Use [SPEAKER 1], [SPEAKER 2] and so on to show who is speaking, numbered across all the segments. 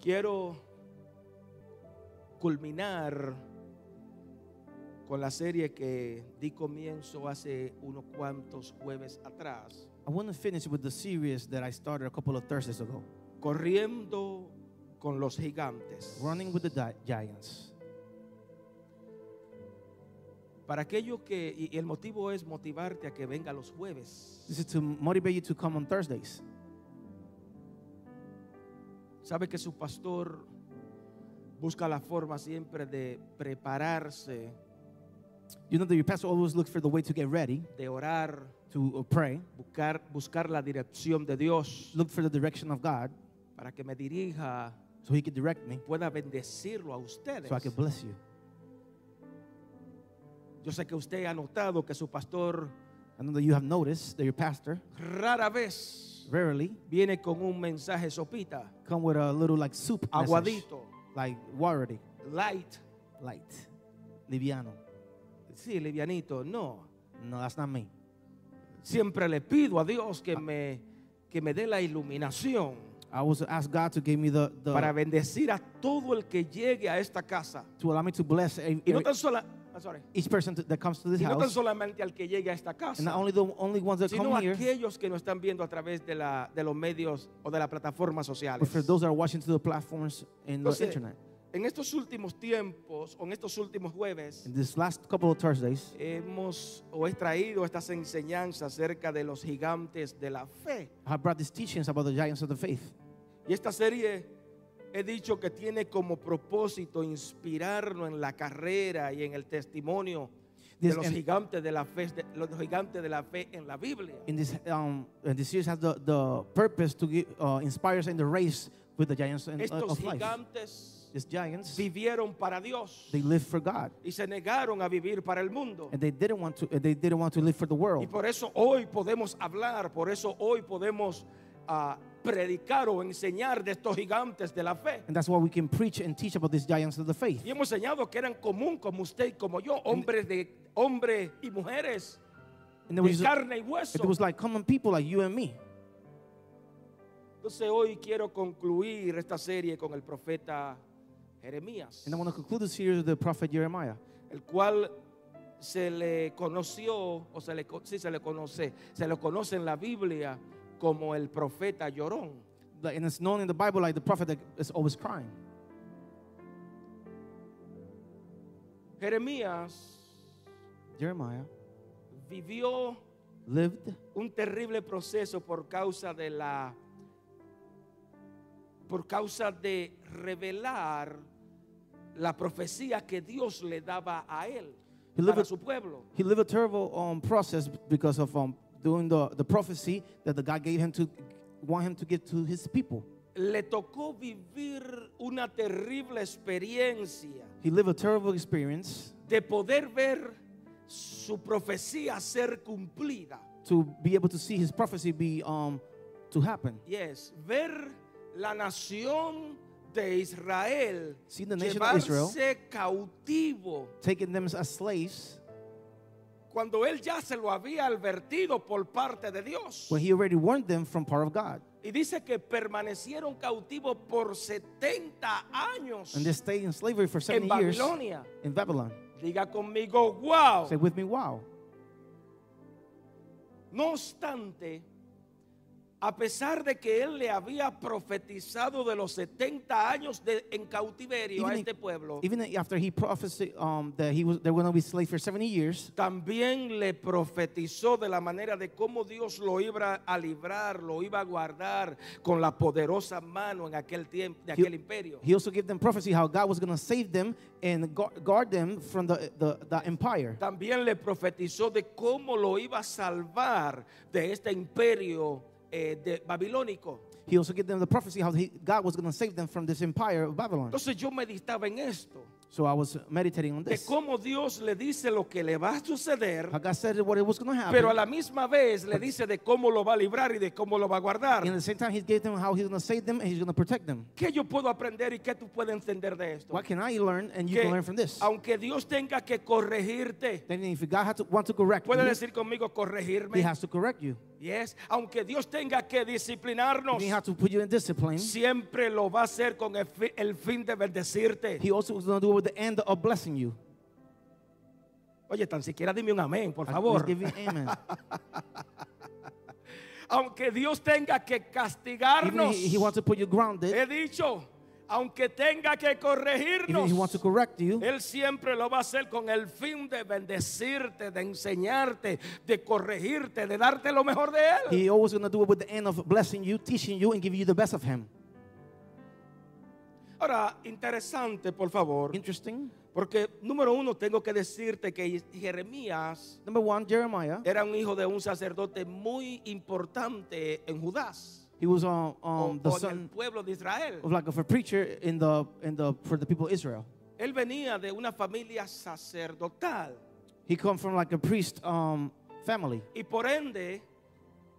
[SPEAKER 1] Quiero culminar con la serie que di comienzo hace unos cuantos jueves atrás,
[SPEAKER 2] I want to finish with the series that I started a couple of Thursdays ago
[SPEAKER 1] corriendo con los gigantes.
[SPEAKER 2] Running with the Di- Giants.
[SPEAKER 1] Para aquellos que, y y el motivo es motivarte a que venga los jueves.
[SPEAKER 2] This is to motivate you to come on Thursdays.
[SPEAKER 1] Sabe que su pastor busca la forma siempre de prepararse,
[SPEAKER 2] You know that your pastor always looks for the way to get ready,
[SPEAKER 1] de orar,
[SPEAKER 2] to uh, pray,
[SPEAKER 1] buscar, buscar la dirección de Dios
[SPEAKER 2] look for the direction of God
[SPEAKER 1] para que me dirija,
[SPEAKER 2] so he can direct me,
[SPEAKER 1] pueda bendecirlo a ustedes.
[SPEAKER 2] so I can bless you.
[SPEAKER 1] Yo sé que usted ha notado que su pastor
[SPEAKER 2] I know that you have noticed that your pastor
[SPEAKER 1] rara vez
[SPEAKER 2] rarely
[SPEAKER 1] viene con un mensaje sopita,
[SPEAKER 2] come with a little like soup message,
[SPEAKER 1] aguadito,
[SPEAKER 2] like warity,
[SPEAKER 1] light,
[SPEAKER 2] light, liviano.
[SPEAKER 1] sí, livianito, no.
[SPEAKER 2] No, that's not me.
[SPEAKER 1] Siempre le pido a Dios que me, que me dé la iluminación
[SPEAKER 2] I was asked God to give me the, the
[SPEAKER 1] para bendecir a todo el que llegue a esta casa.
[SPEAKER 2] to allow me to bless ev-
[SPEAKER 1] Y no
[SPEAKER 2] every-
[SPEAKER 1] tan, sola- ah, sorry.
[SPEAKER 2] each person to- that comes to this
[SPEAKER 1] Y no tan
[SPEAKER 2] house,
[SPEAKER 1] solamente al que llegue a esta
[SPEAKER 2] and not
[SPEAKER 1] casa,
[SPEAKER 2] only the only ones that
[SPEAKER 1] sino
[SPEAKER 2] come here.
[SPEAKER 1] aquellos que nos están viendo a través de, la, de los medios o de las plataformas
[SPEAKER 2] But
[SPEAKER 1] sociales.
[SPEAKER 2] for those that are watching through the platforms and the
[SPEAKER 1] Entonces,
[SPEAKER 2] internet,
[SPEAKER 1] en estos últimos tiempos, o en estos últimos jueves,
[SPEAKER 2] in this last couple of Thursdays,
[SPEAKER 1] hemos o he traído estas enseñanzas acerca de los gigantes de la fe.
[SPEAKER 2] I brought these teachings about the giants of the faith.
[SPEAKER 1] Y esta serie he dicho que tiene como propósito inspirarnos en la carrera y en el testimonio de
[SPEAKER 2] This-
[SPEAKER 1] los
[SPEAKER 2] and-
[SPEAKER 1] gigantes de la fe, de los gigantes de la fe en la Biblia.
[SPEAKER 2] In this, um, and this series has the, the purpose to give, uh, inspire us in the race with the giants and, uh,
[SPEAKER 1] Estos
[SPEAKER 2] of life.
[SPEAKER 1] gigantes
[SPEAKER 2] These giants,
[SPEAKER 1] vivieron para Dios
[SPEAKER 2] they live for God,
[SPEAKER 1] y se negaron a vivir para el mundo.
[SPEAKER 2] and they didn't want to. and They didn't want to live for the
[SPEAKER 1] Y
[SPEAKER 2] world.
[SPEAKER 1] por eso hoy podemos hablar, por eso hoy podemos ah, predicar o enseñar de estos gigantes de la fe.
[SPEAKER 2] And that's why we can preach and teach about these giants of the faith.
[SPEAKER 1] Y hemos enseñado que eran común como usted y como yo, hombres de hombres y mujeres
[SPEAKER 2] And there
[SPEAKER 1] de
[SPEAKER 2] was,
[SPEAKER 1] carne y hueso.
[SPEAKER 2] it was like common people like you and me.
[SPEAKER 1] Entonces hoy quiero concluir esta serie con el profeta Jeremías,
[SPEAKER 2] And I want to conclude the series with the prophet Jeremiah,
[SPEAKER 1] el cual se le conoció o se le co- sí, se le conoce, se le conoce en la Biblia como el profeta llorón.
[SPEAKER 2] Like- and it's known in the Bible like the prophet that is always crying.
[SPEAKER 1] Jeremías
[SPEAKER 2] Jeremiah
[SPEAKER 1] vivió
[SPEAKER 2] lived
[SPEAKER 1] un terrible proceso por causa de la por causa de revelar la profecía que Dios le daba a él
[SPEAKER 2] He lived
[SPEAKER 1] para
[SPEAKER 2] a-
[SPEAKER 1] su pueblo.
[SPEAKER 2] He lived a terrible um, process because of um, doing the, the prophecy that the God gave him to want him to give to his people.
[SPEAKER 1] Le tocó vivir una terrible experiencia
[SPEAKER 2] He lived a terrible experience
[SPEAKER 1] de poder ver su profecía ser cumplida.
[SPEAKER 2] to be able to see his prophecy be um, to happen.
[SPEAKER 1] Yes, ver la nación de Israel
[SPEAKER 2] See the nation of
[SPEAKER 1] llevarse
[SPEAKER 2] Israel.
[SPEAKER 1] cautivo
[SPEAKER 2] Taking them as slaves
[SPEAKER 1] cuando él ya se lo había advertido por parte de Dios.
[SPEAKER 2] when he already warned them from part of God.
[SPEAKER 1] Y dice que permanecieron cautivos por 70 años
[SPEAKER 2] And they stayed in slavery for
[SPEAKER 1] en
[SPEAKER 2] 70 years
[SPEAKER 1] Babilonia.
[SPEAKER 2] in Babylon.
[SPEAKER 1] Diga conmigo, wow.
[SPEAKER 2] Say with me, wow.
[SPEAKER 1] No obstante, a pesar de que él le había profetizado de los 70 años de, en cautiverio a
[SPEAKER 2] Even
[SPEAKER 1] este
[SPEAKER 2] if-
[SPEAKER 1] pueblo,
[SPEAKER 2] Even after he prophesied um, that he was, they were going to be slaves for 70 years,
[SPEAKER 1] también le profetizó de la manera de cómo Dios lo iba a librar, lo iba a guardar con la poderosa mano en aquel tiempo, de
[SPEAKER 2] He-
[SPEAKER 1] aquel imperio.
[SPEAKER 2] He also gave them prophecy how God was going to save them and guard, guard them from the, the, the empire.
[SPEAKER 1] También le profetizó de cómo lo iba a salvar de este imperio eh, de babilónico.
[SPEAKER 2] He also gave them the prophecy how he, God was going to save them from this empire of Babylon.
[SPEAKER 1] Entonces yo meditaba en esto.
[SPEAKER 2] So I was meditating on
[SPEAKER 1] de
[SPEAKER 2] this.
[SPEAKER 1] cómo Dios le dice lo que le va a suceder,
[SPEAKER 2] How God said what it was going to happen.
[SPEAKER 1] pero a la misma vez le dice de cómo lo va a librar y de cómo lo va a
[SPEAKER 2] and at
[SPEAKER 1] guardar.
[SPEAKER 2] the same time, He gave them how He's going to save them and He's going to protect them.
[SPEAKER 1] ¿Qué yo puedo aprender y qué tú puedes entender de esto?
[SPEAKER 2] What can I learn and you
[SPEAKER 1] Que
[SPEAKER 2] can learn from this?
[SPEAKER 1] aunque Dios tenga que corregirte,
[SPEAKER 2] Then if God had to, want to correct
[SPEAKER 1] puede
[SPEAKER 2] you,
[SPEAKER 1] decir conmigo
[SPEAKER 2] He
[SPEAKER 1] corregirme.
[SPEAKER 2] has to correct you.
[SPEAKER 1] Yes. Aunque Dios tenga que disciplinarnos,
[SPEAKER 2] He has to put you in discipline.
[SPEAKER 1] siempre lo va a hacer con el, fi- el fin de bendecirte.
[SPEAKER 2] He also is going to do it with the end of blessing you.
[SPEAKER 1] Oye, tan siquiera dime un amén, por
[SPEAKER 2] At
[SPEAKER 1] favor.
[SPEAKER 2] least give you amen.
[SPEAKER 1] Aunque Dios tenga que
[SPEAKER 2] Even if
[SPEAKER 1] castigarnos,
[SPEAKER 2] he, he wants to put you grounded.
[SPEAKER 1] he dicho, aunque tenga que
[SPEAKER 2] Even if
[SPEAKER 1] corregirnos,
[SPEAKER 2] he wants to correct you.
[SPEAKER 1] Él siempre lo va a hacer con el fin de bendecirte, de enseñarte, de corregirte, de darte lo mejor de Él.
[SPEAKER 2] He always going to do it with the end of blessing you, teaching you, and giving you the best of him.
[SPEAKER 1] Ahora, interesante, por favor,
[SPEAKER 2] Interesting.
[SPEAKER 1] porque número uno, tengo que decirte que Jeremías
[SPEAKER 2] Number one, Jeremiah.
[SPEAKER 1] era un hijo de un sacerdote muy importante en Judás,
[SPEAKER 2] He was um,
[SPEAKER 1] o- o
[SPEAKER 2] um, the
[SPEAKER 1] en el
[SPEAKER 2] son
[SPEAKER 1] pueblo de Israel.
[SPEAKER 2] of like of a preacher in the in the for the people of Israel.
[SPEAKER 1] Él venía de una familia sacerdotal
[SPEAKER 2] He come from like a priest um, family,
[SPEAKER 1] y por ende,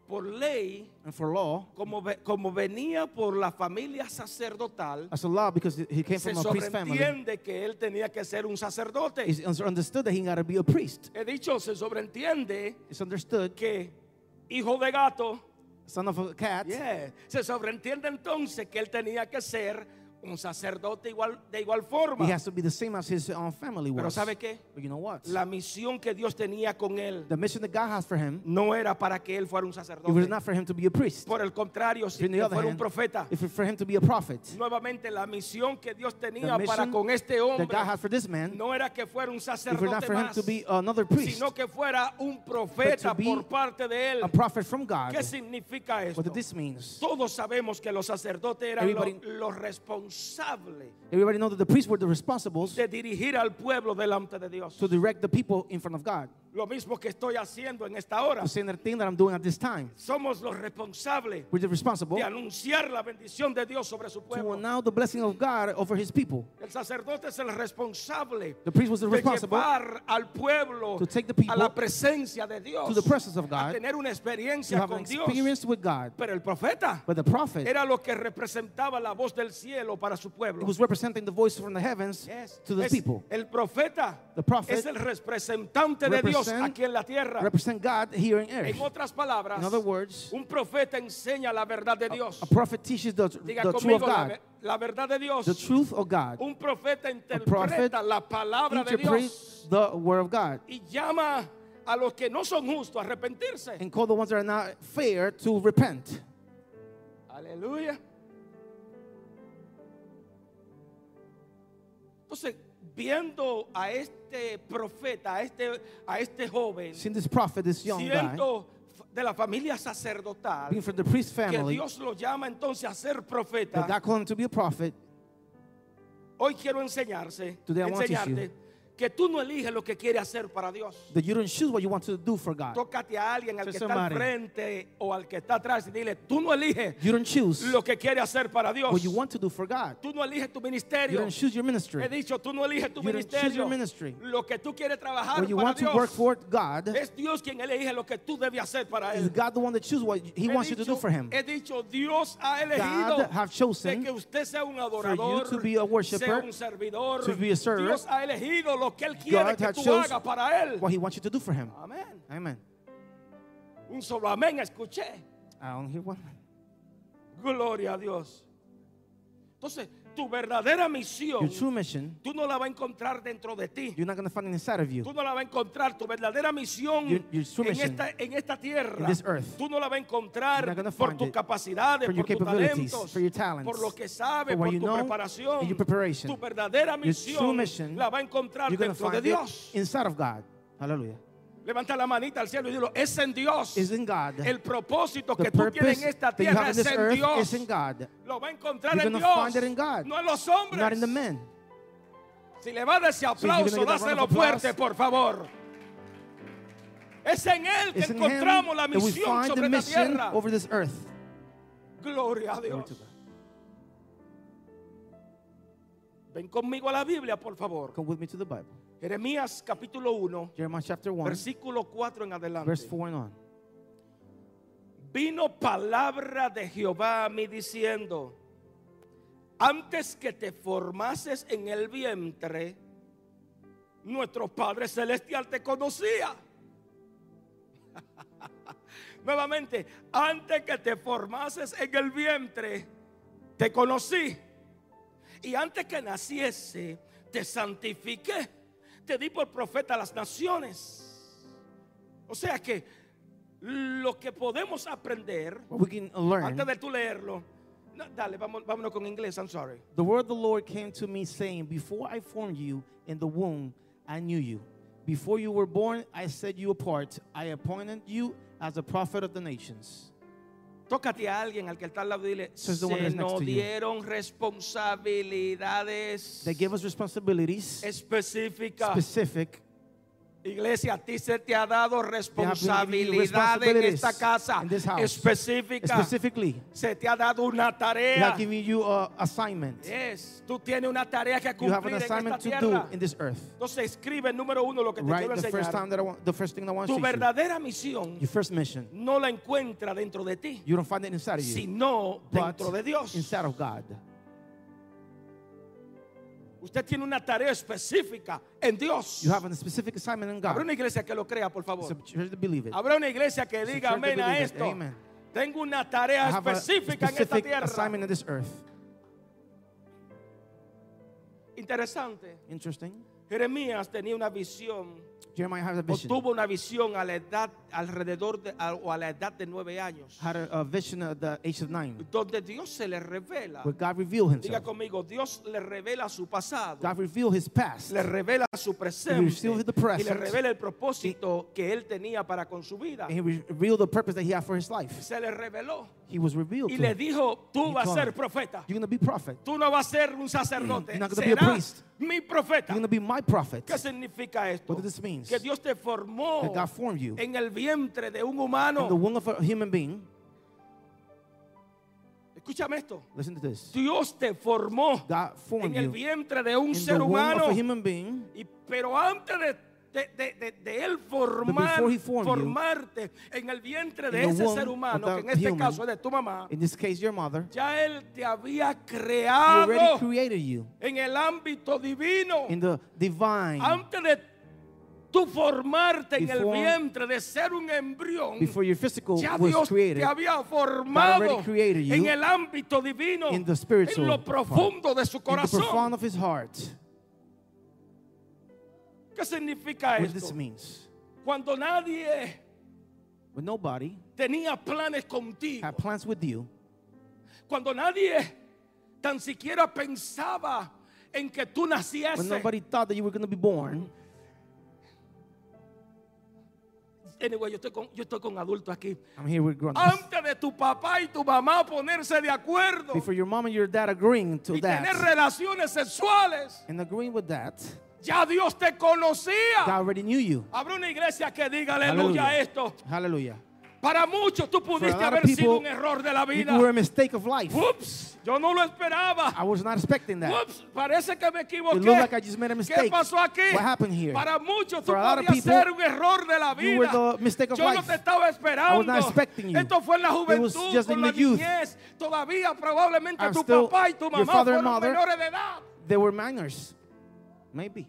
[SPEAKER 1] por ley,
[SPEAKER 2] and for law,
[SPEAKER 1] como, ve- como venía por la familia sacerdotal,
[SPEAKER 2] as a law because he came
[SPEAKER 1] se
[SPEAKER 2] from a priest family.
[SPEAKER 1] sobreentiende que él tenía que ser un sacerdote.
[SPEAKER 2] It's it's understood that he got to be a priest.
[SPEAKER 1] He dicho, se sobreentiende
[SPEAKER 2] It's understood.
[SPEAKER 1] que hijo de gato,
[SPEAKER 2] Son of a cat.
[SPEAKER 1] yeah, se sobreentiende entonces que él tenía que ser un sacerdote igual, de igual forma.
[SPEAKER 2] He has to be the same as his um, family
[SPEAKER 1] Pero
[SPEAKER 2] was.
[SPEAKER 1] ¿sabe qué?
[SPEAKER 2] But you know what?
[SPEAKER 1] La misión que Dios tenía con él
[SPEAKER 2] the mission that God has for him,
[SPEAKER 1] no era para que él fuera un
[SPEAKER 2] it was
[SPEAKER 1] sacerdote.
[SPEAKER 2] not for him to be a priest.
[SPEAKER 1] Por el contrario, si
[SPEAKER 2] In the
[SPEAKER 1] que
[SPEAKER 2] other
[SPEAKER 1] fuera un
[SPEAKER 2] hand,
[SPEAKER 1] profeta.
[SPEAKER 2] if it for him to be a prophet,
[SPEAKER 1] Nuevamente, la misión que Dios tenía
[SPEAKER 2] the
[SPEAKER 1] para
[SPEAKER 2] mission
[SPEAKER 1] con este
[SPEAKER 2] that
[SPEAKER 1] hombre
[SPEAKER 2] God has for this man,
[SPEAKER 1] no era que fuera un
[SPEAKER 2] if it not
[SPEAKER 1] sacerdote
[SPEAKER 2] for him
[SPEAKER 1] más,
[SPEAKER 2] to be another priest,
[SPEAKER 1] sino que fuera un profeta
[SPEAKER 2] be
[SPEAKER 1] por parte de él.
[SPEAKER 2] a prophet from God,
[SPEAKER 1] ¿Qué significa esto?
[SPEAKER 2] what this means.
[SPEAKER 1] Todos sabemos que los sacerdotes eran lo- los
[SPEAKER 2] Everybody-
[SPEAKER 1] responsables
[SPEAKER 2] Everybody knows that the priests were the responsibles
[SPEAKER 1] de dirigir al pueblo delante de Dios.
[SPEAKER 2] to direct the people in front of God.
[SPEAKER 1] Lo mismo que estoy haciendo en esta hora.
[SPEAKER 2] The same thing that I'm doing at this time.
[SPEAKER 1] Somos los responsables
[SPEAKER 2] We're the responsible
[SPEAKER 1] de
[SPEAKER 2] to
[SPEAKER 1] anunciar la bendición de Dios sobre su pueblo.
[SPEAKER 2] announce the blessing of God over his people.
[SPEAKER 1] El sacerdote es el responsable
[SPEAKER 2] The priest was the
[SPEAKER 1] de
[SPEAKER 2] responsible
[SPEAKER 1] llevar al pueblo
[SPEAKER 2] to take the people
[SPEAKER 1] a la presencia de Dios,
[SPEAKER 2] to the presence of
[SPEAKER 1] a
[SPEAKER 2] God,
[SPEAKER 1] tener una
[SPEAKER 2] to
[SPEAKER 1] experiencia
[SPEAKER 2] have an
[SPEAKER 1] con Dios.
[SPEAKER 2] experience with God.
[SPEAKER 1] Pero el profeta
[SPEAKER 2] But the prophet
[SPEAKER 1] era lo que representaba la voz del cielo para su pueblo.
[SPEAKER 2] who's representing the voice from the heavens
[SPEAKER 1] Yes.
[SPEAKER 2] to the
[SPEAKER 1] Es-
[SPEAKER 2] people.
[SPEAKER 1] El profeta
[SPEAKER 2] The prophet
[SPEAKER 1] es el representante de Dios
[SPEAKER 2] represent-
[SPEAKER 1] aquí en la tierra.
[SPEAKER 2] Represent God here on earth.
[SPEAKER 1] En otras palabras,
[SPEAKER 2] In other words,
[SPEAKER 1] un profeta enseña la verdad de Dios.
[SPEAKER 2] a prophet teaches the,
[SPEAKER 1] Diga
[SPEAKER 2] the truth of
[SPEAKER 1] conmigo la,
[SPEAKER 2] God.
[SPEAKER 1] ve- la verdad de Dios.
[SPEAKER 2] The truth of God.
[SPEAKER 1] Un profeta
[SPEAKER 2] prophet
[SPEAKER 1] interpreta la palabra de
[SPEAKER 2] Interpret
[SPEAKER 1] Dios
[SPEAKER 2] the word of God.
[SPEAKER 1] y llama a los que no son justos a arrepentirse.
[SPEAKER 2] And call the ones that are not fair to repent.
[SPEAKER 1] Aleluya. Entonces, viendo a este profeta, a este, a este joven,
[SPEAKER 2] Seeing this prophet, this young guy,
[SPEAKER 1] siendo f- de la familia sacerdotal,
[SPEAKER 2] being from the priest
[SPEAKER 1] que
[SPEAKER 2] family,
[SPEAKER 1] Dios lo llama entonces a ser
[SPEAKER 2] that
[SPEAKER 1] profeta,
[SPEAKER 2] God called him to be a prophet.
[SPEAKER 1] hoy quiero enseñarse,
[SPEAKER 2] Today I want to teach
[SPEAKER 1] enseñarte que tú no eliges lo que quieres hacer para Dios.
[SPEAKER 2] That you don't choose what you want to do for God.
[SPEAKER 1] Tócate a alguien, al
[SPEAKER 2] To
[SPEAKER 1] que está al
[SPEAKER 2] somebody.
[SPEAKER 1] frente o al que está atrás y dile, tú no eliges
[SPEAKER 2] You don't choose
[SPEAKER 1] lo que quieres hacer para Dios.
[SPEAKER 2] what you want to do for God.
[SPEAKER 1] Tú no eliges tu
[SPEAKER 2] You
[SPEAKER 1] ministerio.
[SPEAKER 2] don't choose your ministry.
[SPEAKER 1] He dicho, tú no eliges tu
[SPEAKER 2] You don't choose
[SPEAKER 1] ministerio.
[SPEAKER 2] your ministry.
[SPEAKER 1] Lo que tú quieres trabajar
[SPEAKER 2] What you
[SPEAKER 1] para
[SPEAKER 2] want to
[SPEAKER 1] Dios.
[SPEAKER 2] work for God
[SPEAKER 1] es Dios quien elige lo que tú debes hacer para
[SPEAKER 2] is
[SPEAKER 1] él.
[SPEAKER 2] God the one that chooses what He
[SPEAKER 1] He
[SPEAKER 2] wants you to
[SPEAKER 1] dicho-
[SPEAKER 2] do for Him.
[SPEAKER 1] He dicho, Dios ha elegido
[SPEAKER 2] God have chosen
[SPEAKER 1] de que usted sea un adorador,
[SPEAKER 2] to be a worshipper,
[SPEAKER 1] sea un servidor.
[SPEAKER 2] to be a servant.
[SPEAKER 1] Dios ha elegido lo que él quiere
[SPEAKER 2] God
[SPEAKER 1] que
[SPEAKER 2] had
[SPEAKER 1] tú
[SPEAKER 2] chosen
[SPEAKER 1] hagas para él.
[SPEAKER 2] What He wants you to do for Him.
[SPEAKER 1] Amén.
[SPEAKER 2] Amen.
[SPEAKER 1] Un solo amén escuché.
[SPEAKER 2] I don't hear one.
[SPEAKER 1] Gloria a Dios. Entonces, tu verdadera misión,
[SPEAKER 2] Your true mission,
[SPEAKER 1] tú no la vas a encontrar dentro de ti.
[SPEAKER 2] you're not going to find it inside of
[SPEAKER 1] Tú
[SPEAKER 2] you.
[SPEAKER 1] no la vas a encontrar, tu verdadera misión
[SPEAKER 2] Your- your true
[SPEAKER 1] en,
[SPEAKER 2] mission
[SPEAKER 1] esta, en esta tierra.
[SPEAKER 2] in this earth.
[SPEAKER 1] Tú no la vas a
[SPEAKER 2] You're not
[SPEAKER 1] encontrar
[SPEAKER 2] gonna
[SPEAKER 1] por
[SPEAKER 2] find
[SPEAKER 1] tus
[SPEAKER 2] it,
[SPEAKER 1] capacidades, por
[SPEAKER 2] for your
[SPEAKER 1] tus
[SPEAKER 2] capabilities,
[SPEAKER 1] talentos,
[SPEAKER 2] for your talents,
[SPEAKER 1] por lo que sabes,
[SPEAKER 2] for what
[SPEAKER 1] por
[SPEAKER 2] you
[SPEAKER 1] tu
[SPEAKER 2] know
[SPEAKER 1] preparación.
[SPEAKER 2] and your preparation.
[SPEAKER 1] Tu verdadera
[SPEAKER 2] Your true
[SPEAKER 1] misión
[SPEAKER 2] mission,
[SPEAKER 1] la va a encontrar
[SPEAKER 2] you're going to
[SPEAKER 1] dentro de
[SPEAKER 2] find it
[SPEAKER 1] Dios.
[SPEAKER 2] inside of God. Hallelujah.
[SPEAKER 1] Levanta la manita al cielo y dilo, es en Dios.
[SPEAKER 2] Is in God.
[SPEAKER 1] El propósito
[SPEAKER 2] The
[SPEAKER 1] que tú tienes
[SPEAKER 2] purpose
[SPEAKER 1] en esta
[SPEAKER 2] that you have
[SPEAKER 1] tierra
[SPEAKER 2] in
[SPEAKER 1] es
[SPEAKER 2] this
[SPEAKER 1] en
[SPEAKER 2] earth
[SPEAKER 1] Dios.
[SPEAKER 2] is in God,
[SPEAKER 1] Lo va a encontrar
[SPEAKER 2] You're
[SPEAKER 1] en
[SPEAKER 2] gonna
[SPEAKER 1] Dios,
[SPEAKER 2] find it in God,
[SPEAKER 1] no en los hombres.
[SPEAKER 2] not in the men.
[SPEAKER 1] Si le va a dar ese
[SPEAKER 2] you're gonna
[SPEAKER 1] aplauso,
[SPEAKER 2] give that round
[SPEAKER 1] dáselo
[SPEAKER 2] of applause.
[SPEAKER 1] fuerte, por favor. Es en Él que
[SPEAKER 2] It's in Him
[SPEAKER 1] encontramos la
[SPEAKER 2] that we
[SPEAKER 1] misión
[SPEAKER 2] find
[SPEAKER 1] sobre
[SPEAKER 2] the
[SPEAKER 1] la
[SPEAKER 2] mission
[SPEAKER 1] tierra.
[SPEAKER 2] over this earth.
[SPEAKER 1] Gloria a
[SPEAKER 2] Glory
[SPEAKER 1] Dios.
[SPEAKER 2] to God.
[SPEAKER 1] Ven conmigo a la Biblia, por favor.
[SPEAKER 2] Come with me to the Bible.
[SPEAKER 1] Jeremías capítulo 1,
[SPEAKER 2] Jeremiah chapter 1,
[SPEAKER 1] versículo 4 en adelante.
[SPEAKER 2] verse 4 and on.
[SPEAKER 1] Vino palabra de Jehová a mí diciendo, antes que te formases en el vientre, nuestro Padre Celestial te conocía. Nuevamente, antes que te formases en el vientre, te conocí. Y antes que naciese, te santifiqué. Te di por profeta a las naciones. O sea que lo que podemos aprender,
[SPEAKER 2] What we can learn.
[SPEAKER 1] antes de tú leerlo, no, dale, vamos, vámonos con inglés, I'm sorry.
[SPEAKER 2] The word of the Lord came to me, saying, Before I formed you in the womb, I knew you. Before you were born, I set you apart. I appointed you as a prophet of the nations.
[SPEAKER 1] Tócate a alguien al que está al lado y dile,
[SPEAKER 2] Says the one
[SPEAKER 1] se
[SPEAKER 2] that's next
[SPEAKER 1] nos
[SPEAKER 2] to you.
[SPEAKER 1] dieron responsabilidades
[SPEAKER 2] They gave us responsibilities,
[SPEAKER 1] específicas.
[SPEAKER 2] specific.
[SPEAKER 1] Iglesia, a ti se te ha dado
[SPEAKER 2] given you
[SPEAKER 1] responsabilidad en
[SPEAKER 2] responsibilities
[SPEAKER 1] esta casa
[SPEAKER 2] in this house.
[SPEAKER 1] específica.
[SPEAKER 2] Specifically,
[SPEAKER 1] Se te ha dado una
[SPEAKER 2] they
[SPEAKER 1] tarea.
[SPEAKER 2] have given you an assignment.
[SPEAKER 1] Yes, tú tienes una tarea que
[SPEAKER 2] You have an
[SPEAKER 1] cumplir en esta
[SPEAKER 2] assignment to do
[SPEAKER 1] tierra.
[SPEAKER 2] in this earth.
[SPEAKER 1] Entonces escribe número uno lo que te
[SPEAKER 2] Right?
[SPEAKER 1] quiero
[SPEAKER 2] The first
[SPEAKER 1] enseñar.
[SPEAKER 2] time that I want, the first thing that I want to
[SPEAKER 1] Tu
[SPEAKER 2] teach you.
[SPEAKER 1] verdadera misión
[SPEAKER 2] Your first mission.
[SPEAKER 1] no la encuentra dentro de ti,
[SPEAKER 2] You don't find it inside of you,
[SPEAKER 1] sino
[SPEAKER 2] but
[SPEAKER 1] dentro de Dios.
[SPEAKER 2] inside of God.
[SPEAKER 1] Usted tiene una tarea específica en Dios.
[SPEAKER 2] You have a specific assignment in
[SPEAKER 1] Habrá
[SPEAKER 2] God.
[SPEAKER 1] una iglesia que lo crea, por
[SPEAKER 2] So
[SPEAKER 1] favor.
[SPEAKER 2] church, believe it.
[SPEAKER 1] Habrá una iglesia que
[SPEAKER 2] It's a
[SPEAKER 1] diga
[SPEAKER 2] church that
[SPEAKER 1] amén a
[SPEAKER 2] believes it.
[SPEAKER 1] esto.
[SPEAKER 2] Amen.
[SPEAKER 1] Tengo una tarea
[SPEAKER 2] I have a
[SPEAKER 1] específica en esta
[SPEAKER 2] specific
[SPEAKER 1] tierra.
[SPEAKER 2] assignment in this earth.
[SPEAKER 1] Interesante.
[SPEAKER 2] Interesting.
[SPEAKER 1] Jeremías tenía una visión,
[SPEAKER 2] Jeremiah had a
[SPEAKER 1] o
[SPEAKER 2] vision.
[SPEAKER 1] tuvo una visión a la edad, alrededor de, a- o a la edad de nueve años,
[SPEAKER 2] Had a, a vision at the age of nine,
[SPEAKER 1] donde Dios se le revela.
[SPEAKER 2] where God revealed
[SPEAKER 1] Diga
[SPEAKER 2] Himself.
[SPEAKER 1] conmigo, Dios le revela su pasado,
[SPEAKER 2] God revealed His past.
[SPEAKER 1] le
[SPEAKER 2] And
[SPEAKER 1] revela su presente
[SPEAKER 2] revealed the present.
[SPEAKER 1] y le revela el propósito que él tenía para con su vida.
[SPEAKER 2] He re- revealed the purpose that He had for His life.
[SPEAKER 1] Se le reveló
[SPEAKER 2] He was revealed.
[SPEAKER 1] y
[SPEAKER 2] To
[SPEAKER 1] le
[SPEAKER 2] him.
[SPEAKER 1] dijo, tú
[SPEAKER 2] He
[SPEAKER 1] vas a
[SPEAKER 2] told
[SPEAKER 1] ser
[SPEAKER 2] him,
[SPEAKER 1] profeta.
[SPEAKER 2] You're gonna be prophet.
[SPEAKER 1] Tú no vas a ser un sacerdote.
[SPEAKER 2] You're not gonna be a
[SPEAKER 1] Serás
[SPEAKER 2] priest.
[SPEAKER 1] mi profeta.
[SPEAKER 2] You're gonna be my prophet.
[SPEAKER 1] ¿Qué significa esto?
[SPEAKER 2] What this means?
[SPEAKER 1] Que Dios te formó
[SPEAKER 2] That God formed you.
[SPEAKER 1] en el vientre de un
[SPEAKER 2] In the
[SPEAKER 1] humano.
[SPEAKER 2] womb of a human being.
[SPEAKER 1] Escúchame esto.
[SPEAKER 2] Listen to this.
[SPEAKER 1] Dios te formó
[SPEAKER 2] God
[SPEAKER 1] en
[SPEAKER 2] formed
[SPEAKER 1] el
[SPEAKER 2] you
[SPEAKER 1] vientre de un
[SPEAKER 2] in the
[SPEAKER 1] ser
[SPEAKER 2] womb of
[SPEAKER 1] humano.
[SPEAKER 2] a human being.
[SPEAKER 1] Y- pero antes de, de- de- de- de él formar,
[SPEAKER 2] before he formed you,
[SPEAKER 1] formarte en el vientre de
[SPEAKER 2] in the
[SPEAKER 1] ese
[SPEAKER 2] womb
[SPEAKER 1] ser
[SPEAKER 2] of
[SPEAKER 1] humano,
[SPEAKER 2] that
[SPEAKER 1] que en este
[SPEAKER 2] human,
[SPEAKER 1] caso es de tu mamá,
[SPEAKER 2] In this case, your mother.
[SPEAKER 1] ya él te había
[SPEAKER 2] He
[SPEAKER 1] creado
[SPEAKER 2] already created you
[SPEAKER 1] en el ámbito divino.
[SPEAKER 2] in the divine.
[SPEAKER 1] antes de tú formarte en el
[SPEAKER 2] Before-
[SPEAKER 1] vientre de ser un embrión,
[SPEAKER 2] Before your physical
[SPEAKER 1] ya
[SPEAKER 2] was
[SPEAKER 1] Dios te
[SPEAKER 2] created.
[SPEAKER 1] había formado
[SPEAKER 2] already created you
[SPEAKER 1] en el ámbito divino,
[SPEAKER 2] in the
[SPEAKER 1] en
[SPEAKER 2] spiritual
[SPEAKER 1] lo profundo de su
[SPEAKER 2] in the profound
[SPEAKER 1] corazón.
[SPEAKER 2] of his heart.
[SPEAKER 1] ¿Qué significa
[SPEAKER 2] What this
[SPEAKER 1] esto?
[SPEAKER 2] means.
[SPEAKER 1] Cuando nadie
[SPEAKER 2] When nobody
[SPEAKER 1] tenía planes contigo,
[SPEAKER 2] had plans with you,
[SPEAKER 1] cuando nadie tan siquiera pensaba en que tú
[SPEAKER 2] when
[SPEAKER 1] nacieses,
[SPEAKER 2] nobody thought that you were going to be born,
[SPEAKER 1] Anyway, yo estoy con, yo estoy con adultos aquí.
[SPEAKER 2] I'm here with grown ups.
[SPEAKER 1] Antes de tu papá y tu mamá ponerse de acuerdo
[SPEAKER 2] Before your mom and your dad agreeing to
[SPEAKER 1] y tener
[SPEAKER 2] that
[SPEAKER 1] relaciones sexuales,
[SPEAKER 2] and agreeing with that,
[SPEAKER 1] Ya Dios te
[SPEAKER 2] God
[SPEAKER 1] conocía.
[SPEAKER 2] already knew you.
[SPEAKER 1] Habrá una iglesia que diga aleluya a
[SPEAKER 2] Hallelujah.
[SPEAKER 1] esto.
[SPEAKER 2] Hallelujah.
[SPEAKER 1] Para muchos tú pudiste
[SPEAKER 2] lot of
[SPEAKER 1] haber sido
[SPEAKER 2] people,
[SPEAKER 1] un error de la
[SPEAKER 2] You
[SPEAKER 1] vida.
[SPEAKER 2] were a mistake of life.
[SPEAKER 1] Ups, yo no lo esperaba.
[SPEAKER 2] I was not expecting that.
[SPEAKER 1] Ups, parece que me
[SPEAKER 2] Ah. It looked
[SPEAKER 1] equivoqué.
[SPEAKER 2] like I just made a
[SPEAKER 1] ¿Qué
[SPEAKER 2] mistake.
[SPEAKER 1] pasó aquí?
[SPEAKER 2] What happened here?
[SPEAKER 1] Para muchos tú
[SPEAKER 2] For a lot of
[SPEAKER 1] podías
[SPEAKER 2] people,
[SPEAKER 1] ser un error de la
[SPEAKER 2] you were
[SPEAKER 1] vida.
[SPEAKER 2] the mistake of
[SPEAKER 1] Yo no
[SPEAKER 2] life.
[SPEAKER 1] te estaba
[SPEAKER 2] I
[SPEAKER 1] esperando.
[SPEAKER 2] was not expecting you.
[SPEAKER 1] Esto fue en la
[SPEAKER 2] It was
[SPEAKER 1] juventud,
[SPEAKER 2] just
[SPEAKER 1] con
[SPEAKER 2] in
[SPEAKER 1] la
[SPEAKER 2] the youth.
[SPEAKER 1] niñez. Todavía probablemente
[SPEAKER 2] I'm
[SPEAKER 1] tu
[SPEAKER 2] still-
[SPEAKER 1] papá y tu
[SPEAKER 2] your
[SPEAKER 1] mamá
[SPEAKER 2] father
[SPEAKER 1] fueron
[SPEAKER 2] and mother-
[SPEAKER 1] menores de edad.
[SPEAKER 2] They were minors. Maybe.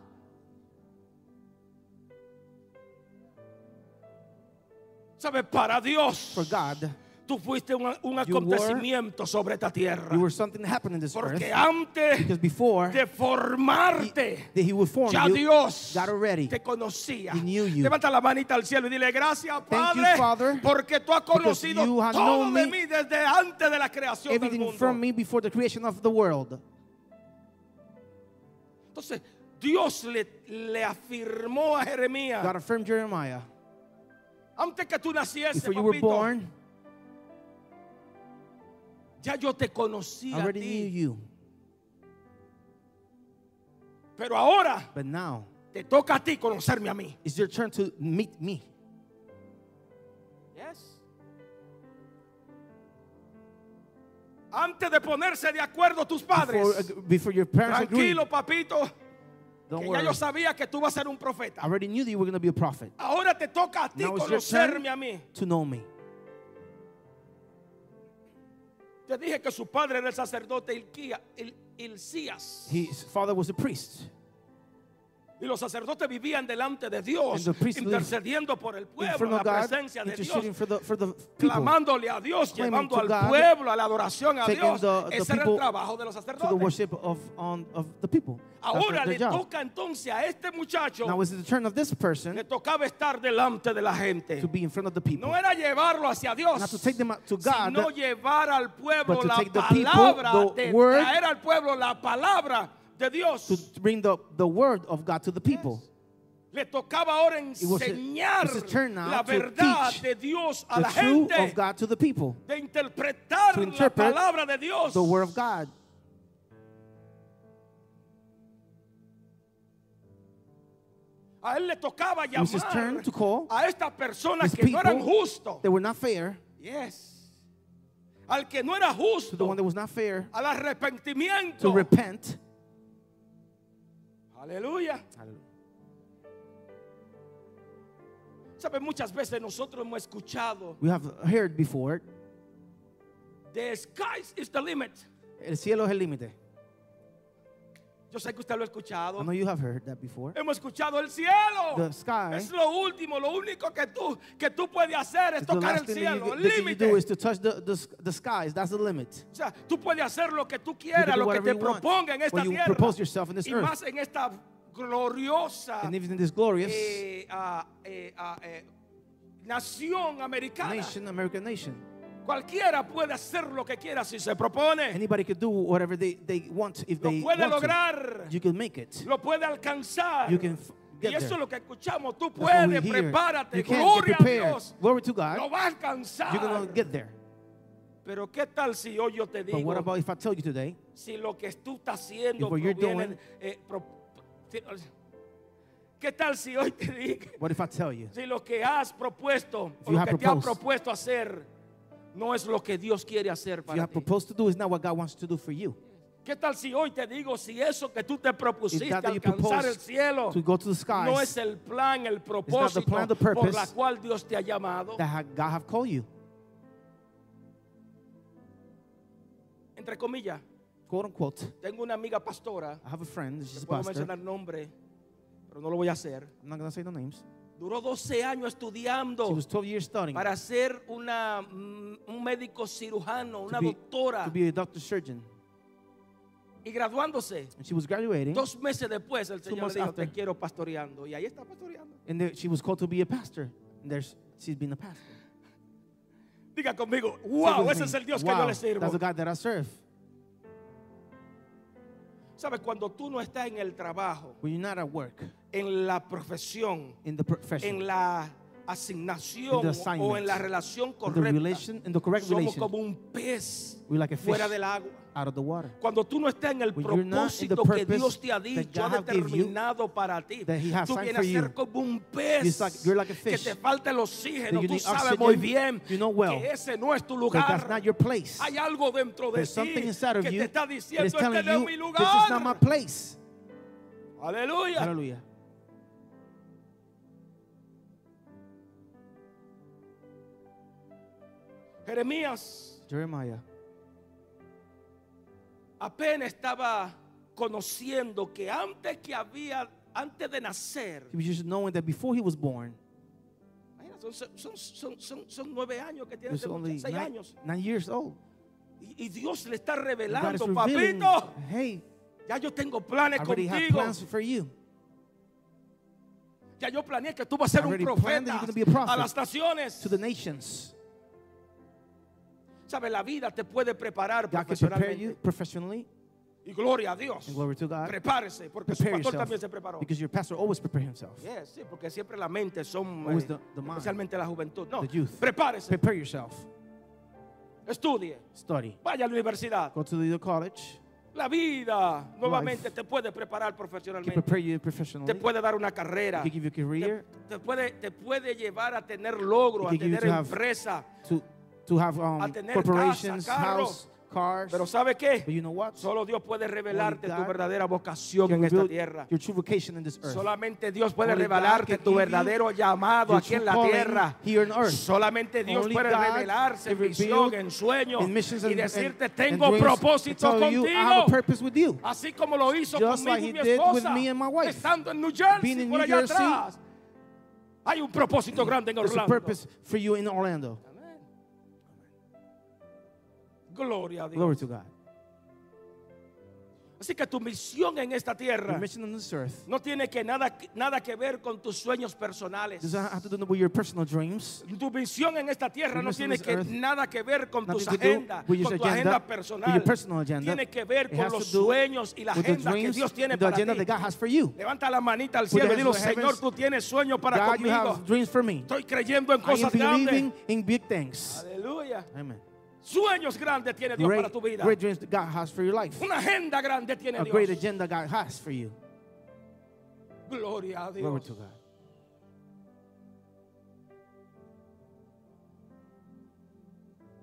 [SPEAKER 1] ¿Sabes? Para Dios.
[SPEAKER 2] For God,
[SPEAKER 1] Tú fuiste un, un
[SPEAKER 2] You were-
[SPEAKER 1] acontecimiento sobre esta tierra.
[SPEAKER 2] you were something that happened in this earth.
[SPEAKER 1] Porque antes
[SPEAKER 2] Because before
[SPEAKER 1] de formarte,
[SPEAKER 2] that he would form
[SPEAKER 1] ya
[SPEAKER 2] you,
[SPEAKER 1] Dios
[SPEAKER 2] God already
[SPEAKER 1] te conocía.
[SPEAKER 2] He knew you.
[SPEAKER 1] Levanta la manita al cielo y dile gracias,
[SPEAKER 2] Thank you,
[SPEAKER 1] Padre,
[SPEAKER 2] Father,
[SPEAKER 1] porque tú has
[SPEAKER 2] because
[SPEAKER 1] conocido
[SPEAKER 2] you have
[SPEAKER 1] todo
[SPEAKER 2] known
[SPEAKER 1] de
[SPEAKER 2] me,
[SPEAKER 1] mí desde antes de la creación del
[SPEAKER 2] everything
[SPEAKER 1] mundo.
[SPEAKER 2] from me before the creation of the world.
[SPEAKER 1] Entonces, Dios le, le afirmó a Jeremías,
[SPEAKER 2] God affirmed Jeremiah.
[SPEAKER 1] antes que tú nacieses,
[SPEAKER 2] Before you were
[SPEAKER 1] papito,
[SPEAKER 2] born,
[SPEAKER 1] ya yo te conocí
[SPEAKER 2] I
[SPEAKER 1] a
[SPEAKER 2] already knew
[SPEAKER 1] ti.
[SPEAKER 2] you.
[SPEAKER 1] Pero ahora
[SPEAKER 2] But now,
[SPEAKER 1] te toca a ti conocerme a mí.
[SPEAKER 2] it's your turn to meet me.
[SPEAKER 1] Yes. Antes de ponerse de acuerdo tus
[SPEAKER 2] Before, uh,
[SPEAKER 1] padres.
[SPEAKER 2] before your parents agree,
[SPEAKER 1] Tranquilo, papito.
[SPEAKER 2] don't
[SPEAKER 1] que
[SPEAKER 2] worry.
[SPEAKER 1] ya yo sabía que tú vas a ser un
[SPEAKER 2] I
[SPEAKER 1] profeta.
[SPEAKER 2] already knew that you were going to be a prophet.
[SPEAKER 1] Ahora te toca a ti
[SPEAKER 2] Now it's your
[SPEAKER 1] conocerme
[SPEAKER 2] turn
[SPEAKER 1] a mí.
[SPEAKER 2] to know me.
[SPEAKER 1] Te dije que su padre era el sacerdote Ilquía, Il- Ilcías.
[SPEAKER 2] His father was a priest,
[SPEAKER 1] Y los sacerdotes vivían delante de
[SPEAKER 2] And
[SPEAKER 1] Dios,
[SPEAKER 2] the priest lived
[SPEAKER 1] intercediendo por el
[SPEAKER 2] in front
[SPEAKER 1] pueblo, la
[SPEAKER 2] of God,
[SPEAKER 1] presencia de Dios,
[SPEAKER 2] interceding for the, for the people,
[SPEAKER 1] clamándole a Dios,
[SPEAKER 2] claiming
[SPEAKER 1] llevando
[SPEAKER 2] to
[SPEAKER 1] al
[SPEAKER 2] God,
[SPEAKER 1] pueblo a la adoración a
[SPEAKER 2] taking
[SPEAKER 1] Dios.
[SPEAKER 2] the- the
[SPEAKER 1] Ese era el
[SPEAKER 2] people
[SPEAKER 1] trabajo de los
[SPEAKER 2] to the
[SPEAKER 1] sacerdotes.
[SPEAKER 2] worship of, on, of the people. That's
[SPEAKER 1] Ahora
[SPEAKER 2] their- their
[SPEAKER 1] le
[SPEAKER 2] job.
[SPEAKER 1] toca entonces a este muchacho,
[SPEAKER 2] Now it's the turn of this person
[SPEAKER 1] le tocaba estar delante de la gente.
[SPEAKER 2] to be in front of the people.
[SPEAKER 1] No era llevarlo hacia Dios,
[SPEAKER 2] Not to take them out to God,
[SPEAKER 1] sino
[SPEAKER 2] but-
[SPEAKER 1] llevar al pueblo
[SPEAKER 2] but to
[SPEAKER 1] la
[SPEAKER 2] take the people,
[SPEAKER 1] palabra,
[SPEAKER 2] the
[SPEAKER 1] de
[SPEAKER 2] word-
[SPEAKER 1] traer al pueblo la palabra de Dios.
[SPEAKER 2] To bring the, the word of God to the people.
[SPEAKER 1] Le tocaba ahora
[SPEAKER 2] was a-
[SPEAKER 1] enseñar
[SPEAKER 2] it's a turn now
[SPEAKER 1] la
[SPEAKER 2] to
[SPEAKER 1] verdad
[SPEAKER 2] teach
[SPEAKER 1] de Dios a
[SPEAKER 2] The
[SPEAKER 1] la
[SPEAKER 2] truth
[SPEAKER 1] gente,
[SPEAKER 2] of God to the people.
[SPEAKER 1] de interpretar
[SPEAKER 2] to
[SPEAKER 1] la
[SPEAKER 2] interpret
[SPEAKER 1] palabra de Dios.
[SPEAKER 2] The word of God.
[SPEAKER 1] A él le tocaba
[SPEAKER 2] was his turn
[SPEAKER 1] llamar
[SPEAKER 2] to call
[SPEAKER 1] a estas personas
[SPEAKER 2] These
[SPEAKER 1] que no eran
[SPEAKER 2] people,
[SPEAKER 1] justos.
[SPEAKER 2] they were not fair.
[SPEAKER 1] Yes. Al que no era
[SPEAKER 2] To the
[SPEAKER 1] justo,
[SPEAKER 2] one that was not fair,
[SPEAKER 1] al
[SPEAKER 2] to
[SPEAKER 1] arrepentimiento.
[SPEAKER 2] repent.
[SPEAKER 1] Aleluya. Sabe, muchas veces nosotros hemos escuchado
[SPEAKER 2] We have heard before it.
[SPEAKER 1] The sky is the limit.
[SPEAKER 2] El cielo es el límite.
[SPEAKER 1] Yo sé que usted lo ha escuchado.
[SPEAKER 2] I know you have heard that before.
[SPEAKER 1] Hemos escuchado el cielo.
[SPEAKER 2] The sky
[SPEAKER 1] es lo último, lo único que tú que tú puedes hacer es
[SPEAKER 2] The
[SPEAKER 1] tocar
[SPEAKER 2] last
[SPEAKER 1] el
[SPEAKER 2] thing that you,
[SPEAKER 1] cielo, el
[SPEAKER 2] that you
[SPEAKER 1] límite.
[SPEAKER 2] do is to touch the, the, the skies. That's the limit.
[SPEAKER 1] O sea, tú puedes hacer lo que tú
[SPEAKER 2] You can
[SPEAKER 1] quieras,
[SPEAKER 2] do
[SPEAKER 1] lo que te
[SPEAKER 2] whatever you want,
[SPEAKER 1] proponga en esta
[SPEAKER 2] what you
[SPEAKER 1] tierra.
[SPEAKER 2] propose yourself in this
[SPEAKER 1] y
[SPEAKER 2] earth.
[SPEAKER 1] más en esta gloriosa
[SPEAKER 2] And even in this glorious
[SPEAKER 1] Ah. eh, ah, eh, ah, eh, nación americana,
[SPEAKER 2] nation, American nation,
[SPEAKER 1] cualquiera puede hacer lo que quiera si se propone.
[SPEAKER 2] anybody could do whatever they, they want if
[SPEAKER 1] Lo
[SPEAKER 2] they
[SPEAKER 1] puede
[SPEAKER 2] want to.
[SPEAKER 1] lograr.
[SPEAKER 2] You can make it.
[SPEAKER 1] lo puede alcanzar.
[SPEAKER 2] You can f- get
[SPEAKER 1] y eso
[SPEAKER 2] there.
[SPEAKER 1] es lo que escuchamos. Tú
[SPEAKER 2] That's what we
[SPEAKER 1] puedes,
[SPEAKER 2] hear.
[SPEAKER 1] prepárate,
[SPEAKER 2] You can
[SPEAKER 1] gloria
[SPEAKER 2] get
[SPEAKER 1] a
[SPEAKER 2] prepared.
[SPEAKER 1] Dios.
[SPEAKER 2] Glory to God.
[SPEAKER 1] Lo vas a alcanzar.
[SPEAKER 2] You're going to get there.
[SPEAKER 1] Pero qué tal si hoy yo te
[SPEAKER 2] But what
[SPEAKER 1] digo,
[SPEAKER 2] about if I tell you today?
[SPEAKER 1] si lo que tú estás haciendo
[SPEAKER 2] If what you're
[SPEAKER 1] proviene,
[SPEAKER 2] doing-
[SPEAKER 1] eh, pro- si- qué tal si hoy te digo,
[SPEAKER 2] What if I tell you?
[SPEAKER 1] si lo que has propuesto o
[SPEAKER 2] you
[SPEAKER 1] lo
[SPEAKER 2] have
[SPEAKER 1] que te has
[SPEAKER 2] proposed.
[SPEAKER 1] propuesto hacer no es lo que Dios quiere hacer
[SPEAKER 2] You
[SPEAKER 1] para
[SPEAKER 2] have
[SPEAKER 1] ti?
[SPEAKER 2] proposed to do is not what God wants to do for you.
[SPEAKER 1] ¿Qué tal si hoy te digo si eso que tú te
[SPEAKER 2] If
[SPEAKER 1] propusiste
[SPEAKER 2] that that you
[SPEAKER 1] alcanzar el
[SPEAKER 2] propose
[SPEAKER 1] cielo
[SPEAKER 2] to go to the skies
[SPEAKER 1] no es el plan, el propósito
[SPEAKER 2] plan, the
[SPEAKER 1] por
[SPEAKER 2] purpose
[SPEAKER 1] la cual Dios te ha llamado.
[SPEAKER 2] that ha- God have called you,
[SPEAKER 1] Entre comillas,
[SPEAKER 2] quote unquote.
[SPEAKER 1] tengo una amiga pastora,
[SPEAKER 2] I have a friend,
[SPEAKER 1] no
[SPEAKER 2] she's a
[SPEAKER 1] puedo
[SPEAKER 2] pastor.
[SPEAKER 1] mencionar
[SPEAKER 2] I'm
[SPEAKER 1] nombre, pero no lo voy a hacer.
[SPEAKER 2] not going to say no names.
[SPEAKER 1] Duró 12 años
[SPEAKER 2] She
[SPEAKER 1] estudiando
[SPEAKER 2] was 12 years studying
[SPEAKER 1] para ser una, mm, un médico cirujano, una
[SPEAKER 2] be-
[SPEAKER 1] doctora,
[SPEAKER 2] to be a doctor surgeon.
[SPEAKER 1] y graduándose.
[SPEAKER 2] And she was graduating,
[SPEAKER 1] Dos meses después el Señor le
[SPEAKER 2] months
[SPEAKER 1] dijo,
[SPEAKER 2] after.
[SPEAKER 1] te quiero pastoreando. Y ahí está pastoreando.
[SPEAKER 2] and there, she was called to be a pastor. And there's, she's been a pastor.
[SPEAKER 1] Diga conmigo,
[SPEAKER 2] Say
[SPEAKER 1] wow,
[SPEAKER 2] with
[SPEAKER 1] ese
[SPEAKER 2] me,
[SPEAKER 1] es el Dios que
[SPEAKER 2] wow,
[SPEAKER 1] yo le sirvo.
[SPEAKER 2] That's the God that I serve.
[SPEAKER 1] ¿Sabes? Cuando tú no estás en el trabajo,
[SPEAKER 2] When you're not at work,
[SPEAKER 1] en la profesión,
[SPEAKER 2] in the profession,
[SPEAKER 1] en la asignación
[SPEAKER 2] In the
[SPEAKER 1] o
[SPEAKER 2] assignment.
[SPEAKER 1] en la relación
[SPEAKER 2] in the
[SPEAKER 1] correcta.
[SPEAKER 2] relation, in the correct
[SPEAKER 1] somos
[SPEAKER 2] relation,
[SPEAKER 1] como un pez
[SPEAKER 2] we're like a fish
[SPEAKER 1] fuera del agua.
[SPEAKER 2] out of the water.
[SPEAKER 1] Cuando tú no estás en el
[SPEAKER 2] When you're not in
[SPEAKER 1] propósito
[SPEAKER 2] the
[SPEAKER 1] que
[SPEAKER 2] purpose
[SPEAKER 1] Dios te ha
[SPEAKER 2] that
[SPEAKER 1] dicho, ha
[SPEAKER 2] God gave you,
[SPEAKER 1] determinado para ti,
[SPEAKER 2] that He has
[SPEAKER 1] tú
[SPEAKER 2] signed
[SPEAKER 1] vienes a
[SPEAKER 2] for you,
[SPEAKER 1] ser como un pez
[SPEAKER 2] it's like- you're like a
[SPEAKER 1] que
[SPEAKER 2] fish,
[SPEAKER 1] te falta el oxígeno.
[SPEAKER 2] that you
[SPEAKER 1] Tú
[SPEAKER 2] need
[SPEAKER 1] sabes
[SPEAKER 2] oxygen,
[SPEAKER 1] muy bien
[SPEAKER 2] you know well
[SPEAKER 1] que ese no es tu
[SPEAKER 2] Because that's
[SPEAKER 1] lugar.
[SPEAKER 2] not your place.
[SPEAKER 1] Hay algo dentro de
[SPEAKER 2] There's
[SPEAKER 1] ti
[SPEAKER 2] something inside of
[SPEAKER 1] que
[SPEAKER 2] you
[SPEAKER 1] te está
[SPEAKER 2] that is
[SPEAKER 1] diciendo, este
[SPEAKER 2] telling
[SPEAKER 1] no es
[SPEAKER 2] you,
[SPEAKER 1] mi
[SPEAKER 2] this is not my
[SPEAKER 1] lugar.
[SPEAKER 2] place.
[SPEAKER 1] Aleluya.
[SPEAKER 2] Hallelujah.
[SPEAKER 1] Jeremías
[SPEAKER 2] Jeremiah
[SPEAKER 1] apenas estaba conociendo que antes que había, antes de nacer,
[SPEAKER 2] He was just knowing that before he was born,
[SPEAKER 1] Imagina, Son, son, son, son, son nueve años que
[SPEAKER 2] he
[SPEAKER 1] tiene
[SPEAKER 2] was
[SPEAKER 1] este
[SPEAKER 2] only
[SPEAKER 1] muchacho, seis
[SPEAKER 2] nine,
[SPEAKER 1] años.
[SPEAKER 2] nine years old.
[SPEAKER 1] Y, y Dios le está
[SPEAKER 2] And God is
[SPEAKER 1] revelando,
[SPEAKER 2] revealing,
[SPEAKER 1] papito,
[SPEAKER 2] hey,
[SPEAKER 1] ya yo tengo planes
[SPEAKER 2] I already have
[SPEAKER 1] contigo.
[SPEAKER 2] plans for you.
[SPEAKER 1] Ya yo planeé que tú vas a ser
[SPEAKER 2] I
[SPEAKER 1] un
[SPEAKER 2] already planned that
[SPEAKER 1] profeta
[SPEAKER 2] you're gonna be a prophet.
[SPEAKER 1] a las naciones.
[SPEAKER 2] To the nations,
[SPEAKER 1] Sabe, la vida te puede preparar
[SPEAKER 2] God can prepare
[SPEAKER 1] profesionalmente.
[SPEAKER 2] you professionally.
[SPEAKER 1] Y gloria a Dios.
[SPEAKER 2] And glory to God.
[SPEAKER 1] Prepárese, porque su
[SPEAKER 2] Prepare
[SPEAKER 1] pastor
[SPEAKER 2] yourself
[SPEAKER 1] también se preparó.
[SPEAKER 2] because your pastor always prepare himself.
[SPEAKER 1] Yes, sí, porque siempre la mente son,
[SPEAKER 2] Always
[SPEAKER 1] eh,
[SPEAKER 2] the- the mind.
[SPEAKER 1] especialmente la juventud. No,
[SPEAKER 2] The youth.
[SPEAKER 1] prepárese,
[SPEAKER 2] Prepare yourself.
[SPEAKER 1] estudie,
[SPEAKER 2] Study.
[SPEAKER 1] vaya a la universidad.
[SPEAKER 2] Go to the college.
[SPEAKER 1] La vida nuevamente te puede preparar
[SPEAKER 2] Can
[SPEAKER 1] profesionalmente.
[SPEAKER 2] prepare you professionally.
[SPEAKER 1] te puede dar una carrera,
[SPEAKER 2] It can give you a career.
[SPEAKER 1] te, te puede, te puede llevar a tener logro,
[SPEAKER 2] It
[SPEAKER 1] a
[SPEAKER 2] can give you
[SPEAKER 1] tener
[SPEAKER 2] to have-
[SPEAKER 1] empresa,
[SPEAKER 2] To to have um,
[SPEAKER 1] a tener casa,
[SPEAKER 2] corporations,
[SPEAKER 1] carro,
[SPEAKER 2] house, cars.
[SPEAKER 1] Pero ¿sabe qué?
[SPEAKER 2] But you know what?
[SPEAKER 1] Solo Dios puede revelarte
[SPEAKER 2] Only
[SPEAKER 1] tu
[SPEAKER 2] God
[SPEAKER 1] verdadera vocación
[SPEAKER 2] You
[SPEAKER 1] en esta
[SPEAKER 2] build
[SPEAKER 1] tierra.
[SPEAKER 2] Your true vocation in this earth.
[SPEAKER 1] Solamente Dios puede
[SPEAKER 2] Only God
[SPEAKER 1] revelarte
[SPEAKER 2] can
[SPEAKER 1] tu
[SPEAKER 2] give you
[SPEAKER 1] verdadero llamado
[SPEAKER 2] your
[SPEAKER 1] aquí en
[SPEAKER 2] true
[SPEAKER 1] la
[SPEAKER 2] calling
[SPEAKER 1] tierra.
[SPEAKER 2] here on earth.
[SPEAKER 1] Solamente Dios
[SPEAKER 2] Only
[SPEAKER 1] puede
[SPEAKER 2] God
[SPEAKER 1] revelarse en
[SPEAKER 2] can
[SPEAKER 1] visión,
[SPEAKER 2] reveal
[SPEAKER 1] en sueños
[SPEAKER 2] in missions
[SPEAKER 1] y
[SPEAKER 2] and-
[SPEAKER 1] decirte
[SPEAKER 2] and- and
[SPEAKER 1] tengo
[SPEAKER 2] dreams.
[SPEAKER 1] propósito
[SPEAKER 2] I tell you, I have a
[SPEAKER 1] contigo.
[SPEAKER 2] purpose with you.
[SPEAKER 1] Así como lo hizo
[SPEAKER 2] Just
[SPEAKER 1] conmigo
[SPEAKER 2] like
[SPEAKER 1] y
[SPEAKER 2] he
[SPEAKER 1] mi
[SPEAKER 2] did with
[SPEAKER 1] esposa,
[SPEAKER 2] me and my wife.
[SPEAKER 1] estando en New Jersey,
[SPEAKER 2] Being in
[SPEAKER 1] por
[SPEAKER 2] New
[SPEAKER 1] allá
[SPEAKER 2] Jersey,
[SPEAKER 1] atrás. Hay un propósito grande en
[SPEAKER 2] There's a
[SPEAKER 1] Orlando.
[SPEAKER 2] purpose for you in Orlando.
[SPEAKER 1] Amén. Gloria a Dios.
[SPEAKER 2] Glory to God.
[SPEAKER 1] Así que tu misión en esta
[SPEAKER 2] Your
[SPEAKER 1] tierra
[SPEAKER 2] mission on this earth
[SPEAKER 1] no tiene que nada, nada que ver con tus sueños personales.
[SPEAKER 2] doesn't have to do with your personal dreams.
[SPEAKER 1] Tu misión en esta tierra
[SPEAKER 2] Your
[SPEAKER 1] no
[SPEAKER 2] mission
[SPEAKER 1] tiene
[SPEAKER 2] on
[SPEAKER 1] que
[SPEAKER 2] earth
[SPEAKER 1] nada que ver con tus
[SPEAKER 2] nothing to do
[SPEAKER 1] agendas, con tu
[SPEAKER 2] with your agenda,
[SPEAKER 1] agenda
[SPEAKER 2] with
[SPEAKER 1] personal.
[SPEAKER 2] your personal agenda.
[SPEAKER 1] Tiene que ver
[SPEAKER 2] It
[SPEAKER 1] con
[SPEAKER 2] has to
[SPEAKER 1] los
[SPEAKER 2] do
[SPEAKER 1] sueños y la
[SPEAKER 2] with the
[SPEAKER 1] agenda que
[SPEAKER 2] dreams
[SPEAKER 1] Dios tiene
[SPEAKER 2] and the
[SPEAKER 1] para
[SPEAKER 2] agenda
[SPEAKER 1] ti.
[SPEAKER 2] that God has for you.
[SPEAKER 1] Levanta la manita al
[SPEAKER 2] Put your
[SPEAKER 1] cielo y dilo,
[SPEAKER 2] hands to the
[SPEAKER 1] Señor,
[SPEAKER 2] heavens.
[SPEAKER 1] tú tienes sueños para
[SPEAKER 2] God, you have
[SPEAKER 1] conmigo.
[SPEAKER 2] dreams for me.
[SPEAKER 1] Estoy creyendo en
[SPEAKER 2] I am
[SPEAKER 1] cosas grandes.
[SPEAKER 2] believing in big things.
[SPEAKER 1] Aleluya.
[SPEAKER 2] Amen.
[SPEAKER 1] Sueños grandes tiene Dios para
[SPEAKER 2] Great,
[SPEAKER 1] tu vida.
[SPEAKER 2] great dreams that God has for your life.
[SPEAKER 1] Una agenda grande tiene
[SPEAKER 2] A great
[SPEAKER 1] Dios.
[SPEAKER 2] agenda God has for you.
[SPEAKER 1] Gloria a
[SPEAKER 2] Glory
[SPEAKER 1] Dios.
[SPEAKER 2] to God.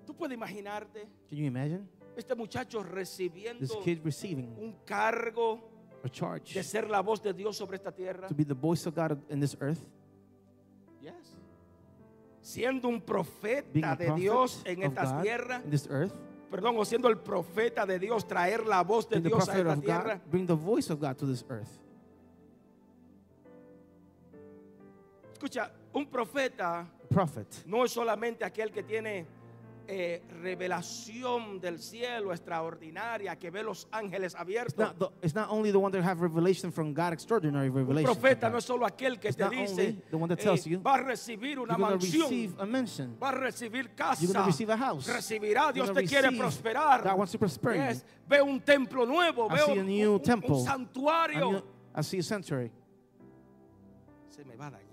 [SPEAKER 1] Tú puedes imaginarte
[SPEAKER 2] Can you imagine
[SPEAKER 1] este muchacho
[SPEAKER 2] this
[SPEAKER 1] recibiendo
[SPEAKER 2] kid receiving
[SPEAKER 1] un cargo
[SPEAKER 2] a charge
[SPEAKER 1] de ser la voz de Dios sobre esta tierra.
[SPEAKER 2] to be the voice of God in this earth,
[SPEAKER 1] Yes. Siendo un
[SPEAKER 2] being a
[SPEAKER 1] profeta de
[SPEAKER 2] prophet
[SPEAKER 1] Dios en
[SPEAKER 2] of
[SPEAKER 1] esta
[SPEAKER 2] God
[SPEAKER 1] tierra,
[SPEAKER 2] in this earth,
[SPEAKER 1] perdón, o siendo el profeta de Dios, traer la voz de
[SPEAKER 2] being the
[SPEAKER 1] Dios a
[SPEAKER 2] prophet
[SPEAKER 1] esta
[SPEAKER 2] of God,
[SPEAKER 1] tierra.
[SPEAKER 2] bring the voice of God to this earth.
[SPEAKER 1] Escucha, un profeta
[SPEAKER 2] Prophet
[SPEAKER 1] no es solamente aquel que tiene eh, revelación del cielo extraordinaria, que ve los ángeles
[SPEAKER 2] It's
[SPEAKER 1] abiertos.
[SPEAKER 2] not, the, it's not only the one that have revelation from God, extraordinary
[SPEAKER 1] Un
[SPEAKER 2] revelation. from
[SPEAKER 1] profeta
[SPEAKER 2] God.
[SPEAKER 1] no es solo aquel que
[SPEAKER 2] It's
[SPEAKER 1] te
[SPEAKER 2] not
[SPEAKER 1] dice,
[SPEAKER 2] only the one that
[SPEAKER 1] eh,
[SPEAKER 2] tells you,
[SPEAKER 1] va a recibir una
[SPEAKER 2] You're going to
[SPEAKER 1] mansión,
[SPEAKER 2] receive a mention.
[SPEAKER 1] va a recibir
[SPEAKER 2] You're
[SPEAKER 1] casa,
[SPEAKER 2] gonna receive a house.
[SPEAKER 1] recibirá, Dios te
[SPEAKER 2] You're gonna
[SPEAKER 1] quiere
[SPEAKER 2] receive.
[SPEAKER 1] prosperar.
[SPEAKER 2] God wants to prosper you.
[SPEAKER 1] Yes, Ve un templo nuevo,
[SPEAKER 2] I
[SPEAKER 1] veo
[SPEAKER 2] see
[SPEAKER 1] un,
[SPEAKER 2] a new
[SPEAKER 1] un- un
[SPEAKER 2] temple. I,
[SPEAKER 1] santuario.
[SPEAKER 2] knew- I see a sanctuary.
[SPEAKER 1] Se me va a dañar.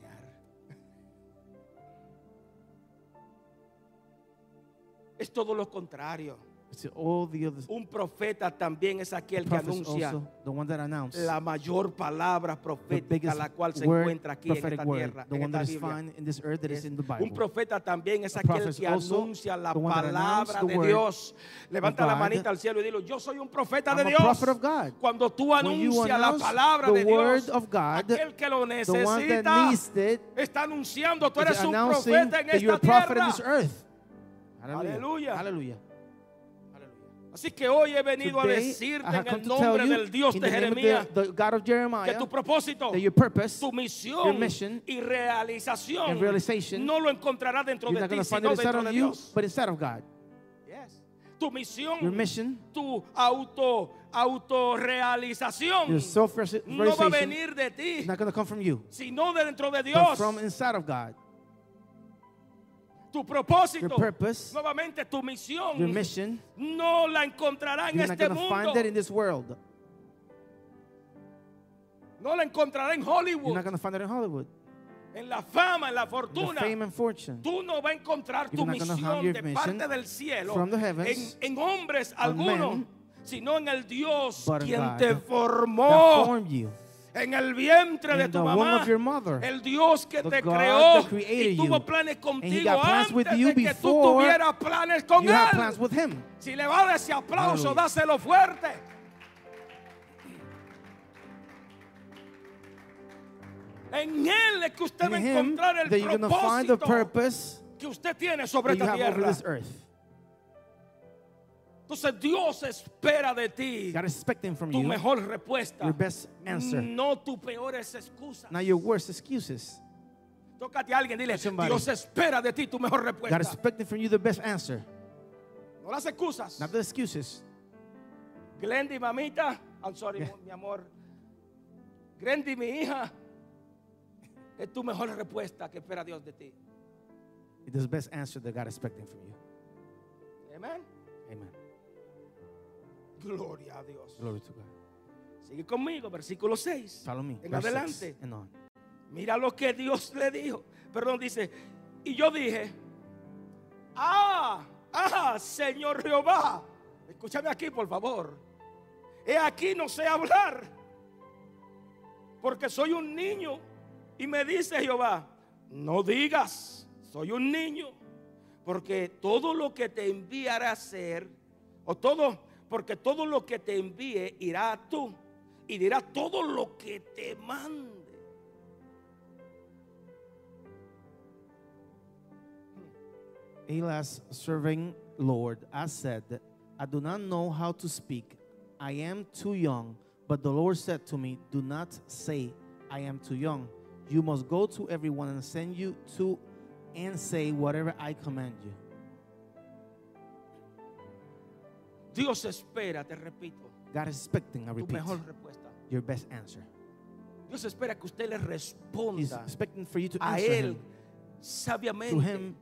[SPEAKER 1] Es todo lo contrario.
[SPEAKER 2] It's all the other
[SPEAKER 1] Un profeta también es aquel que
[SPEAKER 2] prophets
[SPEAKER 1] anuncia
[SPEAKER 2] also, the one that announced
[SPEAKER 1] la mayor palabra
[SPEAKER 2] the
[SPEAKER 1] profética
[SPEAKER 2] biggest
[SPEAKER 1] la cual se
[SPEAKER 2] word,
[SPEAKER 1] encuentra aquí en
[SPEAKER 2] prophetic
[SPEAKER 1] esta
[SPEAKER 2] word,
[SPEAKER 1] tierra,
[SPEAKER 2] the
[SPEAKER 1] en
[SPEAKER 2] one
[SPEAKER 1] esta
[SPEAKER 2] that is
[SPEAKER 1] Biblia.
[SPEAKER 2] found in this earth that is
[SPEAKER 1] Es-
[SPEAKER 2] in the
[SPEAKER 1] Un
[SPEAKER 2] Bible.
[SPEAKER 1] profeta también es
[SPEAKER 2] A
[SPEAKER 1] aquel
[SPEAKER 2] prophet
[SPEAKER 1] que
[SPEAKER 2] also,
[SPEAKER 1] anuncia la
[SPEAKER 2] the one that announced
[SPEAKER 1] palabra
[SPEAKER 2] the
[SPEAKER 1] de
[SPEAKER 2] word
[SPEAKER 1] Dios. Levanta
[SPEAKER 2] of
[SPEAKER 1] la
[SPEAKER 2] God.
[SPEAKER 1] manita al cielo y dilo, yo soy un profeta de
[SPEAKER 2] I'm a
[SPEAKER 1] Dios.
[SPEAKER 2] prophet of God.
[SPEAKER 1] Cuando tú
[SPEAKER 2] When you
[SPEAKER 1] anuncias la
[SPEAKER 2] announce
[SPEAKER 1] palabra de
[SPEAKER 2] the word
[SPEAKER 1] Dios,
[SPEAKER 2] of God,
[SPEAKER 1] aquel que lo
[SPEAKER 2] the one that
[SPEAKER 1] necesita
[SPEAKER 2] needs it
[SPEAKER 1] está anunciando, tú
[SPEAKER 2] is
[SPEAKER 1] eres un
[SPEAKER 2] announcing
[SPEAKER 1] profeta en
[SPEAKER 2] that
[SPEAKER 1] esta
[SPEAKER 2] you're a prophet
[SPEAKER 1] tierra.
[SPEAKER 2] in this earth. Hallelujah.
[SPEAKER 1] Aleluya.
[SPEAKER 2] Hallelujah.
[SPEAKER 1] Así que hoy he venido a
[SPEAKER 2] Today, I
[SPEAKER 1] decirte
[SPEAKER 2] have
[SPEAKER 1] en
[SPEAKER 2] come
[SPEAKER 1] el
[SPEAKER 2] to tell
[SPEAKER 1] nombre
[SPEAKER 2] you,
[SPEAKER 1] del Dios
[SPEAKER 2] in
[SPEAKER 1] de
[SPEAKER 2] the name
[SPEAKER 1] Jeremías,
[SPEAKER 2] of the, the God of
[SPEAKER 1] que
[SPEAKER 2] Jeremiah,
[SPEAKER 1] tu propósito,
[SPEAKER 2] that your purpose,
[SPEAKER 1] tu
[SPEAKER 2] your
[SPEAKER 1] misión
[SPEAKER 2] mission,
[SPEAKER 1] y realización
[SPEAKER 2] and realization,
[SPEAKER 1] no lo encontrarás dentro
[SPEAKER 2] you're
[SPEAKER 1] de
[SPEAKER 2] not
[SPEAKER 1] ti,
[SPEAKER 2] going to find
[SPEAKER 1] sino
[SPEAKER 2] it inside
[SPEAKER 1] dentro de
[SPEAKER 2] of you,
[SPEAKER 1] Dios. Mm.
[SPEAKER 2] but inside of God.
[SPEAKER 1] Yes. Tu misión,
[SPEAKER 2] Your mission,
[SPEAKER 1] tu auto autorrealización
[SPEAKER 2] your self-realization,
[SPEAKER 1] Mm. no va a venir de ti,
[SPEAKER 2] It's not going to come from you,
[SPEAKER 1] sino de dentro de
[SPEAKER 2] but
[SPEAKER 1] Dios.
[SPEAKER 2] from inside of God.
[SPEAKER 1] Tu propósito,
[SPEAKER 2] Your purpose,
[SPEAKER 1] nuevamente tu misión,
[SPEAKER 2] Your mission,
[SPEAKER 1] no la encontrará en
[SPEAKER 2] you're not
[SPEAKER 1] este
[SPEAKER 2] going to
[SPEAKER 1] mundo,
[SPEAKER 2] find that in this world.
[SPEAKER 1] no la encontrará en
[SPEAKER 2] You're
[SPEAKER 1] Hollywood,
[SPEAKER 2] not going to find that in Hollywood.
[SPEAKER 1] en la fama, en la
[SPEAKER 2] The
[SPEAKER 1] fortuna.
[SPEAKER 2] fame and fortune.
[SPEAKER 1] Tú no vas a encontrar tu
[SPEAKER 2] You're not gonna have
[SPEAKER 1] misión
[SPEAKER 2] your
[SPEAKER 1] de
[SPEAKER 2] mission
[SPEAKER 1] parte del cielo
[SPEAKER 2] from the heavens,
[SPEAKER 1] en, en hombres
[SPEAKER 2] on
[SPEAKER 1] algunos,
[SPEAKER 2] men,
[SPEAKER 1] sino en el Dios
[SPEAKER 2] but in
[SPEAKER 1] quien
[SPEAKER 2] God
[SPEAKER 1] te
[SPEAKER 2] that
[SPEAKER 1] formó.
[SPEAKER 2] That formed you.
[SPEAKER 1] En el vientre de
[SPEAKER 2] In
[SPEAKER 1] tu
[SPEAKER 2] the womb
[SPEAKER 1] mamá,
[SPEAKER 2] of your mother.
[SPEAKER 1] el Dios que
[SPEAKER 2] The
[SPEAKER 1] te
[SPEAKER 2] God
[SPEAKER 1] creó y
[SPEAKER 2] that created
[SPEAKER 1] tuvo
[SPEAKER 2] you.
[SPEAKER 1] planes
[SPEAKER 2] he
[SPEAKER 1] contigo
[SPEAKER 2] got plans with
[SPEAKER 1] antes
[SPEAKER 2] you
[SPEAKER 1] de que tú
[SPEAKER 2] before
[SPEAKER 1] tuvieras planes con
[SPEAKER 2] You have
[SPEAKER 1] él.
[SPEAKER 2] plans with Him.
[SPEAKER 1] Si le va a ese aplauso,
[SPEAKER 2] Hallelujah.
[SPEAKER 1] dáselo fuerte. En él es que usted
[SPEAKER 2] In
[SPEAKER 1] va a
[SPEAKER 2] Him,
[SPEAKER 1] encontrar el
[SPEAKER 2] that you're going to find the
[SPEAKER 1] propósito
[SPEAKER 2] purpose
[SPEAKER 1] que usted tiene sobre
[SPEAKER 2] that you
[SPEAKER 1] esta
[SPEAKER 2] have over
[SPEAKER 1] tierra.
[SPEAKER 2] this earth.
[SPEAKER 1] Entonces Dios espera de ti
[SPEAKER 2] God is expecting from
[SPEAKER 1] tu
[SPEAKER 2] you
[SPEAKER 1] mejor respuesta,
[SPEAKER 2] your best answer,
[SPEAKER 1] no tus peores excusas.
[SPEAKER 2] not your worst excuses.
[SPEAKER 1] Tócate a alguien, dile,
[SPEAKER 2] somebody.
[SPEAKER 1] Dios espera de ti tu mejor
[SPEAKER 2] God is
[SPEAKER 1] respuesta.
[SPEAKER 2] expecting from you the best answer,
[SPEAKER 1] No las excusas.
[SPEAKER 2] not the excuses.
[SPEAKER 1] Glendy, mamita, I'm sorry, mo- mi amor. Glendy, mi hija, es tu mejor respuesta que espera Dios de ti.
[SPEAKER 2] It is the best answer that God is expecting from you.
[SPEAKER 1] Amén.
[SPEAKER 2] Amen.
[SPEAKER 1] Gloria a Dios.
[SPEAKER 2] Glory to God.
[SPEAKER 1] Sigue conmigo, versículo 6.
[SPEAKER 2] Follow me.
[SPEAKER 1] En
[SPEAKER 2] Verse six
[SPEAKER 1] adelante.
[SPEAKER 2] and on.
[SPEAKER 1] Mira lo que Dios le dijo. Perdón, dice, y yo dije, ah, ah, Señor Jehová, escúchame aquí, por favor. He aquí no sé hablar, porque soy un niño. Y me dice Jehová, no digas, soy un niño, porque todo lo que te enviará a hacer, O todo, porque todo lo que te envíe irá a tú y dirá todo lo que te mande.
[SPEAKER 2] Eli's serving Lord, I said, I do not know how to speak. I am too young. But the Lord said to me, Do not say, I am too young. You must go to everyone and send you to and say whatever I command you.
[SPEAKER 1] Dios espera, te repito,
[SPEAKER 2] God is expecting, I
[SPEAKER 1] tu
[SPEAKER 2] repeat,
[SPEAKER 1] mejor respuesta.
[SPEAKER 2] your best answer.
[SPEAKER 1] Dios espera que usted le
[SPEAKER 2] He's
[SPEAKER 1] responda
[SPEAKER 2] expecting for you to
[SPEAKER 1] a
[SPEAKER 2] answer
[SPEAKER 1] Él
[SPEAKER 2] him.
[SPEAKER 1] sabiamente,
[SPEAKER 2] To him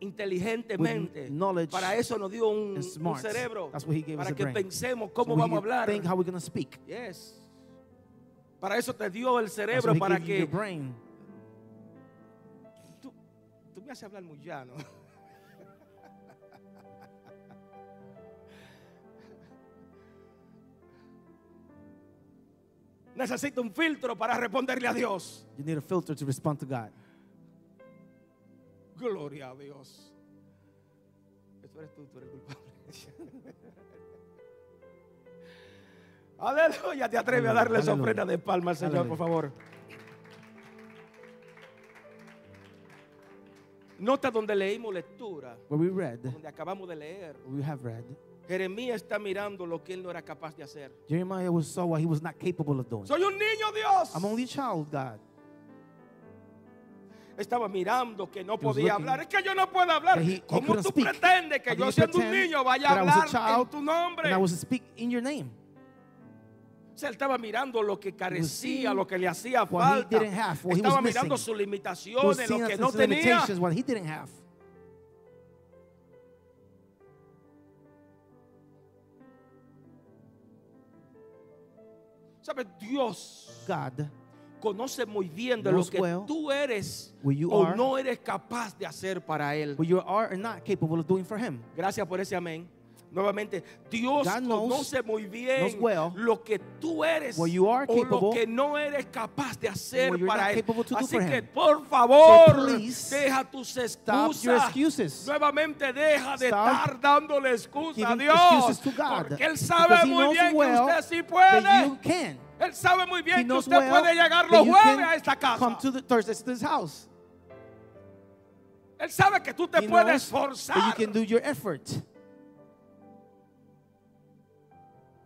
[SPEAKER 1] inteligentemente.
[SPEAKER 2] with knowledge
[SPEAKER 1] Para eso nos dio un,
[SPEAKER 2] and
[SPEAKER 1] un
[SPEAKER 2] smarts.
[SPEAKER 1] cerebro.
[SPEAKER 2] That's what he gave us
[SPEAKER 1] Para
[SPEAKER 2] a
[SPEAKER 1] que
[SPEAKER 2] brain.
[SPEAKER 1] pensemos cómo
[SPEAKER 2] so we
[SPEAKER 1] vamos a
[SPEAKER 2] can
[SPEAKER 1] hablar.
[SPEAKER 2] Think how we're going to speak.
[SPEAKER 1] Yes. Para eso te dio el
[SPEAKER 2] That's what
[SPEAKER 1] cerebro,
[SPEAKER 2] he
[SPEAKER 1] para
[SPEAKER 2] gave you your
[SPEAKER 1] que...
[SPEAKER 2] brain.
[SPEAKER 1] Tú, tú me haces hablar muy llano. Necesito un filtro para responderle a Dios.
[SPEAKER 2] You need a filter to respond to God.
[SPEAKER 1] Gloria a Dios. Eso eres tú, tú eres culpable. Aleluya, te atreves a darle esa
[SPEAKER 2] Aleluya.
[SPEAKER 1] ofrenda de palma al Señor, por
[SPEAKER 2] Aleluya.
[SPEAKER 1] favor. Nota donde leímos lectura,
[SPEAKER 2] What we read,
[SPEAKER 1] donde acabamos de leer.
[SPEAKER 2] we have read,
[SPEAKER 1] Jeremías está mirando lo que él no era capaz de hacer.
[SPEAKER 2] Jeremiah was saw what he was not capable of doing.
[SPEAKER 1] Soy un niño, Dios.
[SPEAKER 2] I'm only a child, God.
[SPEAKER 1] Estaba mirando que no
[SPEAKER 2] He was
[SPEAKER 1] podía
[SPEAKER 2] looking.
[SPEAKER 1] hablar. Es que yo no puedo hablar.
[SPEAKER 2] That he- he
[SPEAKER 1] ¿Cómo
[SPEAKER 2] couldn't
[SPEAKER 1] tú
[SPEAKER 2] speak.
[SPEAKER 1] pretendes que
[SPEAKER 2] How do
[SPEAKER 1] yo
[SPEAKER 2] you
[SPEAKER 1] siendo un
[SPEAKER 2] pretend
[SPEAKER 1] niño vaya a
[SPEAKER 2] that I was a
[SPEAKER 1] hablar en
[SPEAKER 2] child
[SPEAKER 1] tu nombre?
[SPEAKER 2] And I was to speak in your name.
[SPEAKER 1] O sea, él estaba mirando lo que carecía,
[SPEAKER 2] seeing
[SPEAKER 1] lo que le hacía
[SPEAKER 2] what he
[SPEAKER 1] falta.
[SPEAKER 2] didn't have, what he
[SPEAKER 1] estaba
[SPEAKER 2] was missing.
[SPEAKER 1] mirando sus
[SPEAKER 2] He was
[SPEAKER 1] limitaciones,
[SPEAKER 2] seeing
[SPEAKER 1] lo
[SPEAKER 2] us
[SPEAKER 1] que
[SPEAKER 2] as
[SPEAKER 1] no
[SPEAKER 2] his
[SPEAKER 1] tenía.
[SPEAKER 2] limitations, what he didn't have.
[SPEAKER 1] ¿Sabes? Dios
[SPEAKER 2] God,
[SPEAKER 1] conoce muy bien de lo
[SPEAKER 2] Knows
[SPEAKER 1] que
[SPEAKER 2] well
[SPEAKER 1] tú eres
[SPEAKER 2] what you
[SPEAKER 1] o
[SPEAKER 2] are.
[SPEAKER 1] no eres capaz de hacer para Él.
[SPEAKER 2] what you are or not capable of doing for him.
[SPEAKER 1] Gracias por ese amén. Nuevamente, Dios
[SPEAKER 2] God knows-
[SPEAKER 1] conoce muy bien
[SPEAKER 2] knows well
[SPEAKER 1] lo que tú eres
[SPEAKER 2] what you are
[SPEAKER 1] o lo
[SPEAKER 2] capable
[SPEAKER 1] que no eres capaz de hacer
[SPEAKER 2] what you're
[SPEAKER 1] para
[SPEAKER 2] not
[SPEAKER 1] Él.
[SPEAKER 2] capable to do
[SPEAKER 1] Así
[SPEAKER 2] for
[SPEAKER 1] que,
[SPEAKER 2] him.
[SPEAKER 1] por favor,
[SPEAKER 2] So please,
[SPEAKER 1] deja tus
[SPEAKER 2] your
[SPEAKER 1] excusas.
[SPEAKER 2] excuses.
[SPEAKER 1] Nuevamente, deja de
[SPEAKER 2] Stop
[SPEAKER 1] estar dándole excusas a
[SPEAKER 2] Giving
[SPEAKER 1] Dios.
[SPEAKER 2] excuses to God.
[SPEAKER 1] Porque Él
[SPEAKER 2] because
[SPEAKER 1] sabe
[SPEAKER 2] he
[SPEAKER 1] muy
[SPEAKER 2] knows
[SPEAKER 1] bien
[SPEAKER 2] well
[SPEAKER 1] que usted sí
[SPEAKER 2] That you
[SPEAKER 1] puede.
[SPEAKER 2] can.
[SPEAKER 1] Él sabe muy
[SPEAKER 2] He
[SPEAKER 1] bien que
[SPEAKER 2] knows
[SPEAKER 1] usted
[SPEAKER 2] well
[SPEAKER 1] puede llegar
[SPEAKER 2] that
[SPEAKER 1] los
[SPEAKER 2] you
[SPEAKER 1] jueves
[SPEAKER 2] can
[SPEAKER 1] a esta
[SPEAKER 2] Come
[SPEAKER 1] casa.
[SPEAKER 2] to the Thursdays to this house.
[SPEAKER 1] Él sabe que tú te puedes
[SPEAKER 2] He knows that you
[SPEAKER 1] esforzar.
[SPEAKER 2] can do your effort.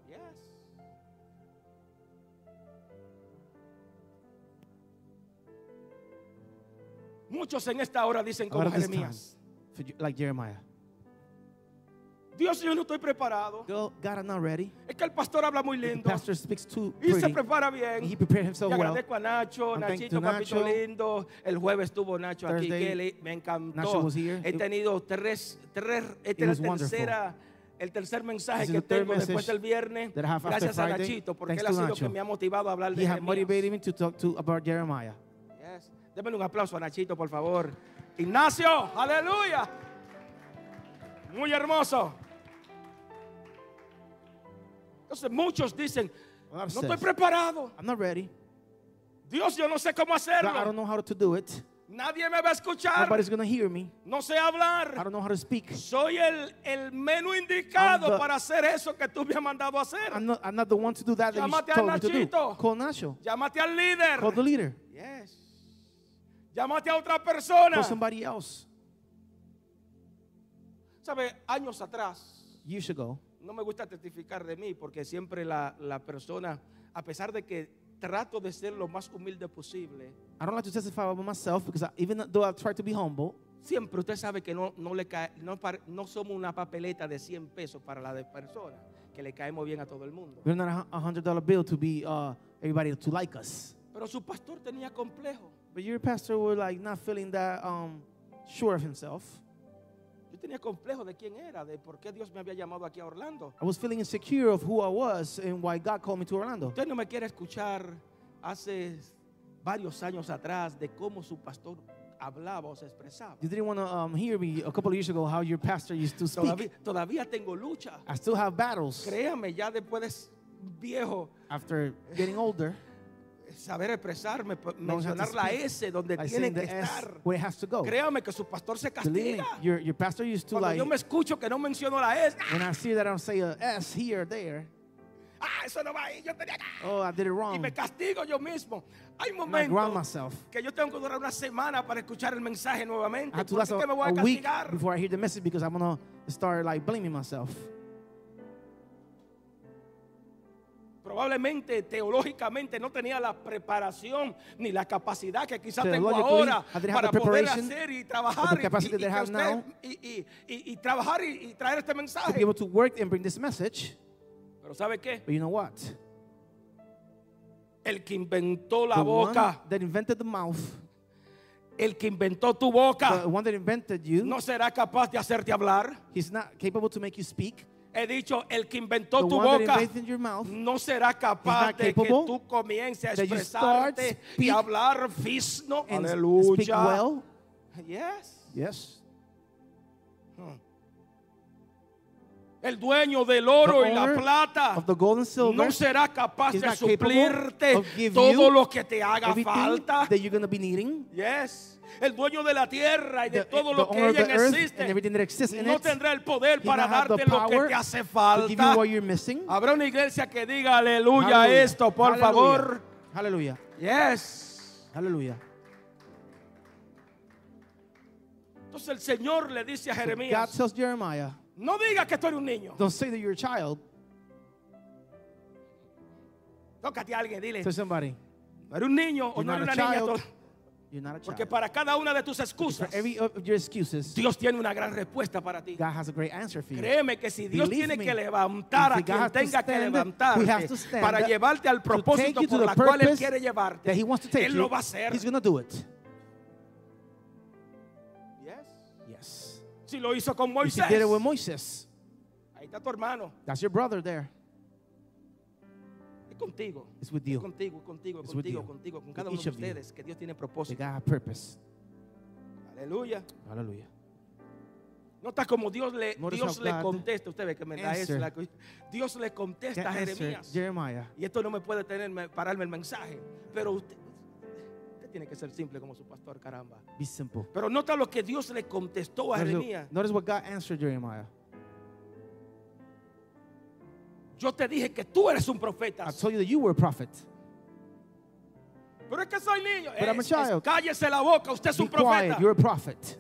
[SPEAKER 1] Yes. Muchos en esta hora dicen como
[SPEAKER 2] Ahora this time,
[SPEAKER 1] Jeremías,
[SPEAKER 2] for you- like Jeremiah.
[SPEAKER 1] Dios, yo no estoy preparado.
[SPEAKER 2] Go, God, I'm not ready.
[SPEAKER 1] Es que el pastor habla muy
[SPEAKER 2] The
[SPEAKER 1] lindo
[SPEAKER 2] pastor speaks too
[SPEAKER 1] y se
[SPEAKER 2] pretty.
[SPEAKER 1] prepara
[SPEAKER 2] And He
[SPEAKER 1] bien.
[SPEAKER 2] prepared
[SPEAKER 1] Y
[SPEAKER 2] himself well.
[SPEAKER 1] agradezco a Nacho,
[SPEAKER 2] I thank
[SPEAKER 1] Nachito,
[SPEAKER 2] to
[SPEAKER 1] papito
[SPEAKER 2] Nacho.
[SPEAKER 1] lindo. El jueves estuvo Nacho aquí,
[SPEAKER 2] Thursday,
[SPEAKER 1] que le- me
[SPEAKER 2] Nacho
[SPEAKER 1] encantó.
[SPEAKER 2] was here.
[SPEAKER 1] He
[SPEAKER 2] It-
[SPEAKER 1] tenido tres, tres, esta es
[SPEAKER 2] was
[SPEAKER 1] la
[SPEAKER 2] wonderful.
[SPEAKER 1] tercera, el tercer mensaje
[SPEAKER 2] This is
[SPEAKER 1] que
[SPEAKER 2] the third
[SPEAKER 1] tengo después
[SPEAKER 2] message
[SPEAKER 1] del viernes.
[SPEAKER 2] that I have after
[SPEAKER 1] Gracias a
[SPEAKER 2] Friday.
[SPEAKER 1] Nachito, porque
[SPEAKER 2] Thanks
[SPEAKER 1] él ha
[SPEAKER 2] to
[SPEAKER 1] sido
[SPEAKER 2] Nacho.
[SPEAKER 1] que me ha motivado a hablar de
[SPEAKER 2] He had
[SPEAKER 1] Jeremías.
[SPEAKER 2] motivated me to talk to about Jeremiah.
[SPEAKER 1] Yes. Deme un aplauso a Nachito, por favor. Ignacio, aleluya. Muy hermoso. Entonces muchos dicen, no
[SPEAKER 2] Lot of
[SPEAKER 1] estoy
[SPEAKER 2] says,
[SPEAKER 1] preparado.
[SPEAKER 2] I'm not ready.
[SPEAKER 1] Dios, yo no sé cómo
[SPEAKER 2] God, I don't
[SPEAKER 1] hacerlo.
[SPEAKER 2] know how to do it.
[SPEAKER 1] Nadie me va a escuchar.
[SPEAKER 2] Nobody's gonna hear me.
[SPEAKER 1] No sé
[SPEAKER 2] I
[SPEAKER 1] hablar.
[SPEAKER 2] don't know how to speak.
[SPEAKER 1] Soy el, el menos indicado
[SPEAKER 2] I'm the-
[SPEAKER 1] para hacer eso que tú me has mandado a hacer.
[SPEAKER 2] I'm not, I'm not the one to do that that you
[SPEAKER 1] Llámate a
[SPEAKER 2] told me to do.
[SPEAKER 1] Nachito.
[SPEAKER 2] Call Nacho.
[SPEAKER 1] Llámate al líder.
[SPEAKER 2] Call the leader.
[SPEAKER 1] Yes. Llámate a otra persona.
[SPEAKER 2] Call somebody else.
[SPEAKER 1] ¿Sabe? Años atrás.
[SPEAKER 2] Years ago,
[SPEAKER 1] No me gusta testificar de mí porque siempre la, la persona, a pesar de que trato de ser lo más humilde posible,
[SPEAKER 2] I don't like to testify about myself because I, even though I've tried to be humble,
[SPEAKER 1] siempre usted sabe que no, no le cae, no, par- no somos una papeleta de 100 pesos para la de persona, que le caemos bien a todo el mundo.
[SPEAKER 2] we're not a hu- a hundred dollar bill to be uh, everybody to like us.
[SPEAKER 1] Pero su pastor tenía complejo.
[SPEAKER 2] But your pastor was like not feeling that um, sure of himself.
[SPEAKER 1] Yo tenía complejo de quién era, de por qué Dios me había llamado aquí a Orlando.
[SPEAKER 2] I was feeling insecure of who I was and why God called me to Orlando.
[SPEAKER 1] Usted no me quiere escuchar hace varios años atrás de cómo su pastor hablaba o se expresaba.
[SPEAKER 2] You didn't want to um, hear me a couple of years ago how your pastor used to
[SPEAKER 1] Todavía,
[SPEAKER 2] speak.
[SPEAKER 1] todavía tengo lucha.
[SPEAKER 2] I still have battles
[SPEAKER 1] Créame, ya después de s- viejo,
[SPEAKER 2] after getting older.
[SPEAKER 1] saber expresarme, pe-
[SPEAKER 2] Knowing how to
[SPEAKER 1] mencionar la
[SPEAKER 2] speak
[SPEAKER 1] S donde
[SPEAKER 2] by
[SPEAKER 1] tienen
[SPEAKER 2] saying
[SPEAKER 1] que
[SPEAKER 2] the S
[SPEAKER 1] estar.
[SPEAKER 2] where it has to go.
[SPEAKER 1] Créame que su pastor se
[SPEAKER 2] Believe me,
[SPEAKER 1] castiga.
[SPEAKER 2] your, your pastor used to
[SPEAKER 1] Cuando
[SPEAKER 2] like,
[SPEAKER 1] yo me escucho que no menciono la S,
[SPEAKER 2] when I see that I don't say a S here or there,
[SPEAKER 1] ah, eso no va ahí, yo tenía que-
[SPEAKER 2] oh, I did it
[SPEAKER 1] Y
[SPEAKER 2] wrong.
[SPEAKER 1] me castigo yo mismo. Hay
[SPEAKER 2] And I
[SPEAKER 1] momentos
[SPEAKER 2] ground myself.
[SPEAKER 1] que yo tengo que durar una semana para escuchar el mensaje nuevamente.
[SPEAKER 2] I have to
[SPEAKER 1] ¿Por
[SPEAKER 2] last
[SPEAKER 1] qué
[SPEAKER 2] a,
[SPEAKER 1] que me voy a
[SPEAKER 2] a week
[SPEAKER 1] castigar?
[SPEAKER 2] before I hear the message because I'm going to start like blaming myself.
[SPEAKER 1] Probablemente teológicamente no tenía la preparación ni la capacidad que quizás tengo
[SPEAKER 2] Theologically,
[SPEAKER 1] ahora
[SPEAKER 2] I didn't have
[SPEAKER 1] para
[SPEAKER 2] the
[SPEAKER 1] poder
[SPEAKER 2] preparation
[SPEAKER 1] hacer y
[SPEAKER 2] or
[SPEAKER 1] trabajar
[SPEAKER 2] the
[SPEAKER 1] y-
[SPEAKER 2] capacity
[SPEAKER 1] y- y
[SPEAKER 2] that I
[SPEAKER 1] que
[SPEAKER 2] have
[SPEAKER 1] usted-
[SPEAKER 2] now
[SPEAKER 1] y- y- y- y trabajar y, y traer este
[SPEAKER 2] To be
[SPEAKER 1] mensaje.
[SPEAKER 2] able to work and bring this message,
[SPEAKER 1] Pero ¿sabe qué?
[SPEAKER 2] but you know what?
[SPEAKER 1] El que inventó la
[SPEAKER 2] the
[SPEAKER 1] boca,
[SPEAKER 2] one that invented the mouth,
[SPEAKER 1] el que inventó tu
[SPEAKER 2] the
[SPEAKER 1] boca,
[SPEAKER 2] one that invented you,
[SPEAKER 1] Ah. no será capaz de hacerte hablar.
[SPEAKER 2] he's not capable to make you speak.
[SPEAKER 1] He dicho, el que inventó
[SPEAKER 2] the
[SPEAKER 1] tu
[SPEAKER 2] one
[SPEAKER 1] boca
[SPEAKER 2] that invented your mouth,
[SPEAKER 1] no será capaz
[SPEAKER 2] not
[SPEAKER 1] de que
[SPEAKER 2] capable
[SPEAKER 1] tú comiences a
[SPEAKER 2] that you
[SPEAKER 1] expresarte
[SPEAKER 2] start
[SPEAKER 1] y
[SPEAKER 2] speak
[SPEAKER 1] hablar fisno.
[SPEAKER 2] and
[SPEAKER 1] Aleluya.
[SPEAKER 2] speak well.
[SPEAKER 1] Yes.
[SPEAKER 2] Yes.
[SPEAKER 1] El dueño del oro
[SPEAKER 2] The
[SPEAKER 1] y la
[SPEAKER 2] owner
[SPEAKER 1] plata
[SPEAKER 2] of the gold and silver
[SPEAKER 1] no será capaz
[SPEAKER 2] is
[SPEAKER 1] de
[SPEAKER 2] not capable
[SPEAKER 1] suplirte
[SPEAKER 2] of give
[SPEAKER 1] todo
[SPEAKER 2] you
[SPEAKER 1] lo que te haga
[SPEAKER 2] Everything
[SPEAKER 1] falta.
[SPEAKER 2] that you're going to be needing,
[SPEAKER 1] Yes. El dueño de la tierra y de
[SPEAKER 2] the,
[SPEAKER 1] todo
[SPEAKER 2] the
[SPEAKER 1] lo que
[SPEAKER 2] owner of
[SPEAKER 1] ella
[SPEAKER 2] the earth and
[SPEAKER 1] existe,
[SPEAKER 2] everything that exists in
[SPEAKER 1] no
[SPEAKER 2] it,
[SPEAKER 1] tendrá el poder
[SPEAKER 2] he
[SPEAKER 1] para
[SPEAKER 2] not have the
[SPEAKER 1] darte lo que
[SPEAKER 2] power
[SPEAKER 1] te hace
[SPEAKER 2] to give you
[SPEAKER 1] falta.
[SPEAKER 2] what you're missing.
[SPEAKER 1] Habrá una iglesia que diga aleluya a
[SPEAKER 2] Hallelujah.
[SPEAKER 1] esto, por
[SPEAKER 2] Hallelujah.
[SPEAKER 1] favor.
[SPEAKER 2] Hallelujah.
[SPEAKER 1] Yes.
[SPEAKER 2] Hallelujah.
[SPEAKER 1] Entonces el Señor le dice a
[SPEAKER 2] God
[SPEAKER 1] Jeremías,
[SPEAKER 2] tells Jeremiah,
[SPEAKER 1] no digas que tú eres un niño.
[SPEAKER 2] don't say that you're a child.
[SPEAKER 1] Tócate a alguien, dile,
[SPEAKER 2] Tell somebody,
[SPEAKER 1] no eres un niño o
[SPEAKER 2] you're
[SPEAKER 1] no eres
[SPEAKER 2] not a
[SPEAKER 1] una niña.
[SPEAKER 2] child.
[SPEAKER 1] to-
[SPEAKER 2] You're not a
[SPEAKER 1] Porque
[SPEAKER 2] child.
[SPEAKER 1] para cada una de tus
[SPEAKER 2] For
[SPEAKER 1] excusas,
[SPEAKER 2] every of your excuses,
[SPEAKER 1] Dios tiene una gran respuesta para ti.
[SPEAKER 2] God has a great answer for you.
[SPEAKER 1] Créeme que si Dios
[SPEAKER 2] Believe
[SPEAKER 1] tiene
[SPEAKER 2] me,
[SPEAKER 1] que levantar a
[SPEAKER 2] if God
[SPEAKER 1] quien
[SPEAKER 2] has to
[SPEAKER 1] tenga que
[SPEAKER 2] stand,
[SPEAKER 1] levantar
[SPEAKER 2] we have to stand
[SPEAKER 1] para llevarte al
[SPEAKER 2] to take
[SPEAKER 1] propósito
[SPEAKER 2] you to
[SPEAKER 1] por
[SPEAKER 2] the
[SPEAKER 1] la cual Él
[SPEAKER 2] purpose
[SPEAKER 1] quiere llevarte,
[SPEAKER 2] that he wants to take
[SPEAKER 1] Él
[SPEAKER 2] you,
[SPEAKER 1] lo va a hacer.
[SPEAKER 2] He's going to do it.
[SPEAKER 1] Yes.
[SPEAKER 2] Yes.
[SPEAKER 1] Si lo hizo con
[SPEAKER 2] If
[SPEAKER 1] Moisés,
[SPEAKER 2] he did it with Moises,
[SPEAKER 1] ahí está tu hermano,
[SPEAKER 2] that's your brother there.
[SPEAKER 1] es contigo.
[SPEAKER 2] It's with
[SPEAKER 1] Es
[SPEAKER 2] you.
[SPEAKER 1] contigo, es contigo, es
[SPEAKER 2] It's with
[SPEAKER 1] contigo,
[SPEAKER 2] you.
[SPEAKER 1] contigo, con
[SPEAKER 2] With
[SPEAKER 1] cada uno
[SPEAKER 2] each
[SPEAKER 1] de
[SPEAKER 2] of you.
[SPEAKER 1] ustedes, que Dios tiene
[SPEAKER 2] They
[SPEAKER 1] propósito.
[SPEAKER 2] God have purpose.
[SPEAKER 1] Aleluya.
[SPEAKER 2] Hallelujah.
[SPEAKER 1] Nota como Dios le,
[SPEAKER 2] Notice
[SPEAKER 1] Dios
[SPEAKER 2] how
[SPEAKER 1] le
[SPEAKER 2] God
[SPEAKER 1] contesta. Usted ve que me da
[SPEAKER 2] answer.
[SPEAKER 1] es la cu- Dios le
[SPEAKER 2] That
[SPEAKER 1] contesta a
[SPEAKER 2] answer,
[SPEAKER 1] Jeremías.
[SPEAKER 2] Jeremiah.
[SPEAKER 1] Y esto no me puede tener, pararme el mensaje. Pero usted, usted tiene que ser simple como su pastor, caramba.
[SPEAKER 2] Be simple.
[SPEAKER 1] Pero nota lo que Dios le contestó a Jeremías.
[SPEAKER 2] Notice, notice what God answered Jeremiah.
[SPEAKER 1] Yo te dije que tú eres un profeta.
[SPEAKER 2] I told you that you were a prophet.
[SPEAKER 1] Pero es que soy niño.
[SPEAKER 2] But I'm a
[SPEAKER 1] Es- es-
[SPEAKER 2] child.
[SPEAKER 1] cállese la boca. Usted es
[SPEAKER 2] Be
[SPEAKER 1] un profeta.
[SPEAKER 2] quiet. You're a prophet.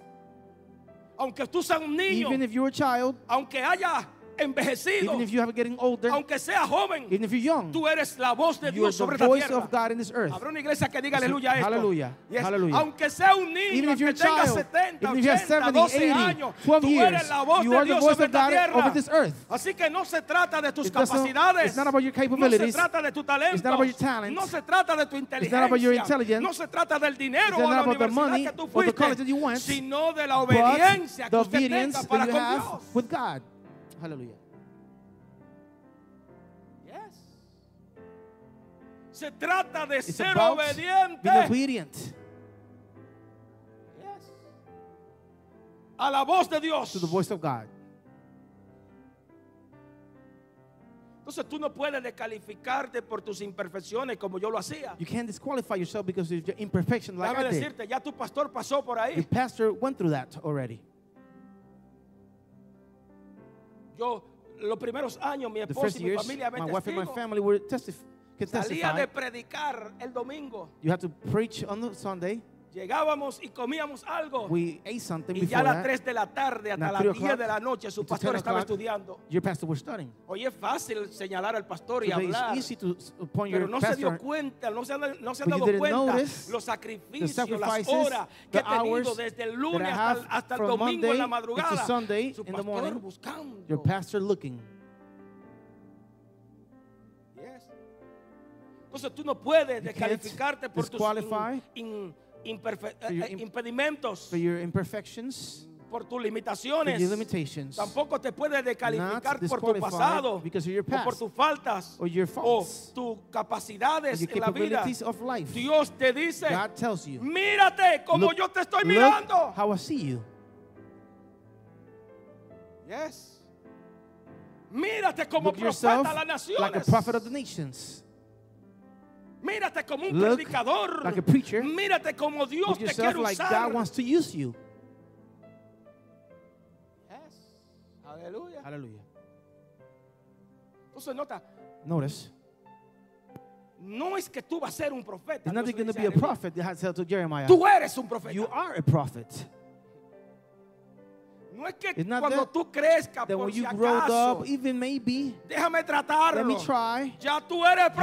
[SPEAKER 1] Aunque tú seas un niño,
[SPEAKER 2] Even if you're a child,
[SPEAKER 1] aunque haya envejecido,
[SPEAKER 2] even if you have getting older,
[SPEAKER 1] aunque seas joven,
[SPEAKER 2] even if you're young,
[SPEAKER 1] tú eres la voz de
[SPEAKER 2] you are
[SPEAKER 1] Dios
[SPEAKER 2] the
[SPEAKER 1] sobre la
[SPEAKER 2] voice of
[SPEAKER 1] tierra.
[SPEAKER 2] God in this earth.
[SPEAKER 1] Habrá una iglesia que diga
[SPEAKER 2] So,
[SPEAKER 1] aleluya a esto.
[SPEAKER 2] hallelujah,
[SPEAKER 1] Yes.
[SPEAKER 2] hallelujah.
[SPEAKER 1] Aunque sea un niño,
[SPEAKER 2] Even if
[SPEAKER 1] aunque
[SPEAKER 2] you're a
[SPEAKER 1] tenga
[SPEAKER 2] child,
[SPEAKER 1] 70,
[SPEAKER 2] even if you have
[SPEAKER 1] 80,
[SPEAKER 2] 70,
[SPEAKER 1] 12
[SPEAKER 2] 80,
[SPEAKER 1] años,
[SPEAKER 2] 12
[SPEAKER 1] tú eres
[SPEAKER 2] years,
[SPEAKER 1] la voz
[SPEAKER 2] you
[SPEAKER 1] de
[SPEAKER 2] are the
[SPEAKER 1] Dios
[SPEAKER 2] voice
[SPEAKER 1] sobre
[SPEAKER 2] of
[SPEAKER 1] la
[SPEAKER 2] God
[SPEAKER 1] tierra.
[SPEAKER 2] over this earth.
[SPEAKER 1] Así que no se trata de tus
[SPEAKER 2] It doesn't-
[SPEAKER 1] capacidades.
[SPEAKER 2] it's not about your
[SPEAKER 1] No se
[SPEAKER 2] capabilities.
[SPEAKER 1] trata de tu talento.
[SPEAKER 2] It's not about your talents.
[SPEAKER 1] No se trata de tu inteligencia.
[SPEAKER 2] about your intelligence.
[SPEAKER 1] No se trata del dinero o
[SPEAKER 2] It's not
[SPEAKER 1] la
[SPEAKER 2] about the
[SPEAKER 1] universidad
[SPEAKER 2] money
[SPEAKER 1] que tú
[SPEAKER 2] or the college
[SPEAKER 1] fuiste,
[SPEAKER 2] that you went,
[SPEAKER 1] sino de la obediencia
[SPEAKER 2] but
[SPEAKER 1] que
[SPEAKER 2] the
[SPEAKER 1] usted
[SPEAKER 2] obedience
[SPEAKER 1] tenga para
[SPEAKER 2] that you
[SPEAKER 1] con
[SPEAKER 2] have
[SPEAKER 1] Dios.
[SPEAKER 2] with God. Hallelujah.
[SPEAKER 1] Yes. Se trata de
[SPEAKER 2] It's
[SPEAKER 1] ser
[SPEAKER 2] about
[SPEAKER 1] obediente.
[SPEAKER 2] being obedient
[SPEAKER 1] Yes. A la voz de Dios.
[SPEAKER 2] to the voice of God.
[SPEAKER 1] Entonces tú no puedes descalificarte por tus imperfecciones como yo lo hacía.
[SPEAKER 2] You can't disqualify yourself because of your imperfection like
[SPEAKER 1] Déjame
[SPEAKER 2] I did.
[SPEAKER 1] decirte, ya tu pastor pasó por ahí.
[SPEAKER 2] Your pastor went through that already.
[SPEAKER 1] Yo, los primeros años, mi
[SPEAKER 2] The
[SPEAKER 1] esposa
[SPEAKER 2] first
[SPEAKER 1] y mi
[SPEAKER 2] years,
[SPEAKER 1] familia me
[SPEAKER 2] my wife and my
[SPEAKER 1] testigo.
[SPEAKER 2] family were testif- could
[SPEAKER 1] Salía
[SPEAKER 2] testify.
[SPEAKER 1] de predicar el domingo.
[SPEAKER 2] You had to preach on the Sunday.
[SPEAKER 1] Llegábamos y comíamos algo.
[SPEAKER 2] We ate something
[SPEAKER 1] Y ya
[SPEAKER 2] before
[SPEAKER 1] a las
[SPEAKER 2] that.
[SPEAKER 1] 3 de la tarde hasta
[SPEAKER 2] Now,
[SPEAKER 1] las
[SPEAKER 2] three
[SPEAKER 1] 10 de
[SPEAKER 2] o'clock
[SPEAKER 1] la noche su
[SPEAKER 2] until
[SPEAKER 1] pastor
[SPEAKER 2] 10
[SPEAKER 1] estaba
[SPEAKER 2] o'clock.
[SPEAKER 1] estudiando.
[SPEAKER 2] Your pastor was studying.
[SPEAKER 1] Hoy es fácil señalar al pastor y
[SPEAKER 2] Today
[SPEAKER 1] hablar.
[SPEAKER 2] it's easy to s- upon
[SPEAKER 1] Pero
[SPEAKER 2] your
[SPEAKER 1] no se dio
[SPEAKER 2] pastor
[SPEAKER 1] cuenta, no se han, no se han
[SPEAKER 2] But you
[SPEAKER 1] dado
[SPEAKER 2] didn't
[SPEAKER 1] cuenta
[SPEAKER 2] notice
[SPEAKER 1] los
[SPEAKER 2] the
[SPEAKER 1] sacrificios, las
[SPEAKER 2] sacrifices,
[SPEAKER 1] horas que
[SPEAKER 2] the
[SPEAKER 1] he tenido
[SPEAKER 2] hours
[SPEAKER 1] desde el
[SPEAKER 2] that
[SPEAKER 1] lunes
[SPEAKER 2] I
[SPEAKER 1] hasta, el-
[SPEAKER 2] have
[SPEAKER 1] hasta el
[SPEAKER 2] from
[SPEAKER 1] domingo en la
[SPEAKER 2] Monday into
[SPEAKER 1] madrugada.
[SPEAKER 2] Sunday
[SPEAKER 1] Su
[SPEAKER 2] in the
[SPEAKER 1] pastor
[SPEAKER 2] morning,
[SPEAKER 1] buscando.
[SPEAKER 2] your pastor looking.
[SPEAKER 1] Yes. Entonces tú no puedes
[SPEAKER 2] You can't
[SPEAKER 1] descalificarte por tus in-
[SPEAKER 2] disqualify
[SPEAKER 1] in- imperfe-
[SPEAKER 2] for your
[SPEAKER 1] eh, eh,
[SPEAKER 2] imp-
[SPEAKER 1] impedimentos,
[SPEAKER 2] For your imperfections,
[SPEAKER 1] por tus
[SPEAKER 2] for your
[SPEAKER 1] limitaciones.
[SPEAKER 2] limitations,
[SPEAKER 1] Tampoco te puedes descalificar
[SPEAKER 2] Not
[SPEAKER 1] por tu
[SPEAKER 2] disqualified
[SPEAKER 1] pasado
[SPEAKER 2] because of your
[SPEAKER 1] o por
[SPEAKER 2] past
[SPEAKER 1] tus faltas
[SPEAKER 2] or your
[SPEAKER 1] o
[SPEAKER 2] faults,
[SPEAKER 1] tus
[SPEAKER 2] or
[SPEAKER 1] capacidades
[SPEAKER 2] your
[SPEAKER 1] en la vida.
[SPEAKER 2] capabilities of life.
[SPEAKER 1] Dios te dice,
[SPEAKER 2] God tells you,
[SPEAKER 1] mírate como
[SPEAKER 2] Look-
[SPEAKER 1] yo te estoy
[SPEAKER 2] look
[SPEAKER 1] mirando.
[SPEAKER 2] how I see you.
[SPEAKER 1] Yes. Mírate como
[SPEAKER 2] Look yourself
[SPEAKER 1] profeta a las naciones.
[SPEAKER 2] like a prophet of the nations.
[SPEAKER 1] Mírate como un
[SPEAKER 2] Look
[SPEAKER 1] predicador.
[SPEAKER 2] like a preacher.
[SPEAKER 1] Mírate como Dios
[SPEAKER 2] Look
[SPEAKER 1] te
[SPEAKER 2] yourself
[SPEAKER 1] quiere
[SPEAKER 2] like
[SPEAKER 1] usar.
[SPEAKER 2] God wants to use you.
[SPEAKER 1] Yes. Aleluya.
[SPEAKER 2] Hallelujah.
[SPEAKER 1] Entonces nota,
[SPEAKER 2] Notice,
[SPEAKER 1] no es que tú vas a ser un profeta.
[SPEAKER 2] it's not
[SPEAKER 1] Dios
[SPEAKER 2] going
[SPEAKER 1] le
[SPEAKER 2] to
[SPEAKER 1] dice
[SPEAKER 2] be a
[SPEAKER 1] Jeremías.
[SPEAKER 2] prophet that had said to Jeremiah,
[SPEAKER 1] Tú eres un profeta.
[SPEAKER 2] You are a prophet.
[SPEAKER 1] no es que
[SPEAKER 2] It's not
[SPEAKER 1] cuando
[SPEAKER 2] that-
[SPEAKER 1] tú crezcas
[SPEAKER 2] That
[SPEAKER 1] por
[SPEAKER 2] when
[SPEAKER 1] si
[SPEAKER 2] you growed
[SPEAKER 1] acaso,
[SPEAKER 2] up, even maybe,
[SPEAKER 1] déjame tratarlo.
[SPEAKER 2] let me try,
[SPEAKER 1] Ya tú eres
[SPEAKER 2] you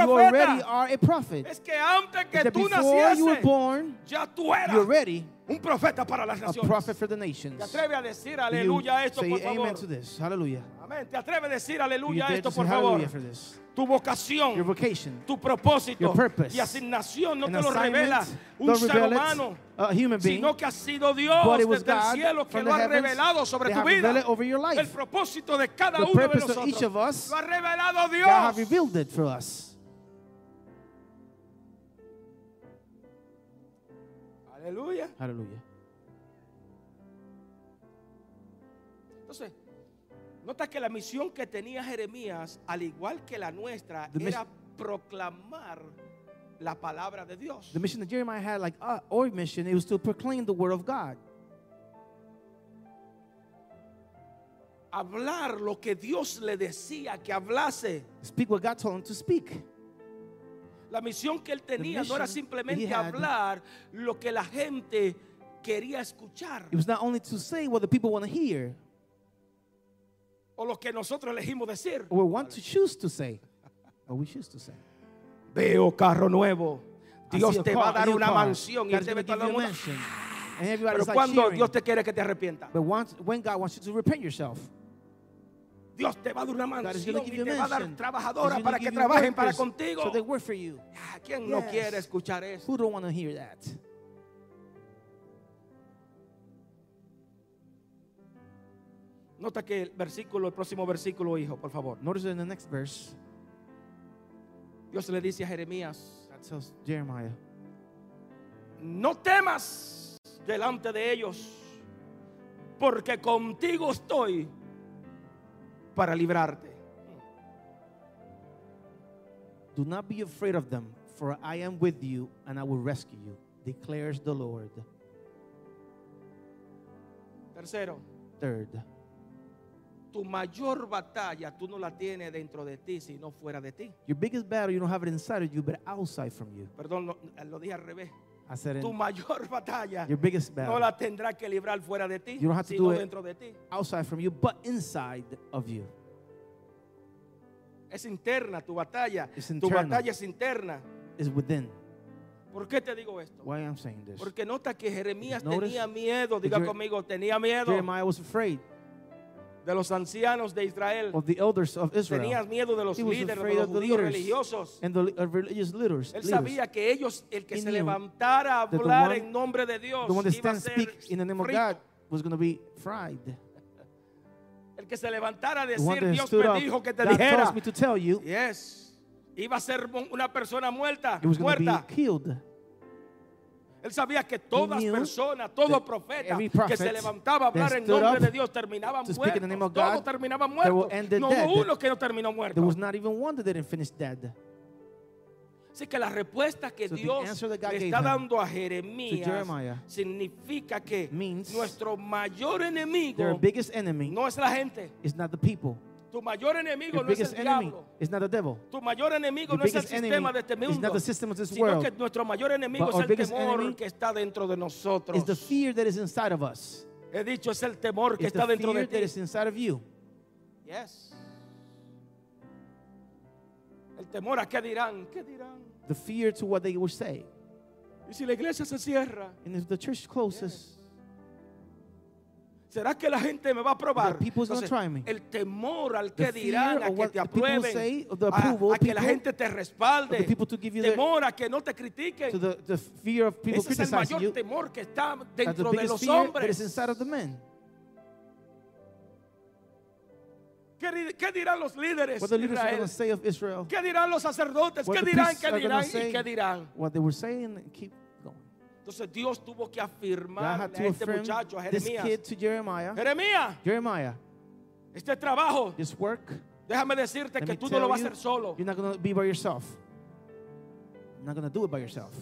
[SPEAKER 1] profeta.
[SPEAKER 2] already are a prophet.
[SPEAKER 1] Es que antes que
[SPEAKER 2] That
[SPEAKER 1] tú
[SPEAKER 2] before you were
[SPEAKER 1] nacieses,
[SPEAKER 2] born,
[SPEAKER 1] ya tú eras
[SPEAKER 2] you're already
[SPEAKER 1] un profeta para las
[SPEAKER 2] a
[SPEAKER 1] naciones.
[SPEAKER 2] prophet for the
[SPEAKER 1] ¿Te
[SPEAKER 2] nations.
[SPEAKER 1] atreves a decir
[SPEAKER 2] Do you
[SPEAKER 1] aleluya a esto,
[SPEAKER 2] say
[SPEAKER 1] por
[SPEAKER 2] amen
[SPEAKER 1] favor?
[SPEAKER 2] to this. Hallelujah.
[SPEAKER 1] Amén. ¿Te atreves a decir
[SPEAKER 2] Do you
[SPEAKER 1] aleluya a
[SPEAKER 2] dare
[SPEAKER 1] esto,
[SPEAKER 2] to say
[SPEAKER 1] por favor?
[SPEAKER 2] hallelujah for this?
[SPEAKER 1] Tu
[SPEAKER 2] Your
[SPEAKER 1] vocación,
[SPEAKER 2] vocation,
[SPEAKER 1] tu propósito
[SPEAKER 2] your purpose,
[SPEAKER 1] y asignación no
[SPEAKER 2] an
[SPEAKER 1] te lo
[SPEAKER 2] assignment,
[SPEAKER 1] revela un
[SPEAKER 2] don't
[SPEAKER 1] ser
[SPEAKER 2] reveal it,
[SPEAKER 1] humano,
[SPEAKER 2] a human being,
[SPEAKER 1] sino que ha sido Dios
[SPEAKER 2] but it was
[SPEAKER 1] desde el
[SPEAKER 2] God
[SPEAKER 1] cielo que
[SPEAKER 2] from
[SPEAKER 1] lo
[SPEAKER 2] the
[SPEAKER 1] ha
[SPEAKER 2] heavens
[SPEAKER 1] revelado sobre
[SPEAKER 2] that
[SPEAKER 1] tu
[SPEAKER 2] have revealed
[SPEAKER 1] vida.
[SPEAKER 2] it over your life.
[SPEAKER 1] El propósito de cada
[SPEAKER 2] The
[SPEAKER 1] uno de
[SPEAKER 2] purpose of each of
[SPEAKER 1] nosotros
[SPEAKER 2] us,
[SPEAKER 1] lo ha revelado Dios.
[SPEAKER 2] God have revealed it for us.
[SPEAKER 1] Aleluya.
[SPEAKER 2] Hallelujah.
[SPEAKER 1] Entonces, nota que la misión que tenía Jeremías, al igual que la nuestra,
[SPEAKER 2] The
[SPEAKER 1] era proclamar la palabra de Dios.
[SPEAKER 2] The mission that Jeremiah had, like uh, our mission, it was to proclaim the word of God,
[SPEAKER 1] hablar lo que Dios le decía que hablase.
[SPEAKER 2] speak what God told him to speak.
[SPEAKER 1] La misión que él tenía no
[SPEAKER 2] mission
[SPEAKER 1] era
[SPEAKER 2] that he
[SPEAKER 1] simplemente
[SPEAKER 2] had-
[SPEAKER 1] hablar lo que la gente quería escuchar
[SPEAKER 2] It was not only to say what the people want to hear
[SPEAKER 1] o lo que nosotros elegimos decir.
[SPEAKER 2] or want to choose to say, or we choose to say.
[SPEAKER 1] Veo carro nuevo.
[SPEAKER 2] I see
[SPEAKER 1] Dios
[SPEAKER 2] a
[SPEAKER 1] te
[SPEAKER 2] car,
[SPEAKER 1] va a
[SPEAKER 2] a
[SPEAKER 1] dar
[SPEAKER 2] new
[SPEAKER 1] una
[SPEAKER 2] car.
[SPEAKER 1] mansión y
[SPEAKER 2] God
[SPEAKER 1] él
[SPEAKER 2] is
[SPEAKER 1] te va a
[SPEAKER 2] gonna give
[SPEAKER 1] dar
[SPEAKER 2] you a
[SPEAKER 1] una
[SPEAKER 2] mansion. And
[SPEAKER 1] Ah. Pero
[SPEAKER 2] everybody's like
[SPEAKER 1] cuando
[SPEAKER 2] cheering.
[SPEAKER 1] Dios te quiere que te arrepientas,
[SPEAKER 2] But once, when God wants you to repent yourself,
[SPEAKER 1] Dios te va a dar una
[SPEAKER 2] God is
[SPEAKER 1] mansión
[SPEAKER 2] going to give
[SPEAKER 1] y
[SPEAKER 2] you a
[SPEAKER 1] te va a dar
[SPEAKER 2] mansion. He's
[SPEAKER 1] trabajadoras
[SPEAKER 2] gonna
[SPEAKER 1] para
[SPEAKER 2] give
[SPEAKER 1] que
[SPEAKER 2] you
[SPEAKER 1] trabajen para
[SPEAKER 2] workers
[SPEAKER 1] contigo.
[SPEAKER 2] So they work for you.
[SPEAKER 1] Ah, ¿Quién no
[SPEAKER 2] Yes.
[SPEAKER 1] quiere escuchar eso?
[SPEAKER 2] Who don't want to hear that?
[SPEAKER 1] Nota que el versículo, el próximo versículo, hijo, por favor.
[SPEAKER 2] Notice in the next verse,
[SPEAKER 1] Dios le dice a Jeremías,
[SPEAKER 2] God tells Jeremiah,
[SPEAKER 1] no temas delante de ellos, porque contigo estoy para librarte.
[SPEAKER 2] Do not be afraid of them, for I am with you and I will rescue you, declares the Lord.
[SPEAKER 1] Tercero,
[SPEAKER 2] Third,
[SPEAKER 1] tu mayor batalla tú no la tienes dentro de ti, sino fuera de ti.
[SPEAKER 2] your biggest battle, you don't have it inside of you, but outside from you.
[SPEAKER 1] Perdón, lo, lo dije al revés.
[SPEAKER 2] I said,
[SPEAKER 1] Tu
[SPEAKER 2] in,
[SPEAKER 1] mayor batalla
[SPEAKER 2] your biggest
[SPEAKER 1] no
[SPEAKER 2] battle,
[SPEAKER 1] la tendrás que librar fuera de ti,
[SPEAKER 2] You don't have to
[SPEAKER 1] sino
[SPEAKER 2] do it.
[SPEAKER 1] dentro de ti.
[SPEAKER 2] outside from you, but inside of you.
[SPEAKER 1] Es interna tu batalla.
[SPEAKER 2] It's
[SPEAKER 1] Tu
[SPEAKER 2] internal.
[SPEAKER 1] batalla es interna.
[SPEAKER 2] Is within.
[SPEAKER 1] ¿Por qué te digo esto?
[SPEAKER 2] Why I'm saying this?
[SPEAKER 1] Porque nota que Jeremías
[SPEAKER 2] Notice
[SPEAKER 1] tenía miedo,
[SPEAKER 2] that
[SPEAKER 1] diga
[SPEAKER 2] Jer-
[SPEAKER 1] conmigo, tenía miedo
[SPEAKER 2] Jeremiah was afraid
[SPEAKER 1] de los ancianos de Israel.
[SPEAKER 2] of the elders of
[SPEAKER 1] Tenía
[SPEAKER 2] Israel
[SPEAKER 1] miedo de los
[SPEAKER 2] He was
[SPEAKER 1] líderes, de
[SPEAKER 2] afraid
[SPEAKER 1] los
[SPEAKER 2] of the
[SPEAKER 1] judíos
[SPEAKER 2] leaders.
[SPEAKER 1] religiosos.
[SPEAKER 2] and the li- uh, religious leaders.
[SPEAKER 1] Él
[SPEAKER 2] leaders.
[SPEAKER 1] sabía que ellos, el que
[SPEAKER 2] He
[SPEAKER 1] se
[SPEAKER 2] knew
[SPEAKER 1] levantara a
[SPEAKER 2] that the
[SPEAKER 1] hablar
[SPEAKER 2] one-
[SPEAKER 1] en nombre de Dios,
[SPEAKER 2] the one that
[SPEAKER 1] iba a
[SPEAKER 2] stands
[SPEAKER 1] ser
[SPEAKER 2] speak in the name of
[SPEAKER 1] frito.
[SPEAKER 2] God was going to be fried.
[SPEAKER 1] El que se levantara a
[SPEAKER 2] The one
[SPEAKER 1] decir,
[SPEAKER 2] that
[SPEAKER 1] Dios
[SPEAKER 2] stood
[SPEAKER 1] me
[SPEAKER 2] up,
[SPEAKER 1] dijo que te
[SPEAKER 2] God
[SPEAKER 1] dijera.
[SPEAKER 2] tells me to tell you,
[SPEAKER 1] Yes. Iba a ser mu- una persona muerta,
[SPEAKER 2] it was going to
[SPEAKER 1] muerta.
[SPEAKER 2] be killed.
[SPEAKER 1] Él sabía que todas
[SPEAKER 2] knew
[SPEAKER 1] personas, todo
[SPEAKER 2] that
[SPEAKER 1] profeta
[SPEAKER 2] every
[SPEAKER 1] que
[SPEAKER 2] prophet
[SPEAKER 1] se levantaba a hablar
[SPEAKER 2] that
[SPEAKER 1] en
[SPEAKER 2] stood
[SPEAKER 1] nombre
[SPEAKER 2] up
[SPEAKER 1] de Dios terminaban
[SPEAKER 2] to speak in the name
[SPEAKER 1] muertos.
[SPEAKER 2] of God,
[SPEAKER 1] Todos terminaban
[SPEAKER 2] they will
[SPEAKER 1] muertos.
[SPEAKER 2] end the
[SPEAKER 1] No
[SPEAKER 2] dead.
[SPEAKER 1] hubo uno que no terminó muerto.
[SPEAKER 2] There was not even one that didn't finish dead.
[SPEAKER 1] Así que la respuesta que
[SPEAKER 2] So the
[SPEAKER 1] Dios
[SPEAKER 2] answer that God
[SPEAKER 1] le
[SPEAKER 2] gave
[SPEAKER 1] está
[SPEAKER 2] him
[SPEAKER 1] dando a Jeremías
[SPEAKER 2] to Jeremiah
[SPEAKER 1] significa que
[SPEAKER 2] means
[SPEAKER 1] nuestro mayor
[SPEAKER 2] Their
[SPEAKER 1] enemigo
[SPEAKER 2] biggest enemy
[SPEAKER 1] no es la gente.
[SPEAKER 2] is not the people.
[SPEAKER 1] Tu mayor
[SPEAKER 2] Your
[SPEAKER 1] enemigo no es
[SPEAKER 2] biggest
[SPEAKER 1] el
[SPEAKER 2] enemy
[SPEAKER 1] diablo.
[SPEAKER 2] is not the devil.
[SPEAKER 1] Tu mayor enemigo
[SPEAKER 2] Your
[SPEAKER 1] no es el
[SPEAKER 2] biggest enemy
[SPEAKER 1] sistema de este
[SPEAKER 2] is
[SPEAKER 1] mundo.
[SPEAKER 2] not the system of this
[SPEAKER 1] Sino que
[SPEAKER 2] world.
[SPEAKER 1] nuestro mayor enemigo
[SPEAKER 2] But
[SPEAKER 1] es
[SPEAKER 2] our
[SPEAKER 1] el
[SPEAKER 2] biggest
[SPEAKER 1] temor
[SPEAKER 2] enemy
[SPEAKER 1] que está dentro de nosotros.
[SPEAKER 2] It's the fear that is inside of us.
[SPEAKER 1] He dicho, es el temor que
[SPEAKER 2] It's
[SPEAKER 1] está
[SPEAKER 2] the
[SPEAKER 1] dentro
[SPEAKER 2] fear
[SPEAKER 1] de
[SPEAKER 2] that
[SPEAKER 1] ti.
[SPEAKER 2] is inside of you.
[SPEAKER 1] Yes. El temor a qué dirán, qué dirán.
[SPEAKER 2] The fear to what they will say.
[SPEAKER 1] Y si la iglesia se cierra,
[SPEAKER 2] And if the church closes,
[SPEAKER 1] ¿Será que la gente me va a aprobar?
[SPEAKER 2] The people's gonna try me.
[SPEAKER 1] el temor al
[SPEAKER 2] The
[SPEAKER 1] que dirán,
[SPEAKER 2] fear
[SPEAKER 1] a
[SPEAKER 2] of
[SPEAKER 1] que
[SPEAKER 2] what
[SPEAKER 1] te
[SPEAKER 2] the people
[SPEAKER 1] aprueben,
[SPEAKER 2] say, of the
[SPEAKER 1] a-
[SPEAKER 2] approval
[SPEAKER 1] a, que la
[SPEAKER 2] people,
[SPEAKER 1] gente te respalde,
[SPEAKER 2] of the people to give you their-
[SPEAKER 1] temor a que no te critiquen.
[SPEAKER 2] to the, the fear of people
[SPEAKER 1] Ese es el
[SPEAKER 2] criticizing
[SPEAKER 1] mayor
[SPEAKER 2] you,
[SPEAKER 1] temor que está
[SPEAKER 2] that's the
[SPEAKER 1] dentro de
[SPEAKER 2] biggest
[SPEAKER 1] los
[SPEAKER 2] fear that is
[SPEAKER 1] hombres.
[SPEAKER 2] inside of the men.
[SPEAKER 1] ¿Qué, di- qué dirán los líderes?
[SPEAKER 2] What the
[SPEAKER 1] de
[SPEAKER 2] leaders are
[SPEAKER 1] Israel?
[SPEAKER 2] going to say of Israel,
[SPEAKER 1] ¿Qué dirán los sacerdotes?
[SPEAKER 2] What
[SPEAKER 1] ¿Qué
[SPEAKER 2] the
[SPEAKER 1] dirán?
[SPEAKER 2] priests
[SPEAKER 1] ¿Qué
[SPEAKER 2] are gonna
[SPEAKER 1] dirán? ¿Y
[SPEAKER 2] say.
[SPEAKER 1] qué dirán?
[SPEAKER 2] what they were saying, and keep going.
[SPEAKER 1] Entonces Dios tuvo que
[SPEAKER 2] God
[SPEAKER 1] afirmar a
[SPEAKER 2] had to
[SPEAKER 1] este
[SPEAKER 2] affirm
[SPEAKER 1] muchacho, a
[SPEAKER 2] this
[SPEAKER 1] Jeremías.
[SPEAKER 2] kid to Jeremiah.
[SPEAKER 1] Jeremías,
[SPEAKER 2] Jeremiah,
[SPEAKER 1] este trabajo,
[SPEAKER 2] this work,
[SPEAKER 1] déjame decirte
[SPEAKER 2] let
[SPEAKER 1] que
[SPEAKER 2] me
[SPEAKER 1] tú no lo
[SPEAKER 2] tell
[SPEAKER 1] vas a
[SPEAKER 2] you,
[SPEAKER 1] hacer solo.
[SPEAKER 2] you're not going to be by yourself. not going to do it by yourself.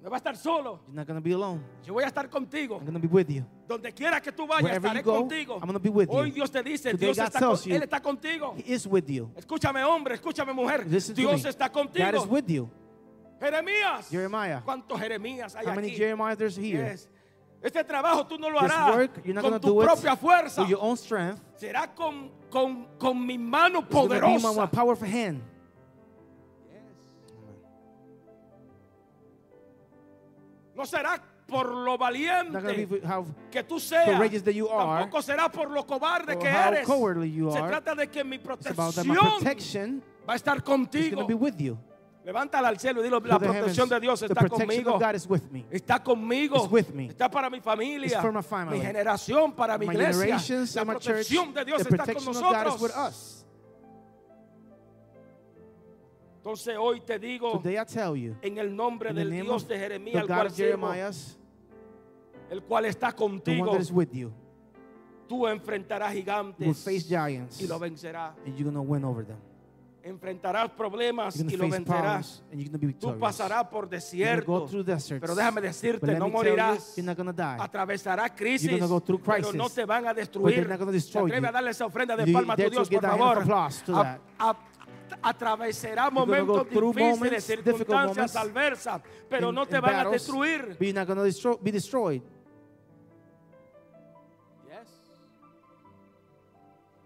[SPEAKER 1] No va a estar solo.
[SPEAKER 2] You're not going to be alone.
[SPEAKER 1] Yo voy a estar contigo.
[SPEAKER 2] I'm going to be with you.
[SPEAKER 1] Donde quiera que tú vayas,
[SPEAKER 2] Wherever
[SPEAKER 1] estaré
[SPEAKER 2] you go,
[SPEAKER 1] contigo.
[SPEAKER 2] I'm gonna be with
[SPEAKER 1] Hoy
[SPEAKER 2] you.
[SPEAKER 1] Dios te dice,
[SPEAKER 2] Today
[SPEAKER 1] Dios
[SPEAKER 2] God
[SPEAKER 1] está,
[SPEAKER 2] tells
[SPEAKER 1] con-
[SPEAKER 2] you-
[SPEAKER 1] Él está contigo.
[SPEAKER 2] He is with you.
[SPEAKER 1] Escúchame hombre, escúchame mujer.
[SPEAKER 2] Listen to
[SPEAKER 1] Dios
[SPEAKER 2] me.
[SPEAKER 1] está
[SPEAKER 2] God is
[SPEAKER 1] contigo.
[SPEAKER 2] with you.
[SPEAKER 1] Jeremías.
[SPEAKER 2] Jeremiah.
[SPEAKER 1] ¿Cuántos Jeremías hay
[SPEAKER 2] How many
[SPEAKER 1] aquí?
[SPEAKER 2] Jeremiahs there's here?
[SPEAKER 1] Yes. Este trabajo tú no lo
[SPEAKER 2] This
[SPEAKER 1] harás
[SPEAKER 2] work, you're not
[SPEAKER 1] con
[SPEAKER 2] going to
[SPEAKER 1] tu
[SPEAKER 2] do it
[SPEAKER 1] propia fuerza.
[SPEAKER 2] with your own strength.
[SPEAKER 1] Será con, con, con mi mano
[SPEAKER 2] It's gonna be my- my
[SPEAKER 1] poderosa.
[SPEAKER 2] powerful hand.
[SPEAKER 1] No será por lo
[SPEAKER 2] It's not going to be
[SPEAKER 1] valiente
[SPEAKER 2] with how
[SPEAKER 1] que tú seas.
[SPEAKER 2] courageous that you are,
[SPEAKER 1] Tampoco será por lo cobarde
[SPEAKER 2] or
[SPEAKER 1] que
[SPEAKER 2] how
[SPEAKER 1] eres.
[SPEAKER 2] cowardly you
[SPEAKER 1] Se
[SPEAKER 2] are.
[SPEAKER 1] trata de que mi
[SPEAKER 2] it's about that
[SPEAKER 1] protección
[SPEAKER 2] my protection
[SPEAKER 1] va a estar
[SPEAKER 2] is going
[SPEAKER 1] contigo.
[SPEAKER 2] to be with you.
[SPEAKER 1] Levántala al cielo y dilo,
[SPEAKER 2] To
[SPEAKER 1] la
[SPEAKER 2] the heavens,
[SPEAKER 1] protección de Dios
[SPEAKER 2] the
[SPEAKER 1] está
[SPEAKER 2] protection
[SPEAKER 1] conmigo.
[SPEAKER 2] of God is with me.
[SPEAKER 1] Está conmigo.
[SPEAKER 2] is with me.
[SPEAKER 1] Está para mi familia.
[SPEAKER 2] It's for my family.
[SPEAKER 1] Mi generación, para mi
[SPEAKER 2] my
[SPEAKER 1] iglesia.
[SPEAKER 2] generations
[SPEAKER 1] La
[SPEAKER 2] and my church,
[SPEAKER 1] protección de Dios
[SPEAKER 2] the
[SPEAKER 1] está con
[SPEAKER 2] protection of God is with
[SPEAKER 1] nosotros.
[SPEAKER 2] us.
[SPEAKER 1] Entonces hoy te digo
[SPEAKER 2] Today I tell you,
[SPEAKER 1] en el nombre
[SPEAKER 2] in the
[SPEAKER 1] del
[SPEAKER 2] name
[SPEAKER 1] Dios
[SPEAKER 2] of
[SPEAKER 1] de Jeremías,
[SPEAKER 2] the
[SPEAKER 1] el
[SPEAKER 2] God
[SPEAKER 1] cual
[SPEAKER 2] of
[SPEAKER 1] sirvo,
[SPEAKER 2] Jeremiah's,
[SPEAKER 1] el cual está
[SPEAKER 2] the one
[SPEAKER 1] contigo,
[SPEAKER 2] that is with you,
[SPEAKER 1] tú enfrentarás
[SPEAKER 2] you will
[SPEAKER 1] gigantes
[SPEAKER 2] face giants
[SPEAKER 1] y
[SPEAKER 2] and
[SPEAKER 1] lo vencerás.
[SPEAKER 2] you're going to win over them.
[SPEAKER 1] Enfrentarás problemas
[SPEAKER 2] You're
[SPEAKER 1] y
[SPEAKER 2] going
[SPEAKER 1] lo
[SPEAKER 2] to face problems
[SPEAKER 1] vencerás.
[SPEAKER 2] and you're going to be
[SPEAKER 1] Tú
[SPEAKER 2] victorious.
[SPEAKER 1] pasarás por
[SPEAKER 2] You're gonna go
[SPEAKER 1] desiertos.
[SPEAKER 2] through deserts.
[SPEAKER 1] Pero déjame
[SPEAKER 2] But
[SPEAKER 1] decirte,
[SPEAKER 2] let
[SPEAKER 1] no
[SPEAKER 2] me tell you,
[SPEAKER 1] morirás.
[SPEAKER 2] You're not going to die.
[SPEAKER 1] Atravesarás crisis,
[SPEAKER 2] You're gonna go through
[SPEAKER 1] pero no
[SPEAKER 2] crisis,
[SPEAKER 1] te van a
[SPEAKER 2] they're
[SPEAKER 1] destruir.
[SPEAKER 2] not gonna
[SPEAKER 1] Se
[SPEAKER 2] destroy
[SPEAKER 1] atreve
[SPEAKER 2] you.
[SPEAKER 1] a darle esa ofrenda de
[SPEAKER 2] You-
[SPEAKER 1] palma a tu
[SPEAKER 2] that's
[SPEAKER 1] Dios,
[SPEAKER 2] what
[SPEAKER 1] por
[SPEAKER 2] get the hand of
[SPEAKER 1] favor.
[SPEAKER 2] applause to
[SPEAKER 1] A-
[SPEAKER 2] that.
[SPEAKER 1] a- atravesará
[SPEAKER 2] gonna go
[SPEAKER 1] momentos
[SPEAKER 2] through
[SPEAKER 1] difíciles,
[SPEAKER 2] moments, difficult
[SPEAKER 1] circunstancias
[SPEAKER 2] moments,
[SPEAKER 1] adversas, pero
[SPEAKER 2] in-
[SPEAKER 1] no te
[SPEAKER 2] in
[SPEAKER 1] van a
[SPEAKER 2] battles,
[SPEAKER 1] destruir.
[SPEAKER 2] But you're not going to destroy, be destroyed.
[SPEAKER 1] Yes.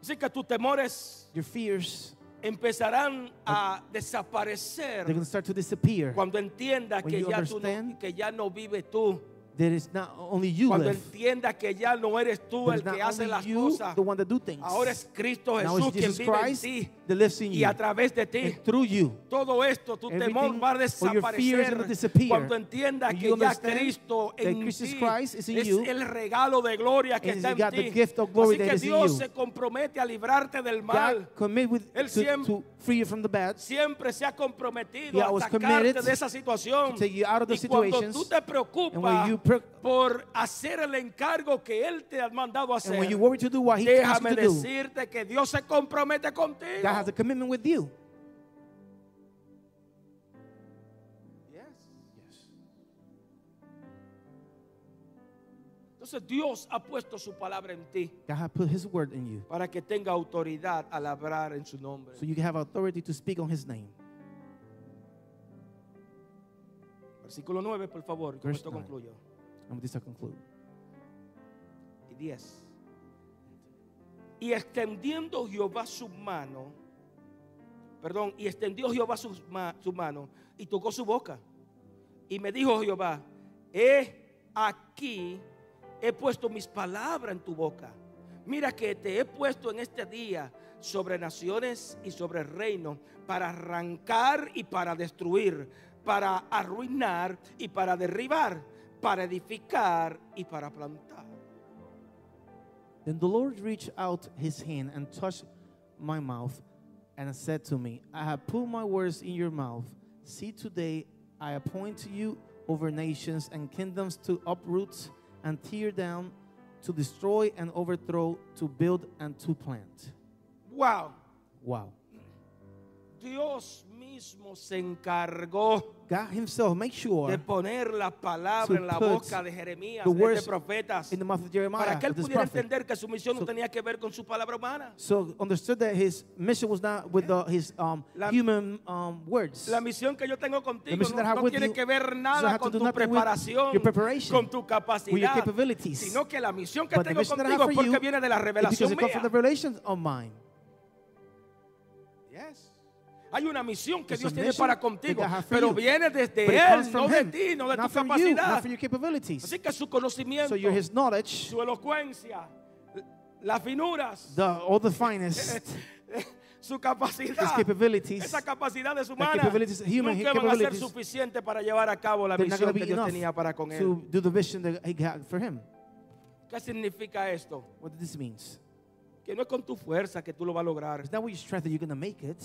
[SPEAKER 1] Así que tus temores
[SPEAKER 2] Your fears,
[SPEAKER 1] empezarán a
[SPEAKER 2] they're going
[SPEAKER 1] desaparecer
[SPEAKER 2] to start to disappear.
[SPEAKER 1] cuando entiendas
[SPEAKER 2] When
[SPEAKER 1] que
[SPEAKER 2] you
[SPEAKER 1] ya, tú no,
[SPEAKER 2] understand-
[SPEAKER 1] que ya no vives tú.
[SPEAKER 2] There is not only you
[SPEAKER 1] Cuando
[SPEAKER 2] left.
[SPEAKER 1] entiendas que ya no eres tú
[SPEAKER 2] There
[SPEAKER 1] el
[SPEAKER 2] is not
[SPEAKER 1] que hace
[SPEAKER 2] only
[SPEAKER 1] las
[SPEAKER 2] you,
[SPEAKER 1] cosas.
[SPEAKER 2] the one that do things.
[SPEAKER 1] Ahora es Cristo
[SPEAKER 2] now
[SPEAKER 1] Jesús
[SPEAKER 2] it's
[SPEAKER 1] quien
[SPEAKER 2] Jesus
[SPEAKER 1] vive en
[SPEAKER 2] Christ
[SPEAKER 1] ti
[SPEAKER 2] that lives in
[SPEAKER 1] y
[SPEAKER 2] you.
[SPEAKER 1] a través de ti.
[SPEAKER 2] And through you.
[SPEAKER 1] Todo esto, tu temor
[SPEAKER 2] Everything
[SPEAKER 1] va a
[SPEAKER 2] or your fear is gonna
[SPEAKER 1] desaparecer
[SPEAKER 2] disappear.
[SPEAKER 1] cuando entiendas
[SPEAKER 2] When
[SPEAKER 1] que
[SPEAKER 2] you
[SPEAKER 1] ya
[SPEAKER 2] understand
[SPEAKER 1] Cristo
[SPEAKER 2] that
[SPEAKER 1] en ti
[SPEAKER 2] Jesus Christ is in
[SPEAKER 1] es
[SPEAKER 2] you,
[SPEAKER 1] el regalo de gloria que
[SPEAKER 2] and
[SPEAKER 1] está
[SPEAKER 2] he's got the
[SPEAKER 1] en ti.
[SPEAKER 2] gift of glory
[SPEAKER 1] Así que
[SPEAKER 2] that is in
[SPEAKER 1] Dios
[SPEAKER 2] you.
[SPEAKER 1] se compromete a librarte del mal.
[SPEAKER 2] God commit with
[SPEAKER 1] Él
[SPEAKER 2] to,
[SPEAKER 1] siempre-
[SPEAKER 2] to free you from the bad.
[SPEAKER 1] Siempre se ha comprometido
[SPEAKER 2] He
[SPEAKER 1] a
[SPEAKER 2] was
[SPEAKER 1] sacarte
[SPEAKER 2] committed
[SPEAKER 1] de esa situación.
[SPEAKER 2] to take you out of those
[SPEAKER 1] y cuando
[SPEAKER 2] situations.
[SPEAKER 1] tú te
[SPEAKER 2] And when
[SPEAKER 1] preocupas
[SPEAKER 2] you pre-
[SPEAKER 1] por hacer el encargo que Él te ha mandado a hacer,
[SPEAKER 2] And when you worry to do what he asks you
[SPEAKER 1] déjame
[SPEAKER 2] to do,
[SPEAKER 1] decirte que Dios se compromete contigo.
[SPEAKER 2] God has a commitment with you.
[SPEAKER 1] Entonces Dios ha puesto su palabra en ti
[SPEAKER 2] God has put his word in you.
[SPEAKER 1] para que tenga autoridad al hablar en su nombre.
[SPEAKER 2] So you have authority to speak on his name.
[SPEAKER 1] Versículo 9, por favor, con
[SPEAKER 2] Verse
[SPEAKER 1] esto
[SPEAKER 2] nine.
[SPEAKER 1] concluyo.
[SPEAKER 2] And with this I conclude.
[SPEAKER 1] Y 10. Y extendiendo Jehová su mano, perdón, y extendió Jehová su, ma- su mano y tocó su boca. Y me dijo Jehová, he aquí, he puesto mis palabras en tu boca. Mira que te he puesto en este día sobre naciones y sobre reinos para arrancar y para destruir, para arruinar y para derribar, para edificar y para plantar.
[SPEAKER 2] Then the Lord reached out his hand and touched my mouth and said to me, I have put my words in your mouth. See, today I appoint to you over nations and kingdoms to uproot and tear down, to destroy and overthrow, to build and to plant.
[SPEAKER 1] Wow.
[SPEAKER 2] Wow.
[SPEAKER 1] Dios mismo se encargó
[SPEAKER 2] God Himself make sure
[SPEAKER 1] de poner la palabra
[SPEAKER 2] to
[SPEAKER 1] en la
[SPEAKER 2] put
[SPEAKER 1] boca de Jeremías,
[SPEAKER 2] the
[SPEAKER 1] de este
[SPEAKER 2] words
[SPEAKER 1] profetas,
[SPEAKER 2] in the mouth of Jeremiah,
[SPEAKER 1] para que él
[SPEAKER 2] this
[SPEAKER 1] pudiera
[SPEAKER 2] prophet.
[SPEAKER 1] entender que su misión no
[SPEAKER 2] So-
[SPEAKER 1] tenía que ver con su palabra humana.
[SPEAKER 2] So understood that his mission was not with uh, his um,
[SPEAKER 1] La-
[SPEAKER 2] human um, words.
[SPEAKER 1] La misión que yo tengo contigo
[SPEAKER 2] mission that
[SPEAKER 1] no,
[SPEAKER 2] I have
[SPEAKER 1] no
[SPEAKER 2] with
[SPEAKER 1] tiene
[SPEAKER 2] you
[SPEAKER 1] que ver
[SPEAKER 2] doesn't
[SPEAKER 1] nada
[SPEAKER 2] have to
[SPEAKER 1] con
[SPEAKER 2] do
[SPEAKER 1] tu
[SPEAKER 2] nothing with
[SPEAKER 1] preparación,
[SPEAKER 2] your preparation,
[SPEAKER 1] con tu capacidad,
[SPEAKER 2] capabilities.
[SPEAKER 1] sino que la misión que
[SPEAKER 2] But the
[SPEAKER 1] tengo
[SPEAKER 2] mission that I have
[SPEAKER 1] contigo
[SPEAKER 2] for
[SPEAKER 1] es porque
[SPEAKER 2] you
[SPEAKER 1] viene de la
[SPEAKER 2] is because
[SPEAKER 1] revelación
[SPEAKER 2] it comes
[SPEAKER 1] mía.
[SPEAKER 2] from the revelations of mine.
[SPEAKER 1] Hay una misión que
[SPEAKER 2] There's
[SPEAKER 1] Dios
[SPEAKER 2] a
[SPEAKER 1] tiene
[SPEAKER 2] mission
[SPEAKER 1] para
[SPEAKER 2] that
[SPEAKER 1] contigo,
[SPEAKER 2] I have for
[SPEAKER 1] pero
[SPEAKER 2] you.
[SPEAKER 1] viene desde
[SPEAKER 2] But
[SPEAKER 1] él, no
[SPEAKER 2] it comes from
[SPEAKER 1] de
[SPEAKER 2] him,
[SPEAKER 1] ti, no de tu
[SPEAKER 2] not from you, not
[SPEAKER 1] capacidad.
[SPEAKER 2] from your capabilities.
[SPEAKER 1] Así que su conocimiento,
[SPEAKER 2] So you're his knowledge,
[SPEAKER 1] su elocuencia, las finuras,
[SPEAKER 2] the, all the finest,
[SPEAKER 1] su
[SPEAKER 2] his
[SPEAKER 1] capacidad,
[SPEAKER 2] capabilities.
[SPEAKER 1] Eh, esa capacidad de su
[SPEAKER 2] the
[SPEAKER 1] mano,
[SPEAKER 2] capabilities,
[SPEAKER 1] nunca
[SPEAKER 2] human
[SPEAKER 1] van a ser
[SPEAKER 2] capabilities,
[SPEAKER 1] suficiente para llevar a cabo la
[SPEAKER 2] They're not
[SPEAKER 1] misión
[SPEAKER 2] going to
[SPEAKER 1] que
[SPEAKER 2] be
[SPEAKER 1] Dios
[SPEAKER 2] enough
[SPEAKER 1] tenía para con él.
[SPEAKER 2] to do the vision that he got for him.
[SPEAKER 1] ¿Qué significa esto?
[SPEAKER 2] What this means?
[SPEAKER 1] Que no es con tu fuerza que tú lo vas a lograr.
[SPEAKER 2] It's not with your strength that you're going to make it.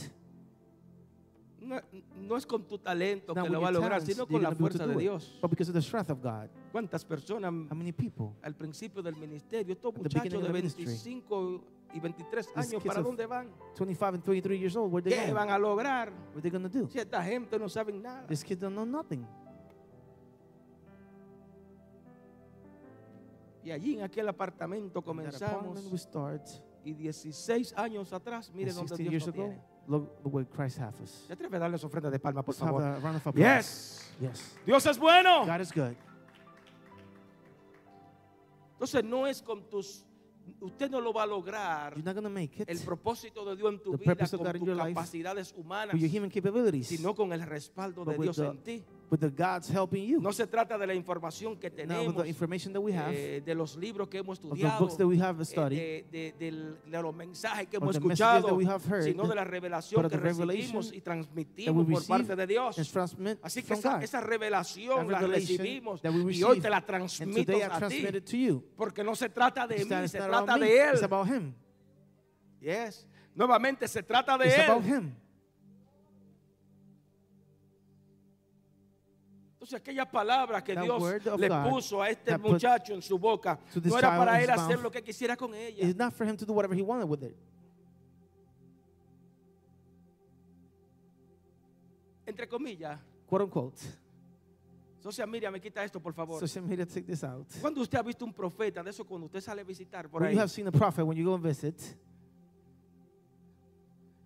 [SPEAKER 1] No, no es con tu talento
[SPEAKER 2] Not
[SPEAKER 1] que
[SPEAKER 2] with
[SPEAKER 1] lo va a
[SPEAKER 2] your
[SPEAKER 1] lograr,
[SPEAKER 2] talents
[SPEAKER 1] sino
[SPEAKER 2] you're
[SPEAKER 1] con la
[SPEAKER 2] gonna be able to
[SPEAKER 1] fuerza de
[SPEAKER 2] do it,
[SPEAKER 1] Dios.
[SPEAKER 2] But because of the strength of God.
[SPEAKER 1] ¿Cuántas personas
[SPEAKER 2] How many people?
[SPEAKER 1] al principio del ministerio, estos
[SPEAKER 2] the
[SPEAKER 1] muchachos
[SPEAKER 2] beginning
[SPEAKER 1] de
[SPEAKER 2] of ministry,
[SPEAKER 1] 25 y 23
[SPEAKER 2] these
[SPEAKER 1] años,
[SPEAKER 2] kids
[SPEAKER 1] ¿para
[SPEAKER 2] of-
[SPEAKER 1] dónde van?
[SPEAKER 2] 25 and 23 years old. Where they
[SPEAKER 1] ¿Qué
[SPEAKER 2] going?
[SPEAKER 1] van
[SPEAKER 2] What
[SPEAKER 1] a lograr?
[SPEAKER 2] they gonna do?
[SPEAKER 1] Si esta gente no saben nada.
[SPEAKER 2] These kids don't know nothing.
[SPEAKER 1] Y allí en aquel apartamento
[SPEAKER 2] In that apartment we
[SPEAKER 1] comenzamos
[SPEAKER 2] start.
[SPEAKER 1] y 16 años atrás,
[SPEAKER 2] and
[SPEAKER 1] mire dónde
[SPEAKER 2] 16
[SPEAKER 1] Dios
[SPEAKER 2] years
[SPEAKER 1] nos
[SPEAKER 2] ago,
[SPEAKER 1] tiene.
[SPEAKER 2] look the way Christ has us.
[SPEAKER 1] ¿Se atreve a darle su ofrenda de palma, por
[SPEAKER 2] Let's have
[SPEAKER 1] favor?
[SPEAKER 2] a round of applause.
[SPEAKER 1] Yes. Oh.
[SPEAKER 2] Yes.
[SPEAKER 1] Dios es bueno.
[SPEAKER 2] God is good.
[SPEAKER 1] Entonces no es con tus usted no lo va a lograr
[SPEAKER 2] You're not gonna make it
[SPEAKER 1] el propósito de Dios en tu
[SPEAKER 2] The
[SPEAKER 1] vida
[SPEAKER 2] purpose of
[SPEAKER 1] con
[SPEAKER 2] God in
[SPEAKER 1] tus
[SPEAKER 2] your life,
[SPEAKER 1] capacidades humanas,
[SPEAKER 2] with your human capabilities,
[SPEAKER 1] sino con el respaldo de
[SPEAKER 2] but with
[SPEAKER 1] Dios
[SPEAKER 2] the-
[SPEAKER 1] en ti.
[SPEAKER 2] with the God's helping you.
[SPEAKER 1] No se trata de la información que
[SPEAKER 2] now with
[SPEAKER 1] tenemos,
[SPEAKER 2] the information that we have,
[SPEAKER 1] eh, de los libros que hemos
[SPEAKER 2] of the
[SPEAKER 1] estudiado,
[SPEAKER 2] books that we have
[SPEAKER 1] eh,
[SPEAKER 2] studied,
[SPEAKER 1] de, de- del- de los mensajes que
[SPEAKER 2] of
[SPEAKER 1] hemos
[SPEAKER 2] the messages that
[SPEAKER 1] escuchado,
[SPEAKER 2] we have heard,
[SPEAKER 1] sino de la revelación
[SPEAKER 2] but
[SPEAKER 1] que
[SPEAKER 2] of the revelation
[SPEAKER 1] recibimos y
[SPEAKER 2] that we
[SPEAKER 1] transmitimos por
[SPEAKER 2] receive
[SPEAKER 1] parte de Dios.
[SPEAKER 2] and transmit
[SPEAKER 1] Así que
[SPEAKER 2] from
[SPEAKER 1] esa,
[SPEAKER 2] God.
[SPEAKER 1] esa revelación
[SPEAKER 2] That
[SPEAKER 1] la
[SPEAKER 2] revelation
[SPEAKER 1] recibimos
[SPEAKER 2] that we
[SPEAKER 1] y hoy
[SPEAKER 2] receive.
[SPEAKER 1] te la
[SPEAKER 2] and today
[SPEAKER 1] transmito
[SPEAKER 2] I
[SPEAKER 1] a ti,
[SPEAKER 2] transmitted to you.
[SPEAKER 1] porque no se trata de
[SPEAKER 2] It's not-
[SPEAKER 1] mí,
[SPEAKER 2] it's
[SPEAKER 1] se
[SPEAKER 2] not about
[SPEAKER 1] trata
[SPEAKER 2] me,
[SPEAKER 1] de él.
[SPEAKER 2] It's about him.
[SPEAKER 1] Yes. Nuevamente se trata de
[SPEAKER 2] It's about
[SPEAKER 1] él.
[SPEAKER 2] him.
[SPEAKER 1] Entonces aquella palabra que
[SPEAKER 2] That
[SPEAKER 1] Dios
[SPEAKER 2] word of
[SPEAKER 1] le
[SPEAKER 2] God
[SPEAKER 1] puso a este
[SPEAKER 2] that put
[SPEAKER 1] muchacho en su boca
[SPEAKER 2] to this
[SPEAKER 1] no era
[SPEAKER 2] child
[SPEAKER 1] para
[SPEAKER 2] in
[SPEAKER 1] él
[SPEAKER 2] his
[SPEAKER 1] hacer
[SPEAKER 2] mouth.
[SPEAKER 1] lo que quisiera con ella.
[SPEAKER 2] It's not for him to do whatever he wanted with it.
[SPEAKER 1] Entre comillas.
[SPEAKER 2] Quote unquote.
[SPEAKER 1] Social media, me quita esto, por favor.
[SPEAKER 2] Social media, take this out.
[SPEAKER 1] Cuando usted ha visto un profeta de eso cuando usted sale a visitar por
[SPEAKER 2] When
[SPEAKER 1] ahí?
[SPEAKER 2] you have seen a prophet, when you go and visit,